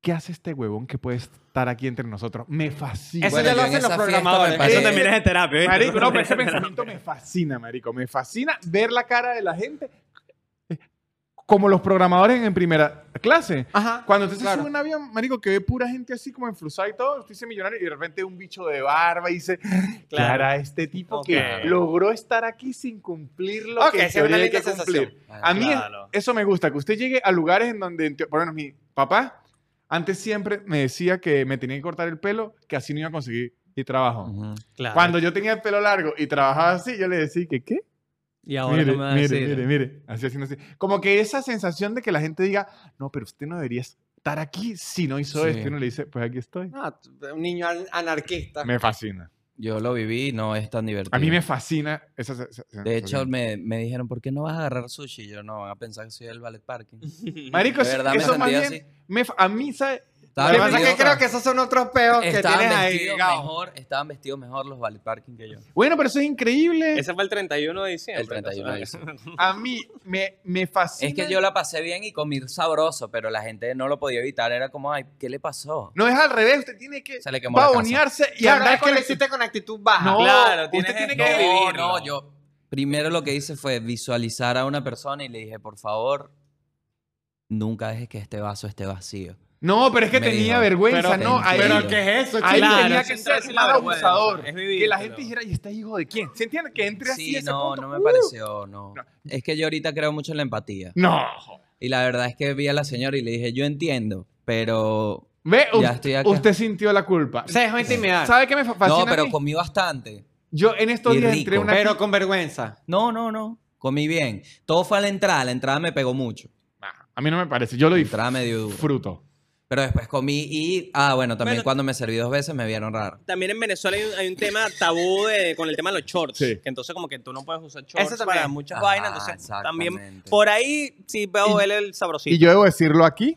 ¿qué hace este huevón que puede estar aquí entre nosotros? Me fascina.
Eso
Bueno,
ya
yo
lo
en
hacen los
esa fiesta me
programadores.
Para
pasó
eso
Eh,
también es de terapia. ¿viste?
Marico, no, pero ese pensamiento me fascina, marico. Me fascina ver la cara de la gente eh, como los programadores en primera clase.
Ajá.
Cuando usted se
Claro.
sube a un avión, marico, que ve pura gente así como enfrusada y todo, usted dice millonario y de repente un bicho de barba y dice, claro, este tipo
Ok.
que logró estar aquí sin cumplir lo
Ok,
que en
sí, una
teoría hay
linda
que
sensación.
cumplir. A mí
Claro.
es- eso me gusta, que usted llegue a lugares en donde, en teo- por lo menos mi papá antes siempre me decía que me tenía que cortar el pelo, que así no iba a conseguir mi trabajo.
Ujú.
Cuando yo tenía el pelo largo y trabajaba así, yo le decía que, ¿qué?
Y ahora
Mire,
tú me vas a
mire,
decir.
mire, mire. Así, haciendo así. Como que esa sensación de que la gente diga, no, pero usted no debería estar aquí si no hizo
Sí.
esto. Y uno le dice, pues aquí estoy.
Ah, un niño an- anarquista.
Me fascina.
Yo lo viví, no es tan divertido.
A mí me fascina esa se- se- sensación.
De hecho, me, me dijeron, ¿por qué no vas a agarrar sushi? Yo no, van a pensar que soy del ballet parking. De
Marico,
De verdad me
eso más
sentí
bien,
así.
me fa- a mí, ¿sabes?
Estaba
Lo que pasa es que
vestido-
creo que esos son otros peos que tienes
Estaban
ahí.
vestidos
Gabo.
mejor, estaban vestidos mejor los ballet parking que yo.
Bueno, pero eso es increíble.
Ese fue el 31 de diciembre.
El 31 de diciembre.
A mí me, me fascina.
Es que yo la pasé bien y comí sabroso, pero la gente no lo podía evitar. Era como, ay, ¿qué le pasó?
No es al revés, usted tiene que
Se le quemó la casa.
pavonearse y
Y ahora
andar
es que
con
lo
el
hiciste con actitud baja.
No,
Claro,
usted
tienes-
tiene que
no,
vivir.
vivirlo.
No, yo primero lo que hice fue visualizar a una persona y le dije, por favor, nunca dejes que este vaso esté vacío.
No, pero es que
Me
tenía
dijo,
vergüenza,
pero
no.
te
Ahí,
entiendo.
¿qué es eso?
ahí
chico?
Claro,
tenía
es
que
entrar
ser
sin
mal
la vergüenza,
abusador. que
es
la gente
vivírtelo.
dijera, ¿y este hijo de quién? ¿Se entiende? Que entre así
Sí,
a ese
no,
punto.
no me
¡Uh!
pareció, no.
No.
Es que yo ahorita creo mucho en la empatía.
No. joder.
Y la verdad es que vi a la señora y le dije, yo entiendo, pero...
Ve,
Ya
us-
estoy acá.
usted sintió la culpa.
Se dejó intimidar.
¿Sabe qué me fa- fascina?
no, pero
a mí?
comí bastante.
Yo en estos
Y
días
rico.
entré una.
Pero con vergüenza.
No, no, no. Comí bien. Todo fue a la entrada. La entrada me pegó mucho.
Ah, A mí no me parece. Yo lo
La
disfruto.
entrada me dio duro.
Fruto.
Pero después comí y... Ah, bueno, también
Bueno.
cuando me serví dos veces me vieron raro.
También en Venezuela hay un, hay un tema tabú de- con el tema de los shorts.
Sí.
Que entonces como que tú no puedes usar shorts
Eso también.
para muchas
Ajá,
vainas. Entonces también
exactamente.
por ahí sí veo él el
Y
sabrosito.
yo debo decirlo aquí,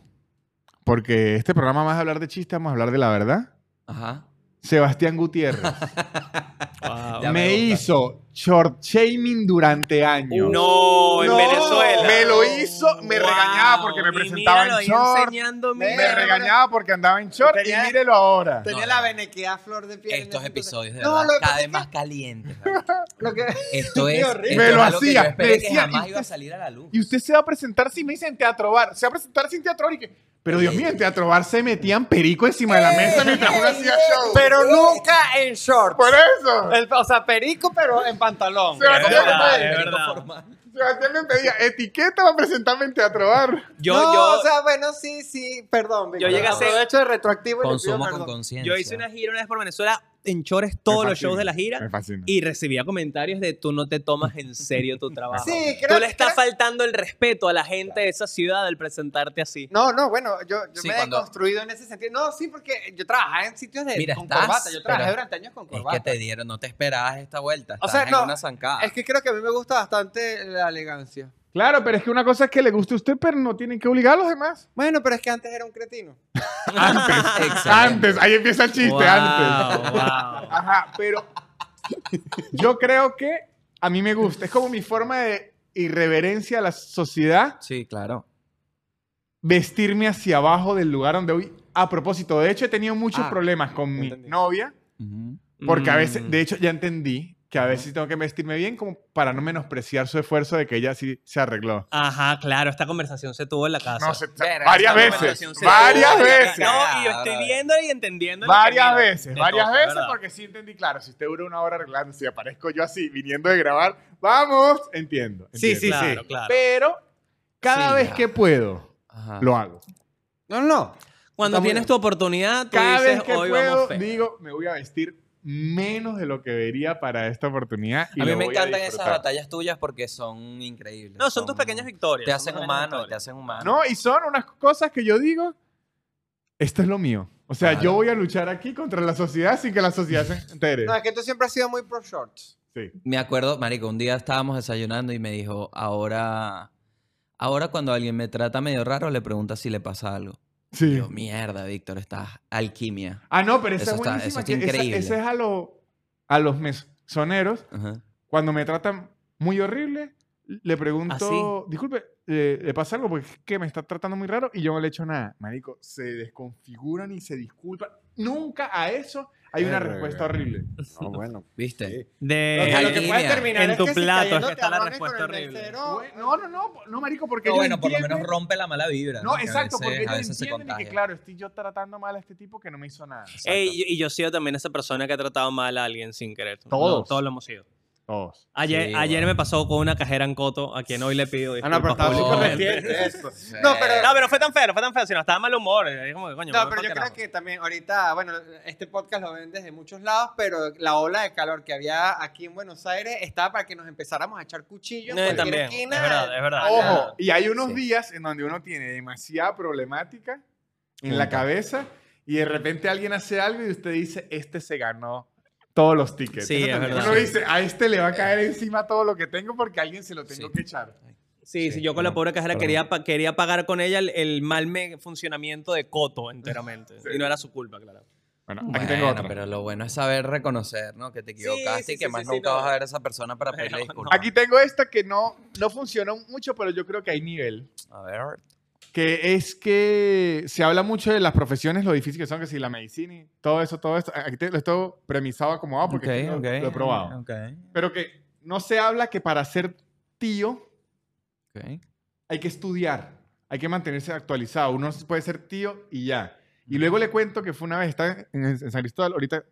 porque este programa más de hablar de chistes, vamos a hablar de la verdad.
Ajá.
Sebastián Gutiérrez
Ya
me,
me gusta.
hizo short shaming durante años.
Uh, No, en
No,
Venezuela.
me lo hizo, me regañaba porque me
y
presentaba en
míralo ahí
short.
enseñando,
Me
Me
mira.
regañaba porque andaba en short y
Tenía-
mírelo ahora.
Tenía
No,
la
no.
venequedad flor de piel. en
Estos
ese entonces.
episodios de
No,
verdad,
lo que
cada
pasa
vez
es
más calientes. ¿verdad?
que- lo que-
Esto
Qué
es,
horrible.
esto
Me
es
lo
algo que
hacía,
yo
me
esperé que
decía,
jamás
y
iba a
usted-
salir a la luz.
Y usted se va a presentar, sí me dice en Teatro Bar. Se va a presentar sin Teatro Bar y que. Pero Dios mío, en Teatro Bar se metían perico encima de la mesa mientras uno hacía show.
Pero nunca en shorts.
¡Por eso!
El- o sea, perico, pero en pantalón.
Sebastián,
Es verdad,
me-
es verdad.
Sebastián me pedía etiqueta para presentarme en Teatro Bar.
Yo,
no,
yo,
o sea, bueno, sí, sí, perdón.
Yo llegué a hacer-
hecho de retroactivo. y le pido
Consumo con
perdón.
conciencia.
yo hice una gira una vez por Venezuela en shorts todos
Me
los shows
fascina,
de la gira
Me fascina.
y recibía comentarios de tú no te tomas en serio tu trabajo.
Sí, creo
Tú le estás
creo-
faltando el respeto a la gente de esa ciudad al presentarte así.
No, no, bueno, yo, yo
Sí,
me he
cuando-
construido en ese sentido. No, sí, porque yo trabajaba en sitios de,
Mira,
con
estás,
corbata. Yo trabajé
pero-
durante años con
Es
corbata.
que te dieron, no te esperabas esta vuelta.
O
Estás
sea, no,
en una zancada.
Es que creo que a mí me gusta bastante la elegancia.
Claro, pero es que una cosa es que le guste a usted, pero no tienen que obligar a los demás.
Bueno, pero es que antes era un cretino.
Antes.
Excelente.
antes. Ahí empieza el chiste,
Wow,
antes.
wow.
Ajá, pero yo creo que a mí me gusta. Es como mi forma de irreverencia a la sociedad,
Sí, claro.
vestirme hacia abajo del lugar donde voy. A propósito, de hecho he tenido muchos
Ah,
problemas con mi
entendí.
novia,
Ujú.
porque a
Mm.
veces, de hecho ya entendí que a veces tengo que vestirme bien como para no menospreciar su esfuerzo de que ella sí se arregló.
Ajá, claro, esta conversación se tuvo en la casa.
No, se-
Verga,
varias
esa
veces,
conversación se
varias
tuvo en la
veces.
No, y yo
Cagada,
estoy
brother.
viendo y entendiendo. lo que
Varias
mira,
veces,
te
varias
toca,
veces,
¿verdad?
porque sí entendí, claro, si usted dura una hora arreglándose y aparezco yo así, viniendo de grabar, vamos, entiendo.
Sí,
entiendo.
sí, sí.
Claro, claro.
Pero cada
Sí,
vez
ya.
que puedo,
Ajá.
lo hago.
No, no, no.
Cuando
Está muy
tienes
bien.
tu oportunidad, tú
Cada
dices,
vez que
hoy
puedo,
vamos feo".
digo, me voy a vestir menos de lo que debería para esta oportunidad. y
a mí
lo
me
voy
encantan esas
disfrutar.
batallas tuyas porque son increíbles.
No, son tus pequeñas victorias.
Te
son
hacen
pequeñas
humano,
victorias.
te hacen humano.
No, y son unas cosas que yo digo, esto es lo mío. O sea,
Claro.
yo voy a luchar aquí contra la sociedad sin que la sociedad se entere.
No, es que tú siempre has sido muy pro shorts.
Sí.
Me acuerdo, marico, un día estábamos desayunando y me dijo, ahora, ahora cuando alguien me trata medio raro, le pregunta si le pasa algo.
Sí.
Yo, mierda, Víctor, estás alquimia.
Ah, no, pero esa
Eso
es
está-
buenísima.
eso está
que esa-
increíble.
Esa, es a, lo- a los mesoneros.
Ajá.
Cuando me tratan muy horrible, le
¿Ah,
pregunto, disculpe, eh, ¿le pasa algo? Porque es que me está tratando muy raro y yo no le echo nada. Marico, se desconfiguran y se disculpan. Nunca a eso hay una
Verga.
respuesta horrible.
No, bueno.
¿Viste?
Lo
Eh,
que, lo que
alquimia.
puede terminar
En
es
tu
que si
plato
cayendo
es que
te
está la
amames con
respuesta
el
horrible.
mesero.
Güey, No, no, no, no, marico, porque
No,
ellos
bueno, por lo menos
entienden-
rompe la mala vibra.
No,
Que a
exacto,
veces-
porque
a
ellos
veces se
entienden y que,
contagia.
claro, estoy yo tratando mal a este tipo que no me hizo nada.
Exacto.
Ey, y- y yo he sido también esa persona que ha tratado mal a alguien sin querer. No,
Todos.
todos lo hemos sido.
Todos.
Ayer,
Sí,
ayer
bueno.
me pasó con una cajera en Coto, a quien hoy le pido
Ah, no, pero
disculpas
estaba
No,
súper
públicamente.
reciente esto.
Sí.
No, pero-
No, pero no fue tan feo, no fue tan feo, sino estaba de mal humor. Es como que, coño,
Eh, No,
me
pero
voy
yo
pa'l
creo que también ahorita, bueno, este podcast lo ven desde muchos lados, pero la ola de calor que había aquí en Buenos Aires estaba para que nos empezáramos a echar cuchillos
No,
en cualquier
Eh, también,
esquina.
es verdad, es verdad.
Ah,
Ojo, y hay unos
Sí.
días en donde uno tiene demasiada problemática en la
Punta.
cabeza y de repente alguien hace algo y usted dice, este se ganó todos los tickets.
Sí, es
Entonces,
verdad.
Uno dice, a este le va a caer encima todo lo que tengo porque a alguien se lo tengo
Sí.
que echar.
Sí, sí,
Sí,
yo con la
no,
pobre cajera
perdón.
quería, pa- quería pagar con ella el, el mal me- funcionamiento de Coto enteramente. Y no era su culpa, claro.
Bueno, aquí
Bueno,
tengo otra.
pero lo bueno es saber reconocer, ¿no? Que te equivocaste
sí,
y que
sí,
más
sí, sí,
nunca
no.
vas a ver a esa persona para pedirle disculpas.
Aquí tengo esta que no, no funcionó mucho, pero yo creo que hay nivel.
A ver.
Que es que se habla mucho de las profesiones, lo difícil que son, que si la medicina y todo eso, todo esto. Aquí te- lo estoy premisado, acomodado, porque
Ok,
aquí lo-
ok,
lo he probado.
ok,
Pero que no se habla que para ser tío
ok.
hay que estudiar, hay que mantenerse actualizado. Uno puede ser tío y ya. Y luego le cuento que fue una vez, estaba en, en San Cristóbal, ahorita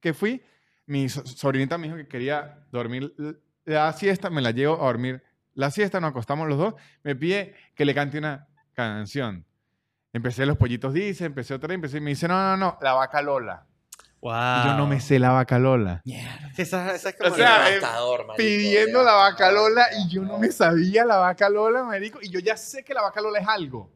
que fui, mi so- sobrinita me dijo que quería dormir l- la siesta, me la llevo a dormir la siesta, nos acostamos los dos, me pide que le cante una canción. Empecé los pollitos dice, empecé otra, empecé y me dice, no, no, no, la vaca Lola. Y Yo
Ah.
no me sé la vaca Lola.
Mierda.
Esa, esa es como
O sea,
la-
eh, Pidiendo la vaca Lola y yo no me sabía la vaca Lola, marico, y yo ya sé que la vaca Lola es algo.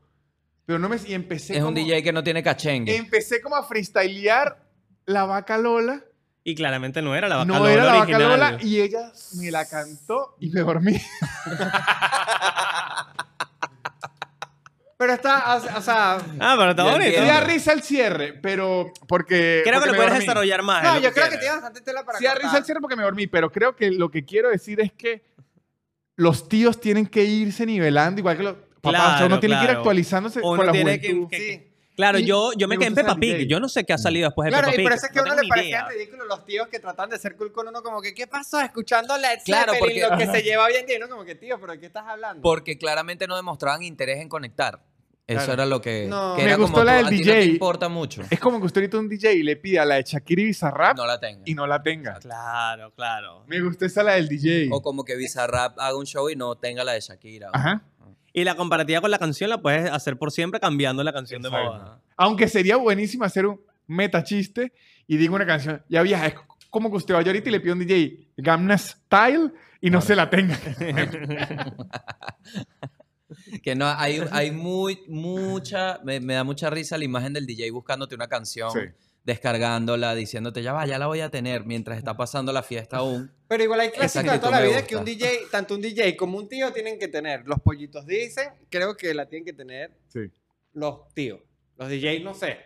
Pero no me y empecé
Es un
como-
DJ que no tiene cachengue.
empecé como a freestylear la vaca Lola.
Y claramente no era la vaca
no
Lola
era la
original.
vaca Lola y ella me la cantó y me dormí.
Pero está, o, o sea,
Ah, pero está
Ya
bonito.
Me
entiendo.
da risa el cierre, pero porque
Creo
porque
que lo
me
puedes
dormí.
desarrollar más.
no,
es lo
yo creo que
quieras.
tiene bastante tela para
Sí da risa
cortar.
el cierre porque me dormí, pero creo que lo que quiero decir es que los tíos tienen que irse nivelando igual que los papás, o sea,
Claro,
uno tiene que ir
claro.
actualizándose
Uno
con la
tiene que-
juventud.
que-
Sí.
Claro,
Y
yo, yo me
me
quedé en
gusta
Peppa
ser
Pig.
DJ.
Yo no sé qué ha salido después de
Claro,
Peppa
y
Pig.
por eso es que
no
a uno
tengo
le
ni
parecían
idea.
ridículos los tíos que tratan de ser cool con uno, como que, ¿qué pasó? Escuchando Led
Claro,
Zeppelin,
porque-
lo que se lleva hoy en día, y uno como que, tío, ¿pero de qué estás hablando?
Porque claramente no demostraban interés en conectar. Eso
Claro.
era lo que.
No.
que
Me
era como
gustó la
tú,
del
a ti no te
DJ.
importa mucho.
Es como que usted ahorita un DJ le pida la de Shakira y Bizarrap
No la tenga.
y no la tenga.
Claro, claro.
Me gustó esa la del DJ.
O como que Bizarrap haga un show y no tenga la de Shakira.
Ajá.
Y la comparativa con la canción la puedes hacer por siempre cambiando la canción de
Exacto.
moda.
Aunque sería buenísimo hacer un metachiste y digo una canción, ya vieja, es como que usted vaya ahorita y le pide a un DJ Gamna Style y no se la tenga.
Que no, hay, hay muy, mucha, me, me da mucha risa la imagen del DJ buscándote una canción,
Sí.
descargándola, diciéndote, ya va, ya la voy a tener mientras está pasando la fiesta aún.
Pero igual hay clásicos de
actitud
toda la
me
vida
gusta.
que un DJ, tanto un DJ como un tío tienen que tener. Los pollitos dicen, creo que la tienen que tener
Sí.
los tíos. Los DJs, no sé.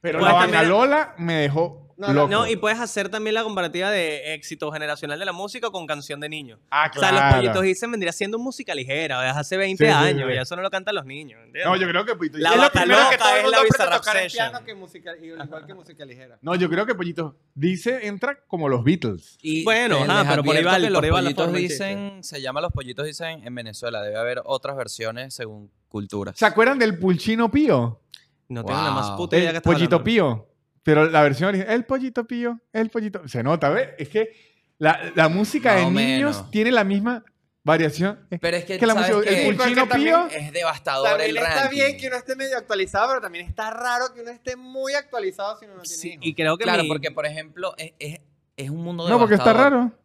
Pero
Pues
la banda
también-
Lola me dejó
No, no,
loco.
No, y puedes hacer también la comparativa de éxito generacional de la música con canción de niño.
Ah,
O sea, los
claro.
pollitos dicen vendría siendo música ligera, o sea, hace 20
Sí, sí,
años,
sí.
ya eso no lo cantan los niños. ¿entiendes?
No, yo creo que Pollito
La
es lo
vaca
primero que
loca
todo el
es
mundo
la
aprende.
Bizarrap
tocar el
Session.
piano que música, igual que música ligera.
No, yo creo que Pollito dice, entra como los Beatles.
Y
Bueno,
te-
ajá,
les
pero por ahí
advierto
va el-
que
por ahí va la
los pollitos
forma del chiste.
dicen, se llama Los Pollitos dicen en Venezuela, debe haber otras versiones según cultura.
¿Se acuerdan del Pulchino Pío?
No tengo la más
Wow.
puta idea que
El
estás
Pollito
hablando.
Pío. Pero la versión original, el Pollito Pío, el Pollito... Se nota, ¿ves? Es que la, la música
Más
de
o
niños
menos.
tiene la misma variación.
Pero es que,
que la
¿sabes
música-
qué?
el pulchino
porque
pío...
es devastador el
También
ranking.
está bien que uno esté medio actualizado, pero también está raro que uno esté muy actualizado si uno no tiene
Sí,
hijos.
y creo que
Claro,
mi-
porque por ejemplo, es, es, es un mundo
No, porque está
devastador.
raro.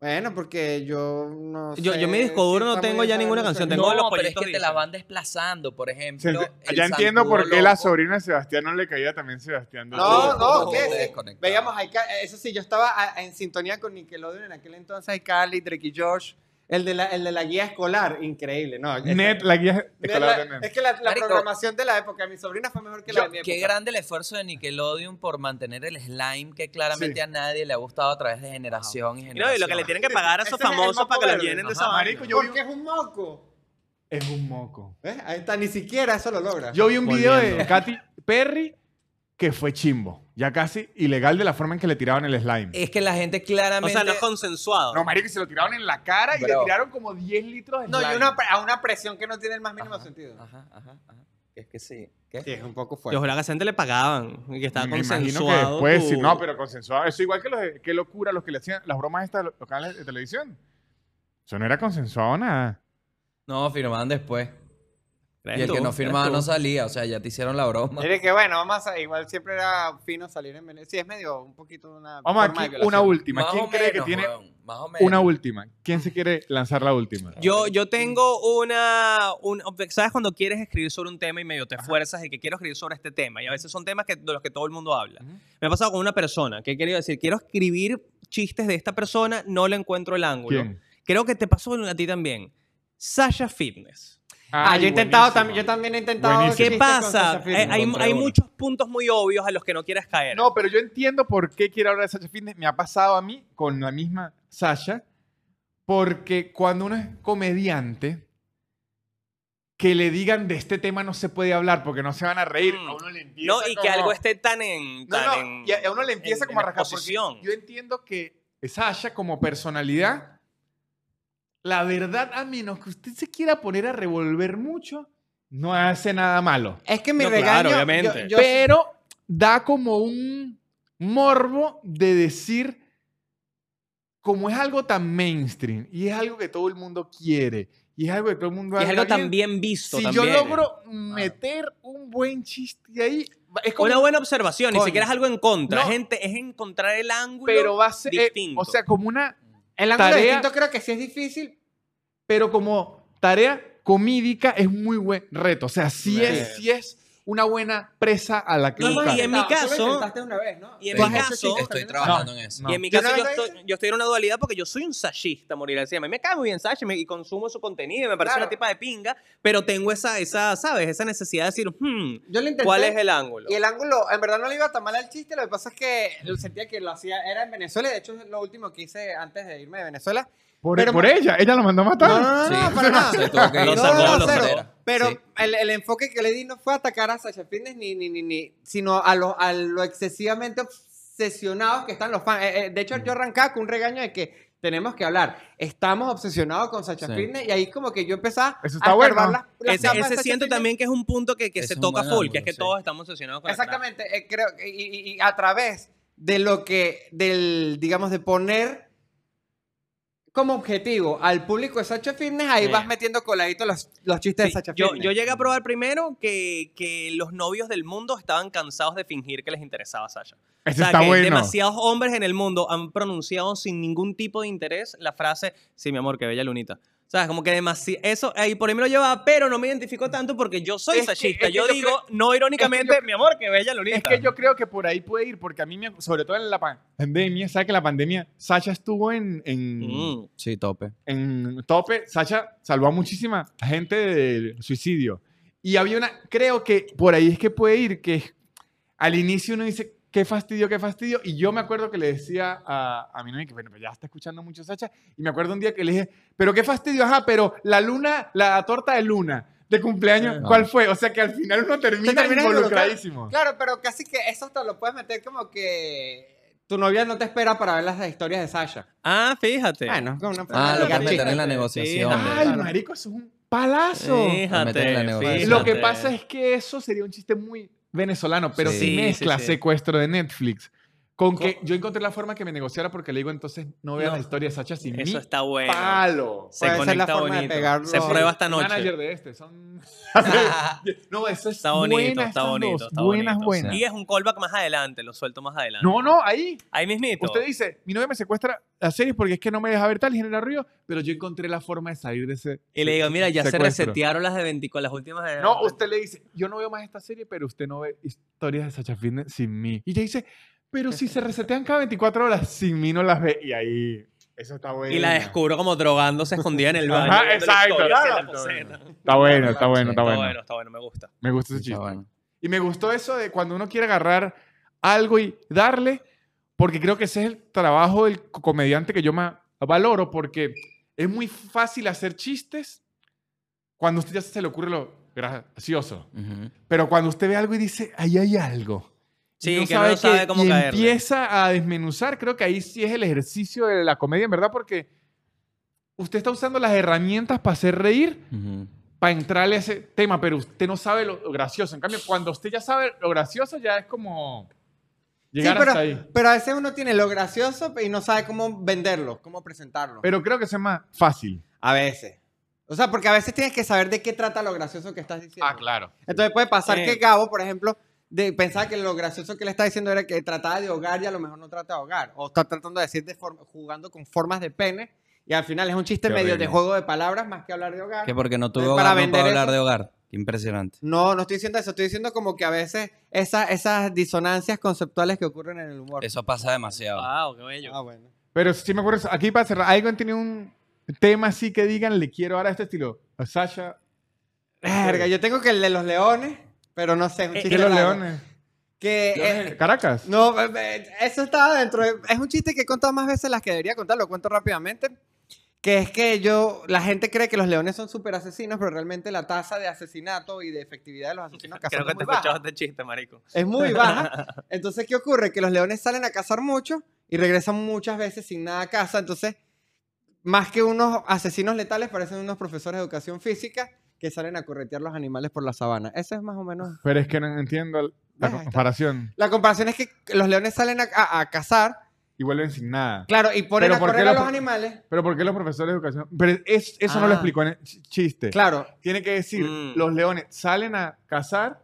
Bueno, porque yo no sé.
Yo- yo mi disco duro
sí,
no
está
tengo
muy
ya
raro,
ninguna
no sé.
canción, tengo-
No,
los
pero es
pollitos
que te la
dicen.
van desplazando, por
Se
ejemplo.
ent-
el
ya entiendo por qué
zancudo
la
loco.
sobrina de Sebastián no le caía también Sebastián. de
No,
Toro.
no,
Como
¿qué?
que
Sí,
desconectado.
Veíamos, a Ica- eso sí, yo estaba a- en sintonía con Nickelodeon en aquel entonces, Cali, Drake y George, El de la, el de la guía escolar, increíble. No, es-
Net, la guía
Net,
escolar
la-
de Net.
es que la, la
Marico.
programación de la época, mi sobrina fue mejor que la de mi época.
Qué grande el esfuerzo de Nickelodeon por mantener el slime que claramente a nadie le ha gustado a través de generación y
Y no,
generación.
y lo que le tienen que pagar a esos
Ese es el
famosos
moco
para que lo
verde.
llenen de
Ajá,
esa vaina.
Marico, yo vi,
Porque es un moco.
es un moco.
¿Ves? Ahí está, ni siquiera eso lo logra.
Yo vi un video de
Volviendo.
Katy Perry que fue chimbo. Ya casi ilegal de la forma en que le tiraban el slime.
Eh,
Es que la gente
O
claramente...
sea, no es consensuado.
No, marico, se lo tiraron en la cara y
Bro.
le tiraron como 10 litros de
no, y
slime.
una, pre- a una presión que no tiene el más mínimo
Ajá,
sentido.
Ajá, ajá, ajá. Es que sí. ¿Qué?
Sí, es un poco
Yo
pues.
fuerte.
juraba que a esa gente le pagaban y que estaba
Me imagino que
consensuado.
después,
tu-
sí, no, pero consensuado. Eso igual que los de- qué locura los que le hacían las bromas estas a los canales de televisión. Eso no era consensuado nada.
No, firmaban después.
¿Crees
Y el
tú?
que no
¿Crees
firmaba
tú?
no salía. O sea, ya te hicieron la broma.
Mire que bueno, vamos a, sa- igual siempre era fino salir en Venezuela. Sí, es medio un poquito una.
Vamos
forma de
aquí, una
violación.
última.
Más
¿Quién
o
cree que
menos,
tiene
weón, Más o menos.
una última? ¿Quién se quiere lanzar la última?
Yo, yo tengo una, un- ¿Sabes cuando quieres escribir sobre un tema y medio te esfuerzas y que quiero escribir sobre este tema? Y a veces son temas que, de los que todo el mundo habla.
Ujú.
Me ha pasado con una persona que he querido decir, quiero escribir chistes de esta persona, no le encuentro el ángulo.
¿Quién?
Creo que te pasó a ti también. Sasha Fitness.
Ah,
Ay,
yo he intentado
buenísimo.
también, yo también he intentado.
Buenísimo.
chistes
¿Qué
Sí,
con
pasa?
Sasha
Hay,
Fitness.
hay-
encontré
hay
uno.
muchos puntos muy obvios a los que no quieres caer.
No, pero yo entiendo por qué quiere hablar de Sasha Fitness. Me ha pasado a mí con la misma Sasha, porque cuando uno es comediante, que le digan de este tema no se puede hablar porque no se van a reír.
Mm.
A uno le empieza
No, y que
como-
algo esté tan en.
No,
tan
no,
en-
y a a uno le empieza
en-
como a
en
rascar. porque
exposición.
Yo entiendo que Sasha, como personalidad, la verdad, a menos que usted se quiera poner a revolver mucho, no hace nada malo
Es que mi
No,
regaño.
claro,
yo-
obviamente.
yo-
pero da como un morbo de decir, como es algo tan mainstream y es algo que todo el mundo quiere y es algo que todo el mundo
Y es
habla
algo tan bien visto.
Si yo
también.
logro meter un buen chiste ahí, es como
Una buena observación, ni
Coño.
siquiera es algo en contra.
No.
Gente, es encontrar el ángulo.
pero va a ser, eh,
distinto.
o sea, como una,
El ángulo
Tarea-
distinto creo que sí es difícil.
pero como tarea comídica es muy buen reto, o sea, sí,
Sí.
es, sí es una buena presa a la que
No, no,
buscar.
y en mi
Tú lo
caso-
intentaste una vez, ¿no?
y en
Tú
mi
has hecho
caso-
chistes
Estoy
también.
trabajando en eso.
no.
Y en mi
¿Yo
caso
no
yo
lo he
estoy, yo estoy en una dualidad porque yo soy un sashista, morir así. A mí me cae muy bien Sashi me- y consumo su contenido, me parece
Claro.
una tipa de pinga, pero tengo esa, esa, ¿sabes? Esa necesidad de decir, hmm,
Yo lo intenté.
¿cuál es el ángulo?
Y el ángulo, en verdad no le iba tan mal al chiste, lo que pasa es que lo sentía que lo hacía, era en Venezuela, y de hecho es lo último que hice antes de irme de Venezuela.
Por,
Pero-
por ella, ella lo mandó a matar.
No, no, no, no, para nada.
Se tuvo que ir.
Lo
No,
salvó,
no,
lo
cero.
salvó.
Pero
Sí.
el, el enfoque que le di no fue atacar a Sasha Fitness ni, ni, ni, ni- sino a lo, a lo excesivamente obsesionados que están los fans. Eh, eh, de
Mm.
hecho, yo arrancaba con un regaño de que tenemos que hablar. Estamos obsesionados con Sasha
Sí.
Fitness y ahí como que yo empezaba
Eso
a
está bueno.
escarbar las- las
Ese,
capas de
ese
Sasha
siento
Fitness.
también que es un punto que, que
Es
se
un
toca
buen
full, que
ángulo,
es que
sí.
todos estamos obsesionados con la trama.
Exactamente, eh, creo, y, y- y a través de lo que, del, digamos, de poner como objetivo al público de Sacha Fitness, ahí
Sí.
vas metiendo coladito los, los chistes de
Sí,
Sacha
yo,
Fitness.
yo llegué a probar primero que, que los novios del mundo estaban cansados de fingir que les interesaba Sasha.
Eso
O sea,
está
que
bueno.
demasiados hombres en el mundo han pronunciado sin ningún tipo de interés la frase, sí, mi amor, que bella lunita. O sea, como que demasiado... Eso, ahí por ahí me lo llevaba, pero no me identifico tanto porque yo soy
Es que-
sashista.
es que
yo,
yo
digo, no irónicamente, mi amor, que bella lunita.
Es que yo creo que por ahí puede ir, porque a mí, me, sobre todo en la pan- pandemia, ¿sabes que la pandemia, Sasha estuvo en, en,
Mm.
Sí, tope.
en tope, Sasha salvó a muchísima gente del suicidio. Y había una, creo que por ahí es que puede ir, que es- al inicio uno dice, qué fastidio, qué fastidio. Y yo me acuerdo que le decía a, a mi novia, que bueno, pero ya está escuchando mucho Sasha, y me acuerdo un día que le dije, pero qué fastidio, ajá, pero la luna, la torta de luna de cumpleaños,
Ajá.
¿cuál fue? O sea que al final uno termina,
termina
involucradísimo.
Claro, pero casi que eso hasta lo puedes meter como que tu novia no te espera para ver las historias de Sasha.
Ah, fíjate.
Bueno, como una forma
Ah,
de
lo que
ligar
meter en la
chistes.
negociación.
Ay,
Claro.
marico, eso es un palazo.
Meter en la
Fíjate,
negociación.
fíjate.
Lo que pasa es que eso sería un chiste muy venezolano, pero
Sí.
si
Sí,
mezcla
sí, sí.
secuestro de Netflix con que yo encontré la forma que me negociara porque le digo entonces no veas
No.
la historia de Sacha sin
Eso
mí.
está bueno.
Palo.
Se
Puede ser
conecta
la forma de
bonito.
pegarlo.
Se prueba esta noche.
Manager de este, son No, eso es
Está bonito,
buena,
está
esas
bonito,
dos,
está
buenas,
bonito.
buenas.
Y es un callback más adelante, lo suelto más adelante.
No, no, ahí.
Ahí mismito.
Usted dice, mi novia me secuestra las series porque es que no me deja ver tal y genera ruido, pero yo encontré la forma de salir de ese
y le digo, mira, ya se
secuestro.
resetearon las de 24, las últimas de...
No, usted le dice, yo no veo más esta serie, pero usted no ve historias de Sacha Fitness sin mí. Y ella dice, pero si se resetean cada 24 horas, sin mí no las ve. Y ahí, Eso está bueno.
Y la descubro como drogándose escondida en el baño.
Ajá,
viendo la
exacto,
historia,
claro. pues.
haciendo la coseta.
Está bueno, está bueno, está
Está
bueno.
bueno, está bueno, me gusta.
Me gusta ese
Está
chiste.
bueno.
Y me gustó eso de cuando uno quiere agarrar algo y darle, porque creo que ese es el trabajo del co- comediante que yo más valoro, porque es muy fácil hacer chistes cuando a usted ya se le ocurre lo gracioso.
Ujú.
Pero cuando usted ve algo y dice, ahí hay algo. y
Sí, que no sabe
qué,
cómo
y
caerle.
empieza a desmenuzar, creo que ahí sí es el ejercicio de la comedia, en verdad, porque usted está usando las herramientas para hacer reír,
Ujú.
para entrarle a ese tema, pero usted no sabe lo, lo gracioso. En cambio, cuando usted ya sabe lo gracioso, ya es como llegar
sí, pero,
hasta ahí.
pero a veces uno tiene lo gracioso y no sabe cómo venderlo, cómo presentarlo.
Pero creo que eso es más fácil.
a veces. O sea, porque a veces tienes que saber de qué trata lo gracioso que estás diciendo.
claro.
Entonces puede pasar
Eh.
que Gabo, por ejemplo, de, pensaba que lo gracioso que le estaba diciendo era que trataba de ahogar y a lo mejor no trata de ahogar. O está tratando de decir de forma, jugando con formas de pene y al final es un chiste
Qué
medio
horrible.
de juego de palabras más que hablar de ahogar.
Que porque no tuve
Entonces, para
hogar, no
vender
puedo hablar
eso-
de hogar. Qué impresionante.
No, no estoy diciendo eso, estoy diciendo como que a veces esas, esas disonancias conceptuales que ocurren en el humor.
Eso pasa demasiado.
Wow, qué bello.
Ah, bueno.
Pero sí me acuerdo, aquí para cerrar, ¿alguien tiene un tema así que digan, le quiero ahora este estilo? A Sasha,
Verga, yo tengo que el de los leones, pero no sé, es un
Eh,
chiste
que los
raro.
leones.
Que, eh,
Caracas.
No, eh, eh, eso estaba dentro. de- Es un chiste que he contado más veces las que debería contar, lo cuento rápidamente. Que es que yo, la gente cree que los leones son súper asesinos, pero realmente la tasa de asesinato y de efectividad de los asesinos
Creo
cazados
que
es
te
muy
he escuchado
baja.
este chiste, marico.
Es muy baja. Entonces, ¿qué ocurre? Que los leones salen a cazar mucho y regresan muchas veces sin nada a casa. Entonces, más que unos asesinos letales, parecen unos profesores de educación física que salen a corretear los animales por la sabana. Eso es más o menos
Pero es que no entiendo
Ah,
la
está.
comparación.
La comparación es que los leones salen a, a- a cazar,
Y vuelven sin nada.
claro, y ponen
Pero
a
¿por qué
correr a
los-
los animales.
Pero ¿por qué los profesores de educación? Pero es- eso no lo
Ah.
explicó en el ch- chiste.
Claro,
Tiene que decir,
Mm.
los leones salen a cazar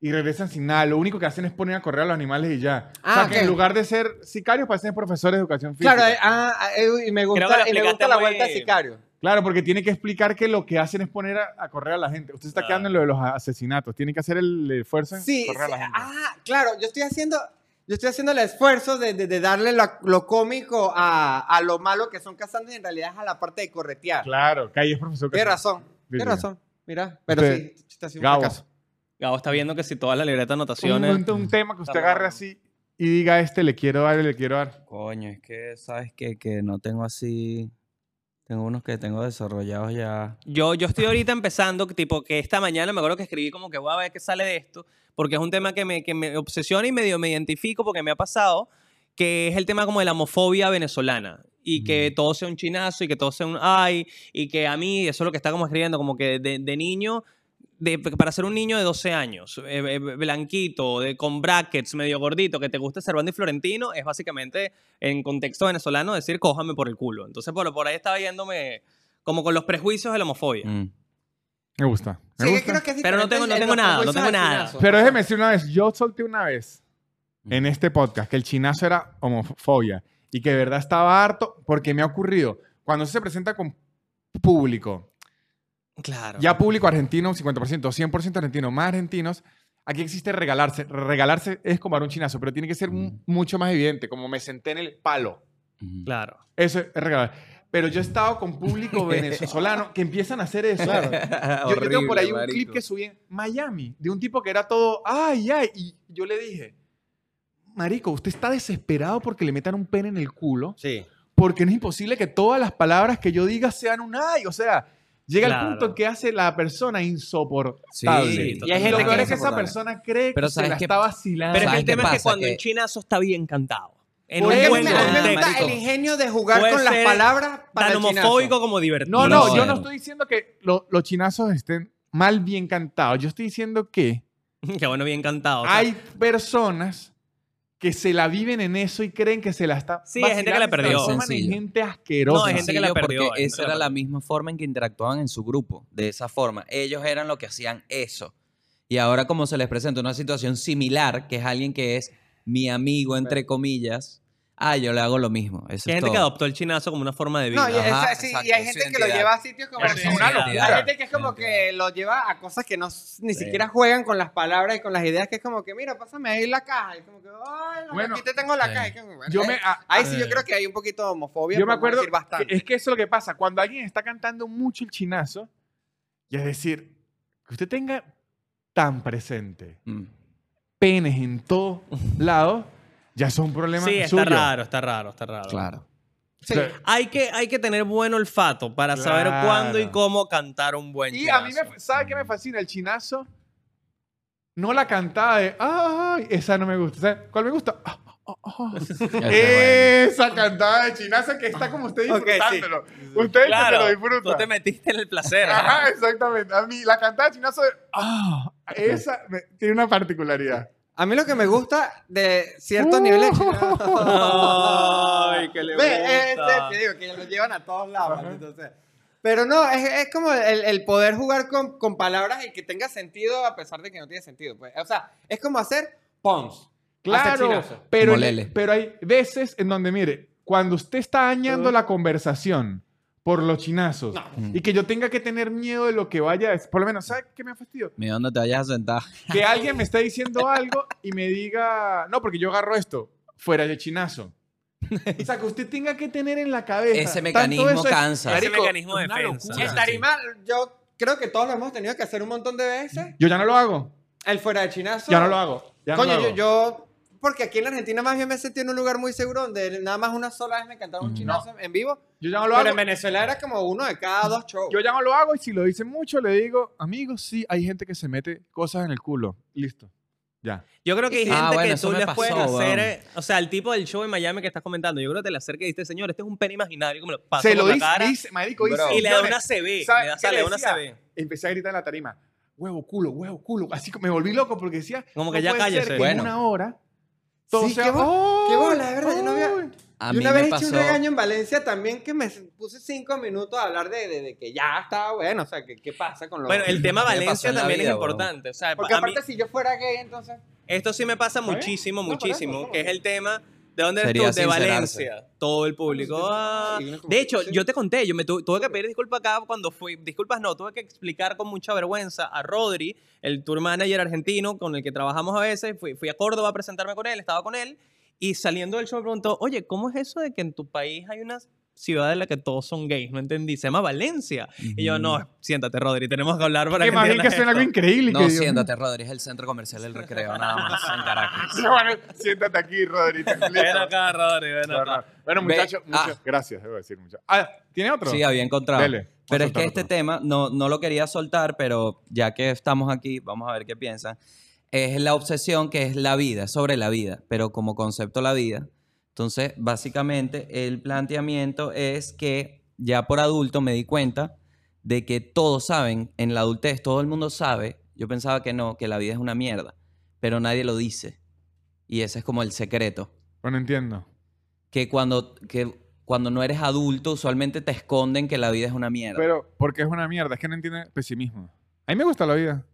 y regresan sin nada. Lo único que hacen es poner a correr a los animales y ya. o sea,
Ah,
que en
ok.
lugar de ser sicarios, parecen profesores de educación física.
claro,
Claro,
eh, ah, ah, eh, y me
que
gusta,
lo
y me gusta
explicaste
la
muy-
vuelta de sicario.
porque tiene que explicar que lo que hacen es poner a, a correr a la gente. Usted se está
Claro.
quedando en lo de los asesinatos. Tiene que hacer el esfuerzo en
Ah. Sí,
correr a la
sí,
gente.
ah, claro, yo estoy haciendo, yo estoy haciendo el esfuerzo de, de- de darle lo, lo cómico a, a lo malo que son cazando y en realidad es a la parte de corretear.
Claro, que ahí es profesor.
Tienes
educación.
razón,
Bien,
tienes
bien.
razón, mira, pero
Usted,
sí, está haciendo un
Este, Gabo,
fracaso.
Gabo está viendo que si toda la libreta de
un,
anotaciones.
un- un tema que usted
Está
agarre
bueno.
así y diga este, le quiero dar, le quiero dar.
Coño, es que, ¿sabes qué? Que no tengo así... Tengo unos que tengo desarrollados ya.
Yo, yo estoy ahorita empezando, tipo que esta mañana me acuerdo que escribí como que voy a ver qué sale de esto, porque es un tema que me, que me obsesiona y medio me identifico porque me ha pasado, que es el tema como de la homofobia venezolana. Y que todo sea un chinazo y que todo sea un ay, y que a mí, eso es lo que está como escribiendo, como que de, de niño, de- para ser un niño de 12 años, eh, eh, blanquito, de, con brackets, medio gordito, que te guste Servando y Florentino, es básicamente en contexto venezolano decir cójame por el culo. Entonces, por, por ahí estaba yéndome como con los prejuicios de la homofobia.
Mm.
Me gusta. Me
Sí, que
gusta.
creo que es
Pero no
diferente
tengo- no
en
tengo
los
nada, no
prejuicios
tengo
al
nada.
chinazo.
Pero déjeme decir una vez, yo solté una vez en este podcast que el chinazo era homofobia y que de verdad estaba harto porque me ha ocurrido, cuando se presenta con público,
Claro.
ya público argentino, 50%, 100% argentino, más argentinos, aquí existe regalarse. Regalarse es como dar un chinazo, pero tiene que ser mu-
Mm.
mucho más evidente, como me senté en el palo.
Ujú.
Claro.
Eso es regalar. Pero yo he estado con público venezolano que empiezan a hacer eso. Yo, yo tengo por ahí un clip que subí en Miami de un tipo que era todo, ay, ay, y yo le dije, Marico, usted está desesperado porque le metan un pene en el culo,
Sí.
porque no es imposible que todas las palabras que yo diga sean un ay, o sea, llega
Claro.
el punto que hace la persona insoportable.
Sí,
Y
totalmente.
hay gente
Lo
que,
peor
es que esa persona cree
Pero
que se
¿sabes
la
qué?
está vacilando.
Pero es que
¿Sabes
el
qué
tema es que
pasa?
cuando
Que-
un chinazo está bien cantado. En
Por
un
eso,
buen
a mí me
me gusta
contexto.
el ingenio de jugar
Puede
con las
ser
palabras para
Tan
el chinazo.
homofóbico como divertido.
No, no,
No,
yo
bueno.
no estoy diciendo que lo- los chinazos estén mal bien cantados. Yo estoy diciendo que
Qué bueno, bien cantado. o sea,
hay personas que se la viven en eso y creen que se la está.
Sí, hay gente que
vacilando y
la
se
perdió.
transforman en
Sencillo.
gente asquerosa.
No, hay gente que la
sencillo
perdió, hay
Porque
gente
esa
que la
era la
perdió.
misma forma en que interactuaban en su grupo, de esa forma. Ellos eran los que hacían eso. Y ahora como se les presenta una situación similar, que es alguien que es mi amigo, entre comillas, Ah, yo le hago lo mismo. Eso
Que hay
es
gente que
todo.
adoptó el chinazo como una forma de
No,
vida.
y,
Ajá,
esa- sí, y hay
exacto,
gente
su
que lo
identidad.
lleva a sitios como.
Pero
que-
es una
Hay
locura.
gente que es como que lo lleva a cosas que no s- ni siquiera juegan con las palabras y con las ideas, que es como que, mira, pásame ahí la caja. Y como que, "Hola,
Bueno,
aquí te tengo la
sí.
caja. Y que, bueno,
Yo
eh,
me, a-
Ahí sí, yo creo que hay un poquito de homofobia.
Yo me
por no
acuerdo.
decir bastante.
Es que eso es lo que pasa. Cuando alguien está cantando mucho el chinazo, y es decir, que usted tenga tan presente
Mm.
penes en todos lados, ya es un problema
Sí, está
suyo.
raro, está raro, está raro.
Claro.
Sí.
Hay que, hay que tener buen olfato para saber
Claro.
cuándo y cómo cantar un buen
Y a mí,
chinazo.
me, ¿sabe qué me fascina? El chinazo. No la cantada de, ay, esa no me gusta. ¿Sabe cuál me gusta? Ah, ah, ah.
Ese
Eh,
es
Esa cantada de chinazo que está como usted
Ok, sí.
disfrutándolo. Usted que se lo
Claro,
disfruta.
tú te metiste en el placer. ¿ah?
Ajá, exactamente. A mí, la cantada de chinazo de, ah, esa me- tiene una particularidad.
A mí lo que me gusta de ciertos niveles.
Ay, que le
Ve,
gusta.
este, te digo, que lo llevan a todos lados. entonces. Pero no, es, es como el, el poder jugar con, con palabras y que tenga sentido a pesar de que no tiene sentido. pues. O sea, es como hacer pons. Hasta
Claro,
chinazo.
pero,
Como Lele.
pero hay veces en donde, mire, cuando usted está dañando
Ujú.
la conversación por los chinazos y que yo tenga que tener miedo de lo que vaya a decir, por lo menos, ¿sabe qué me fastidio?
Mira Mm. dónde te vayas a sentar.
Que alguien me esté diciendo algo y me diga, no, porque yo agarro esto, fuera de chinazo. O sea, que usted tenga que tener en la cabeza.
Ese
tanto
mecanismo
eso de-
cansa.
Ese
Marico,
mecanismo de
una
defensa.
locura.
En
sí.
tarima, yo creo que todos lo hemos tenido que hacer un montón de veces.
Yo ya no lo hago.
El fuera de chinazo.
Ya no lo hago. ya no
Coño,
lo
yo,
hago.
yo- porque aquí en la Argentina más bien me sentí en un lugar muy seguro donde nada más una sola vez me cantaron un
Mm.
chinazo en vivo.
Yo ya no lo
Pero
hago.
en Venezuela era como uno de cada dos shows.
Yo ya no lo hago y si lo dicen mucho, le digo, amigos, sí, hay gente que se mete cosas en el culo. Listo. Ya.
Yo creo que hay
Ah,
gente
bueno,
que
eso
tú
me
les
pasó,
puedes hacer.
weón.
eh, o sea, el tipo del show en Miami que estás comentando, yo creo que te le acerca y dice, señor, este es un pene imaginario. Como lo pasó
se lo
por la
dice,
cara.
dice, marico, dice.
Bro.
Y le da
millones.
una CB.
¿Sabe
Le da, o
qué
sea, le
le
da una
decía?
CB.
Empecé a gritar en la tarima, huevo, culo, huevo, culo. Así que me volví loco porque decía,
Como
no
que ya
puede ser
cállese.
que En
Bueno.
una hora,
Sí, qué bo-
¡ay!
qué bola, de verdad, yo no había-
¡ay!
A
Yo
mí
una vez
me
eché
pasó.
un regaño en Valencia también que me puse cinco minutos a hablar de, de- de que ya estaba bueno, o sea, que qué pasa con los...
Bueno, el tema
Me pasó
Valencia
en la
también es
vida, weón.
importante. O sea,
Porque
a mí,
aparte si yo fuera gay, entonces...
esto sí me pasa
bien?
muchísimo,
No, por eso,
muchísimo,
no,
que es
no.
el tema de dónde eres
Sería
tú, de
sincerarse.
Valencia. Todo el público.
Bueno, sí,
ah.
sí, uno como
De
que,
hecho,
sí.
yo te conté, yo me tu- tuve que pedir disculpas acá cuando fui. Disculpas no, tuve que explicar con mucha vergüenza a Rodri, el tour manager argentino con el que trabajamos a veces. Fui, fui a Córdoba a presentarme con él, estaba con él. Y saliendo del show me preguntó, oye, ¿cómo es eso de que en tu país hay una ciudad en la que todos son gays? No entendí, se llama Valencia. Y yo, no, siéntate, Rodri, tenemos que hablar para
Que
que
más bien que
entiendas
suena algo
esto".
increíble. y que
No,
digo,
siéntate, Rodri, es el centro comercial del recreo, nada más en Caracas.
bueno, siéntate aquí, Rodri. te explico.
Ven acá, Rodri, ven acá.
Bueno,
Ve-
muchachos, muchas
ah.
gracias, debo decir muchas. Ah, ¿tiene otro?
Sí, había encontrado.
Dele, vamos
pero
a
es que
soltar
este
otro.
tema no, no lo quería soltar, pero ya que estamos aquí, vamos a ver qué piensan. Es la obsesión que es la vida, sobre la vida, pero como concepto la vida. Entonces, básicamente, el planteamiento es que ya por adulto me di cuenta de que todos saben, en la adultez todo el mundo sabe, yo pensaba que no, que la vida es una mierda, pero nadie lo dice. Y ese es como el secreto
Bueno, entiendo.
que cuando, que cuando no eres adulto, usualmente te esconden que la vida es una mierda.
Pero, porque es una mierda, es que no entiende el pesimismo. A mí me gusta la vida.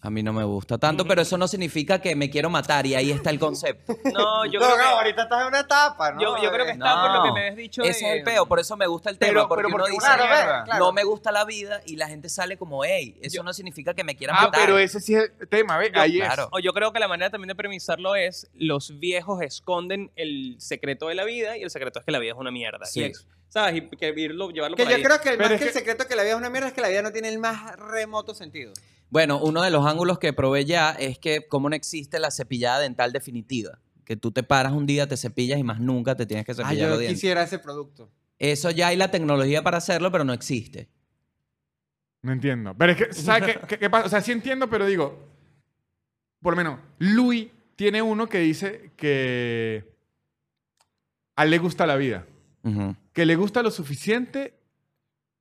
a mí no me gusta tanto, pero eso no significa que me quiero matar y ahí está el concepto.
No, yo
no, no,
creo que...
ahorita estás en una etapa, ¿no? Eh,
Yo, yo creo que está por lo que me habías dicho.
Ese es
de-
el peo, por eso me gusta el tema,
Pero-
porque
pero
uno
porque
dice,
una
Claro,
mierda.
ve, claro.
no me gusta la vida y la gente sale como, hey, eso no significa que me quiera
Ah,
matar.
pero ese sí es el tema, ¿ves?
Yo-
Ahí es.
claro.
O yo creo que la manera también de premisarlo es los viejos esconden el secreto de la vida y el secreto es que la vida es una mierda.
Sí.
Y es- ¿Sabes? Y que irlo, llevarlo
Que
por ahí.
yo creo que el-
Pero
más
es
que el
que-
secreto que la vida es una mierda es que la vida no tiene el más remoto sentido.
Bueno, uno de los ángulos que probé ya es que cómo no existe la cepillada dental definitiva. Que tú te paras un día, te cepillas y más nunca te tienes que
Ah,
cepillar
yo
los dientes.
quisiera ese producto.
Eso ya hay la tecnología para hacerlo, pero no existe.
No entiendo. Pero es que, ¿sabes qué, qué- qué pasa? O sea, sí entiendo, pero digo, por lo menos, Louis tiene uno que dice que a él le gusta la vida.
Ujú.
Que le gusta lo suficiente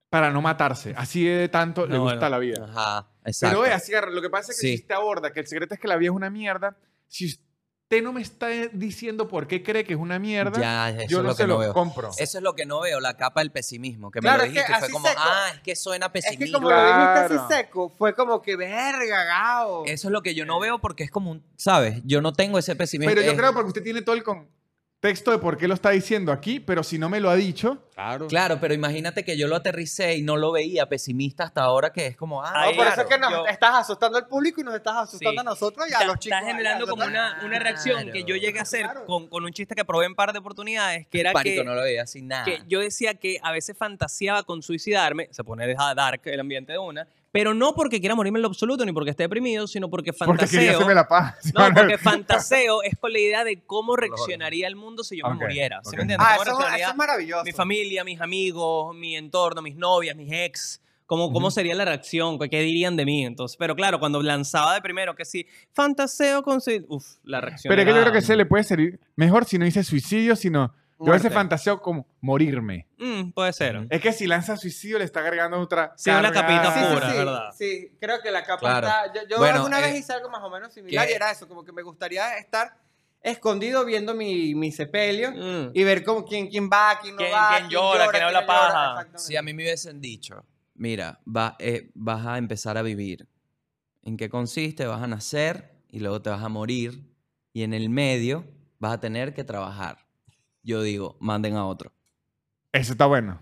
para no matarse. Así de tanto le
No,
gusta
bueno.
la vida.
Ajá, exacto.
Pero es así, agarra. lo que pasa es que
Sí.
si usted aborda que el secreto es que la vida es una mierda, si usted no me está eh, diciendo por qué cree que es una mierda,
Ya, eso
yo no
es lo
se
que no
lo
veo.
compro.
Eso es lo que no veo, la capa del pesimismo. Que
Claro, es
me lo
que
dijiste. y fue
así
como,
seco.
ah, es que suena
Es
pesimismo.
que como lo dijiste así
Claro.
seco, fue como que verga, gao. Eh.
Eso es lo que yo no veo porque es como un, ¿sabes? Yo no tengo ese pesimismo.
Pero yo
es-
creo porque usted tiene todo el con- texto de por qué lo está diciendo aquí, pero si no me lo ha dicho,
Claro.
Claro, pero imagínate que yo lo aterricé y no lo veía pesimista hasta ahora, que es como, ah,
Ahí,
no,
por
pero-
eso es que nos
yo-
estás asustando al público y nos estás asustando
Sí.
a nosotros y a
Está-
los chicos.
Está generando
ahí, a
como
los- Ah,
una, una reacción que yo llegué a hacer
Claro.
con, con un chiste que probé en par de oportunidades, que era
pánico,
que,
no lo veía así nada.
que yo decía que a veces fantaseaba con suicidarme, se pone deja dark el ambiente de una, pero no porque quiera morirme en lo absoluto ni porque esté deprimido, sino porque
porque quería
fantaseo.
hacerme la paja.
no, porque fantaseo es con la idea de cómo reaccionaría el mundo si yo me
Ok,
muriera. ¿sí
ok.
me entiendes?
Ah,
Cómo
eso, es-
reaccionaría
eso es maravilloso.
mi familia, mis amigos, mi entorno, mis novias, mis ex. ¿Cómo, ¿Cómo sería la reacción? ¿Qué qué dirían de mí? Entonces, pero claro, cuando lanzaba de primero que sí, fantaseo con... su- Uf, la reacción.
Pero es que yo
era-
creo que se le puede servir mejor si no dice suicidio, sino yo a
Muerte.
veces fantaseo como morirme.
Mm, puede ser.
Es que si lanza suicidio le está agregando otra.
Sí, una
carga.
capita
Sí, sí,
pura,
sí,
¿verdad?
sí, creo que la capa
Claro.
está- Yo, yo
Bueno,
alguna vez
eh,
hice algo más o menos similar
que-
y era eso, como que me gustaría estar escondido viendo mi, mi sepelio
Mm.
y ver cómo, quién, quién va, quién no
Quién-
va,
quién llora, quién habla
no llora,
paja.
exactamente.
Si a mí me hubiesen dicho, mira, va- eh, vas a empezar a vivir. ¿En qué consiste? Vas a nacer y luego te vas a morir. Y en el medio vas a tener que trabajar. Yo digo, manden a otro.
Eso está bueno.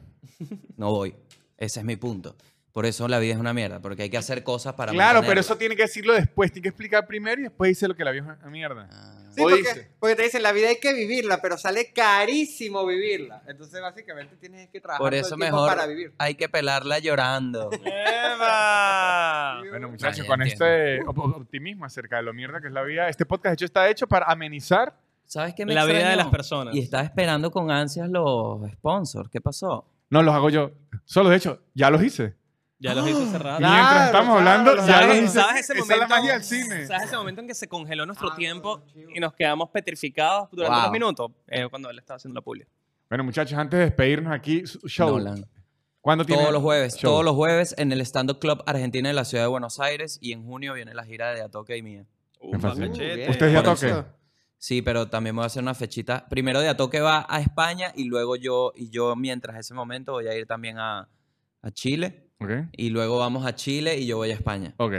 No voy. Ese es mi punto. Por eso la vida es una mierda, porque hay que hacer cosas para
Claro, pero
mantenerla.
eso tiene que decirlo después. Tiene que explicar primero y después dice lo que la vieja mierda.
Ah.
Sí,
O
porque,
dice.
porque te dicen, la vida hay que vivirla, pero sale carísimo vivirla. Entonces, básicamente, tienes que trabajar
Por
todo el
eso
tiempo
mejor
para vivir.
hay que pelarla llorando.
¡Eva!
Bueno, muchachos,
ya
con
entiendo.
este op- op- optimismo acerca de lo mierda que es la vida, este podcast de hecho está hecho para amenizar.
¿Sabes qué me
La vida de
extrañó?
las personas.
Y estaba esperando con ansias los sponsors. ¿Qué pasó?
No los hago yo. Solo, de hecho, ya los hice.
Ya los hice cerrar.
Claro,
Mientras estamos
claro,
hablando,
los
ya
hago.
los
¿Sabes,
hice.
sabes
Esa
ese
es
momento,
la magia del cine.
¿Sabes ese momento en que se congeló nuestro
Ah,
tiempo
chivo.
y nos quedamos petrificados durante
Wow.
unos minutos eh, cuando él estaba haciendo la publi?
Bueno, muchachos, antes de despedirnos aquí, su- show.
Nolan.
¿Cuándo tiene?
Todos los jueves,
show?
todos los jueves en el Stand Up Club Argentina en la ciudad de Buenos Aires y en junio viene la gira de Atoque y mía.
Ufa,
fascina.
cachete.
Ustedes ya
Por
toquen.
eso.
Sí, pero también voy a hacer una fechita. Primero de Atoque va a España y luego yo y yo mientras ese momento voy a ir también a, a Chile
Ok.
y luego vamos a Chile y yo voy a España.
Ok.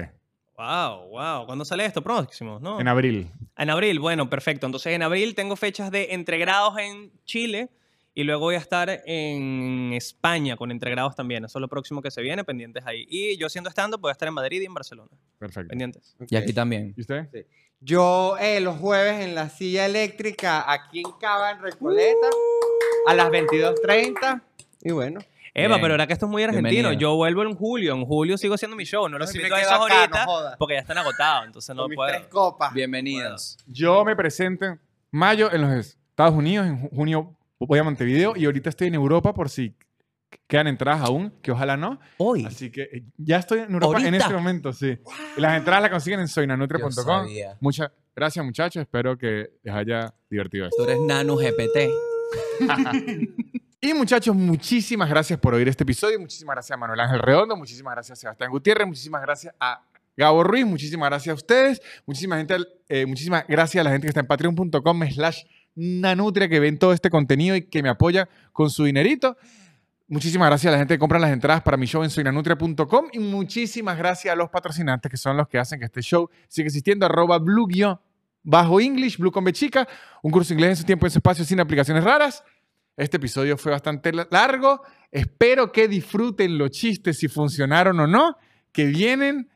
Wow, wow. ¿Cuándo sale esto? Próximo, ¿no?
En abril.
En abril, bueno, perfecto. Entonces en abril tengo fechas de entregrados en Chile y luego voy a estar en España con entregrados también. Eso es lo próximo que se viene, pendientes ahí. Y yo siendo estando, voy a estar en Madrid y en Barcelona.
Perfecto.
Pendientes.
Y aquí también.
¿Y usted?
Yo eh, los jueves en la silla eléctrica, aquí en Cava, en Recoleta,
Uh.
a las 22.30. Y bueno.
Eva,
Bien.
pero ahora que esto es muy argentino,
Bienvenido.
yo vuelvo en julio. En julio sigo haciendo mi show. No los
Sí, me
invito a
quedo
esos
acá,
ahorita
no jodas.
porque ya están agotados. Entonces no
con mis tres
puedo.
copas.
Bienvenidos.
Yo me presento en mayo en los Estados Unidos, en ju- junio voy a Montevideo y ahorita estoy en Europa por si quedan entradas aún, que ojalá no.
Hoy.
Así que eh, ya estoy en Europa en
¿Ahorita?
este momento, sí. Y las entradas las consiguen en
Yo
soinanutre.com.
sabía.
Muchas gracias muchachos, espero que les haya divertido esto.
Tú eres Nano GPT.
Y muchachos, muchísimas gracias por oír este episodio. Muchísimas gracias a Manuel Ángel Redondo, muchísimas gracias a Sebastián Gutiérrez, muchísimas gracias a Gabo Ruiz, muchísimas gracias a ustedes, muchísimas, gente, eh, muchísimas gracias a la gente que está en patreon.com slash nanutria que ven todo este contenido y que me apoya con su dinerito. Muchísimas gracias a la gente que compra las entradas para mi show en soynanutria.com y muchísimas gracias a los patrocinantes que son los que hacen que este show siga existiendo, arroba blue guión bajo English, blue con B chica, un curso de inglés en su tiempo y en su espacio sin aplicaciones raras. Este episodio fue bastante la- largo. Espero que disfruten los chistes, si funcionaron o no, que vienen.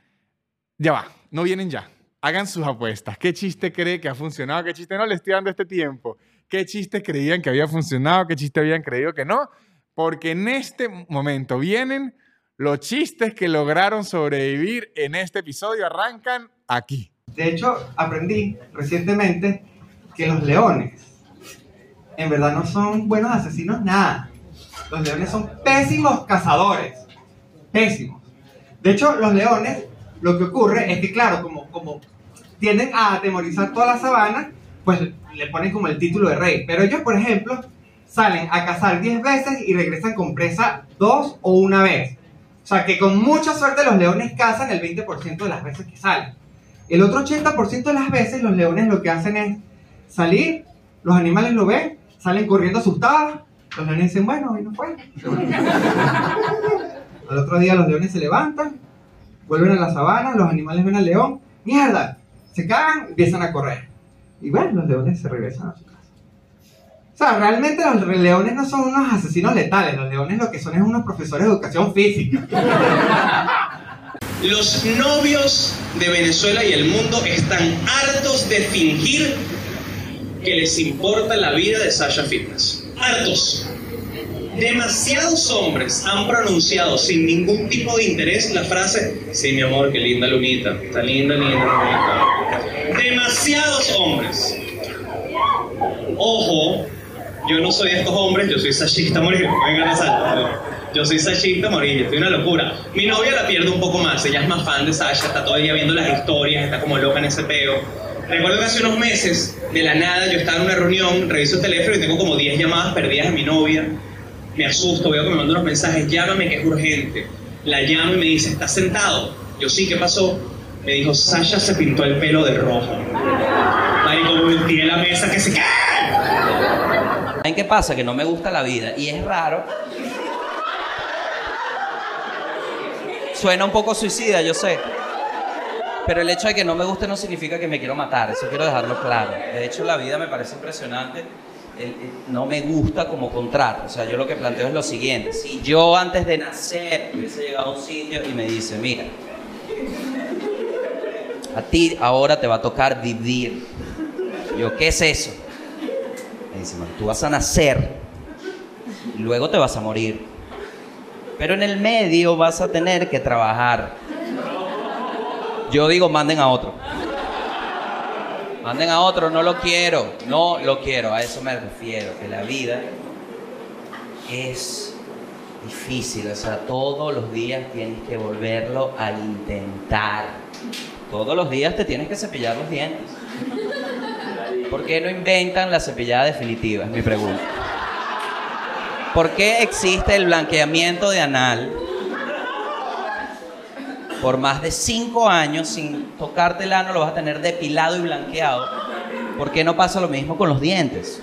Ya va, no vienen ya. Hagan sus apuestas. ¿Qué chiste cree que ha funcionado? ¿Qué chiste no? Le estoy dando este tiempo. ¿Qué chistes creían que había funcionado? ¿Qué chiste habían creído que no? Porque en este momento vienen los chistes que lograron sobrevivir en este episodio. Arrancan aquí.
De hecho, aprendí recientemente que los leones en verdad no son buenos asesinos, nada. Los leones son pésimos cazadores. Pésimos. De hecho, los leones, lo que ocurre es que, claro, como, como tienden a atemorizar toda la sabana, pues le ponen como el título de rey. Pero ellos, por ejemplo, salen a cazar 10 veces y regresan con presa dos o una vez. O sea que con mucha suerte los leones cazan el 20% de las veces que salen. El otro 80% de las veces los leones lo que hacen es salir, los animales lo ven, salen corriendo asustados, los leones dicen, bueno, hoy no fue. al otro día los leones se levantan, vuelven a la sabana, los animales ven al león, mierda, se cagan, empiezan a correr. Y bueno, los leones se regresan a su casa. sea, realmente los leones no son unos asesinos letales, los leones lo que son es unos profesores de educación física.
Los novios de Venezuela y el mundo están hartos de fingir que les importa la vida de Sasha Fitness. Hartos. Demasiados hombres han pronunciado sin ningún tipo de interés la frase, sí mi amor, qué linda lunita, está linda, linda lunita. Demasiados hombres. Ojo, yo no soy de estos hombres, yo soy sashista morir. Venga, Sasha. Yo soy sashista morir, estoy una locura. Mi novia la pierdo un poco más, ella es más fan de Sasha, está todo el día viendo las historias, está como loca en ese peo. Recuerdo que hace unos meses, de la nada, yo estaba en una reunión, reviso el teléfono y tengo como 10 llamadas perdidas de mi novia. Me asusto, veo que me manda unos mensajes, llámame que es urgente. La llamo y me dice, ¿estás sentado? Yo sí, ¿qué pasó? Me dijo, Sasha se pintó el pelo de rojo. Marico, volteé la mesa que se... ¿Qué?
¿Saben qué pasa? Que no me gusta la vida. Y es raro. Suena un poco suicida, yo sé. Pero el hecho de que no me guste no significa que me quiero matar. Eso quiero dejarlo claro. De hecho, la vida me parece impresionante. El- el- no me gusta como contrato. O sea, yo lo que planteo es lo siguiente. Si yo antes de nacer hubiese llegado a un sitio y me dice, mira, a ti ahora te va a tocar vivir. Yo, ¿qué es eso? Me dice, bueno, tú vas a nacer, y luego te vas a morir. Pero en el medio vas a tener que trabajar. Yo digo, manden a otro. Manden a otro, no lo quiero, no lo quiero, a eso me refiero, que la vida es difícil, o sea, todos los días tienes que volverlo a intentar. Todos los días te tienes que cepillar los dientes. ¿Por qué no inventan la cepillada definitiva? Es mi pregunta. ¿Por qué existe el blanqueamiento de anal por más de cinco años sin tocarte el ano? Lo vas a tener depilado y blanqueado. ¿Por qué no pasa lo mismo con los dientes?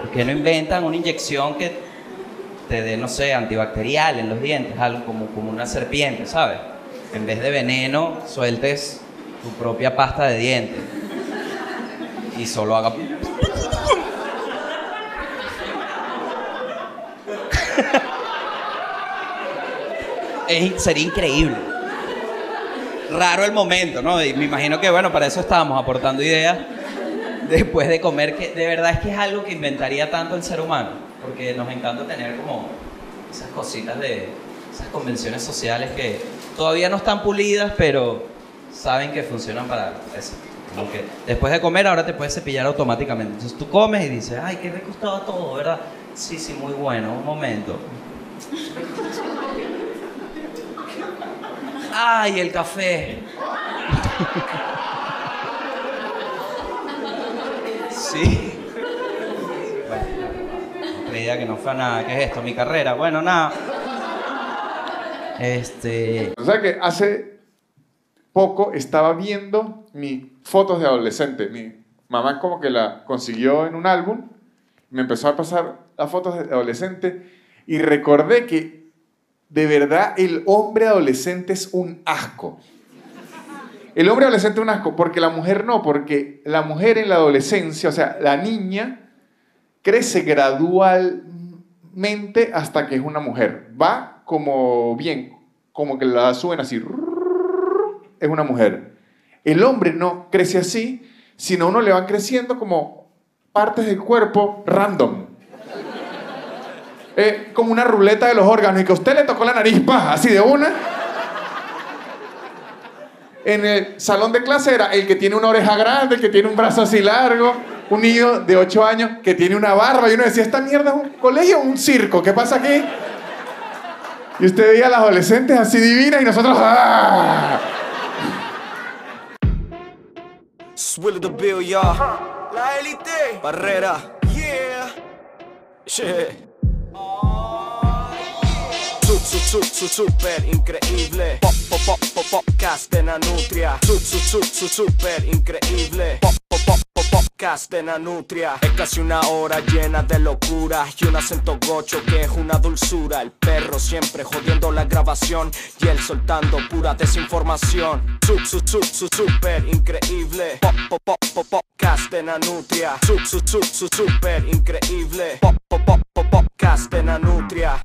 ¿Por qué no inventan una inyección que te dé, no sé, antibacterial en los dientes? Algo como, como una serpiente, ¿sabes? En vez de veneno, sueltes tu propia pasta de dientes y solo haga. Es- sería increíble. Raro el momento, ¿no? Y me imagino que, bueno, para eso estábamos aportando ideas después de comer, que de verdad es que es algo que inventaría tanto el ser humano, porque nos encanta tener como esas cositas de esas convenciones sociales que todavía no están pulidas, pero saben que funcionan para eso. Como que después de comer ahora te puedes cepillar automáticamente. Entonces tú comes y dices, ay, qué rico estaba todo, ¿verdad? Sí, sí, muy bueno, un momento. Ay, el café. Sí. Bueno, no creía que no fue a nada. ¿Qué es esto? Mi carrera. Bueno, nada. Este.
O sea que hace poco estaba viendo mis fotos de adolescente. Mi mamá como que la consiguió en un álbum. Me empezó a pasar las fotos de adolescente y recordé que de verdad el hombre adolescente es un asco. El hombre adolescente es un asco, porque la mujer no, porque la mujer en la adolescencia, o sea, la niña crece gradualmente hasta que es una mujer. Va como bien, como que la suben así. Es una mujer. El hombre no crece así, sino uno le van creciendo como partes del cuerpo random. Eh, como una ruleta de los órganos y que a usted le tocó la nariz, pa, así de una. En el salón de clase era el que tiene una oreja grande, el que tiene un brazo así largo, un niño de 8 años que tiene una barba. Y uno decía, ¿esta mierda es un colegio o un circo? ¿Qué pasa aquí? Y usted veía a las adolescentes así divinas y nosotros... ¡ah!
Swill the bill, y'all. La élite. Barrera. Yeah. Yeah. Su, su, su, su, super increíble. Pop, pop, pop, pop, podcast de Nanutria. Su, su, su, su, super increíble. Pop, pop, pop, pop, podcast de Nanutria. Es casi una hora llena de locura y un acento gocho que es una dulzura. El perro siempre jodiendo la grabación y él soltando pura desinformación. Su, su, su, su, super increíble. Pop, pop, pop, pop, podcast
de Nanutria. Su, su, su, su, super increíble. Pop, pop, pop, pop, podcast de Nanutria.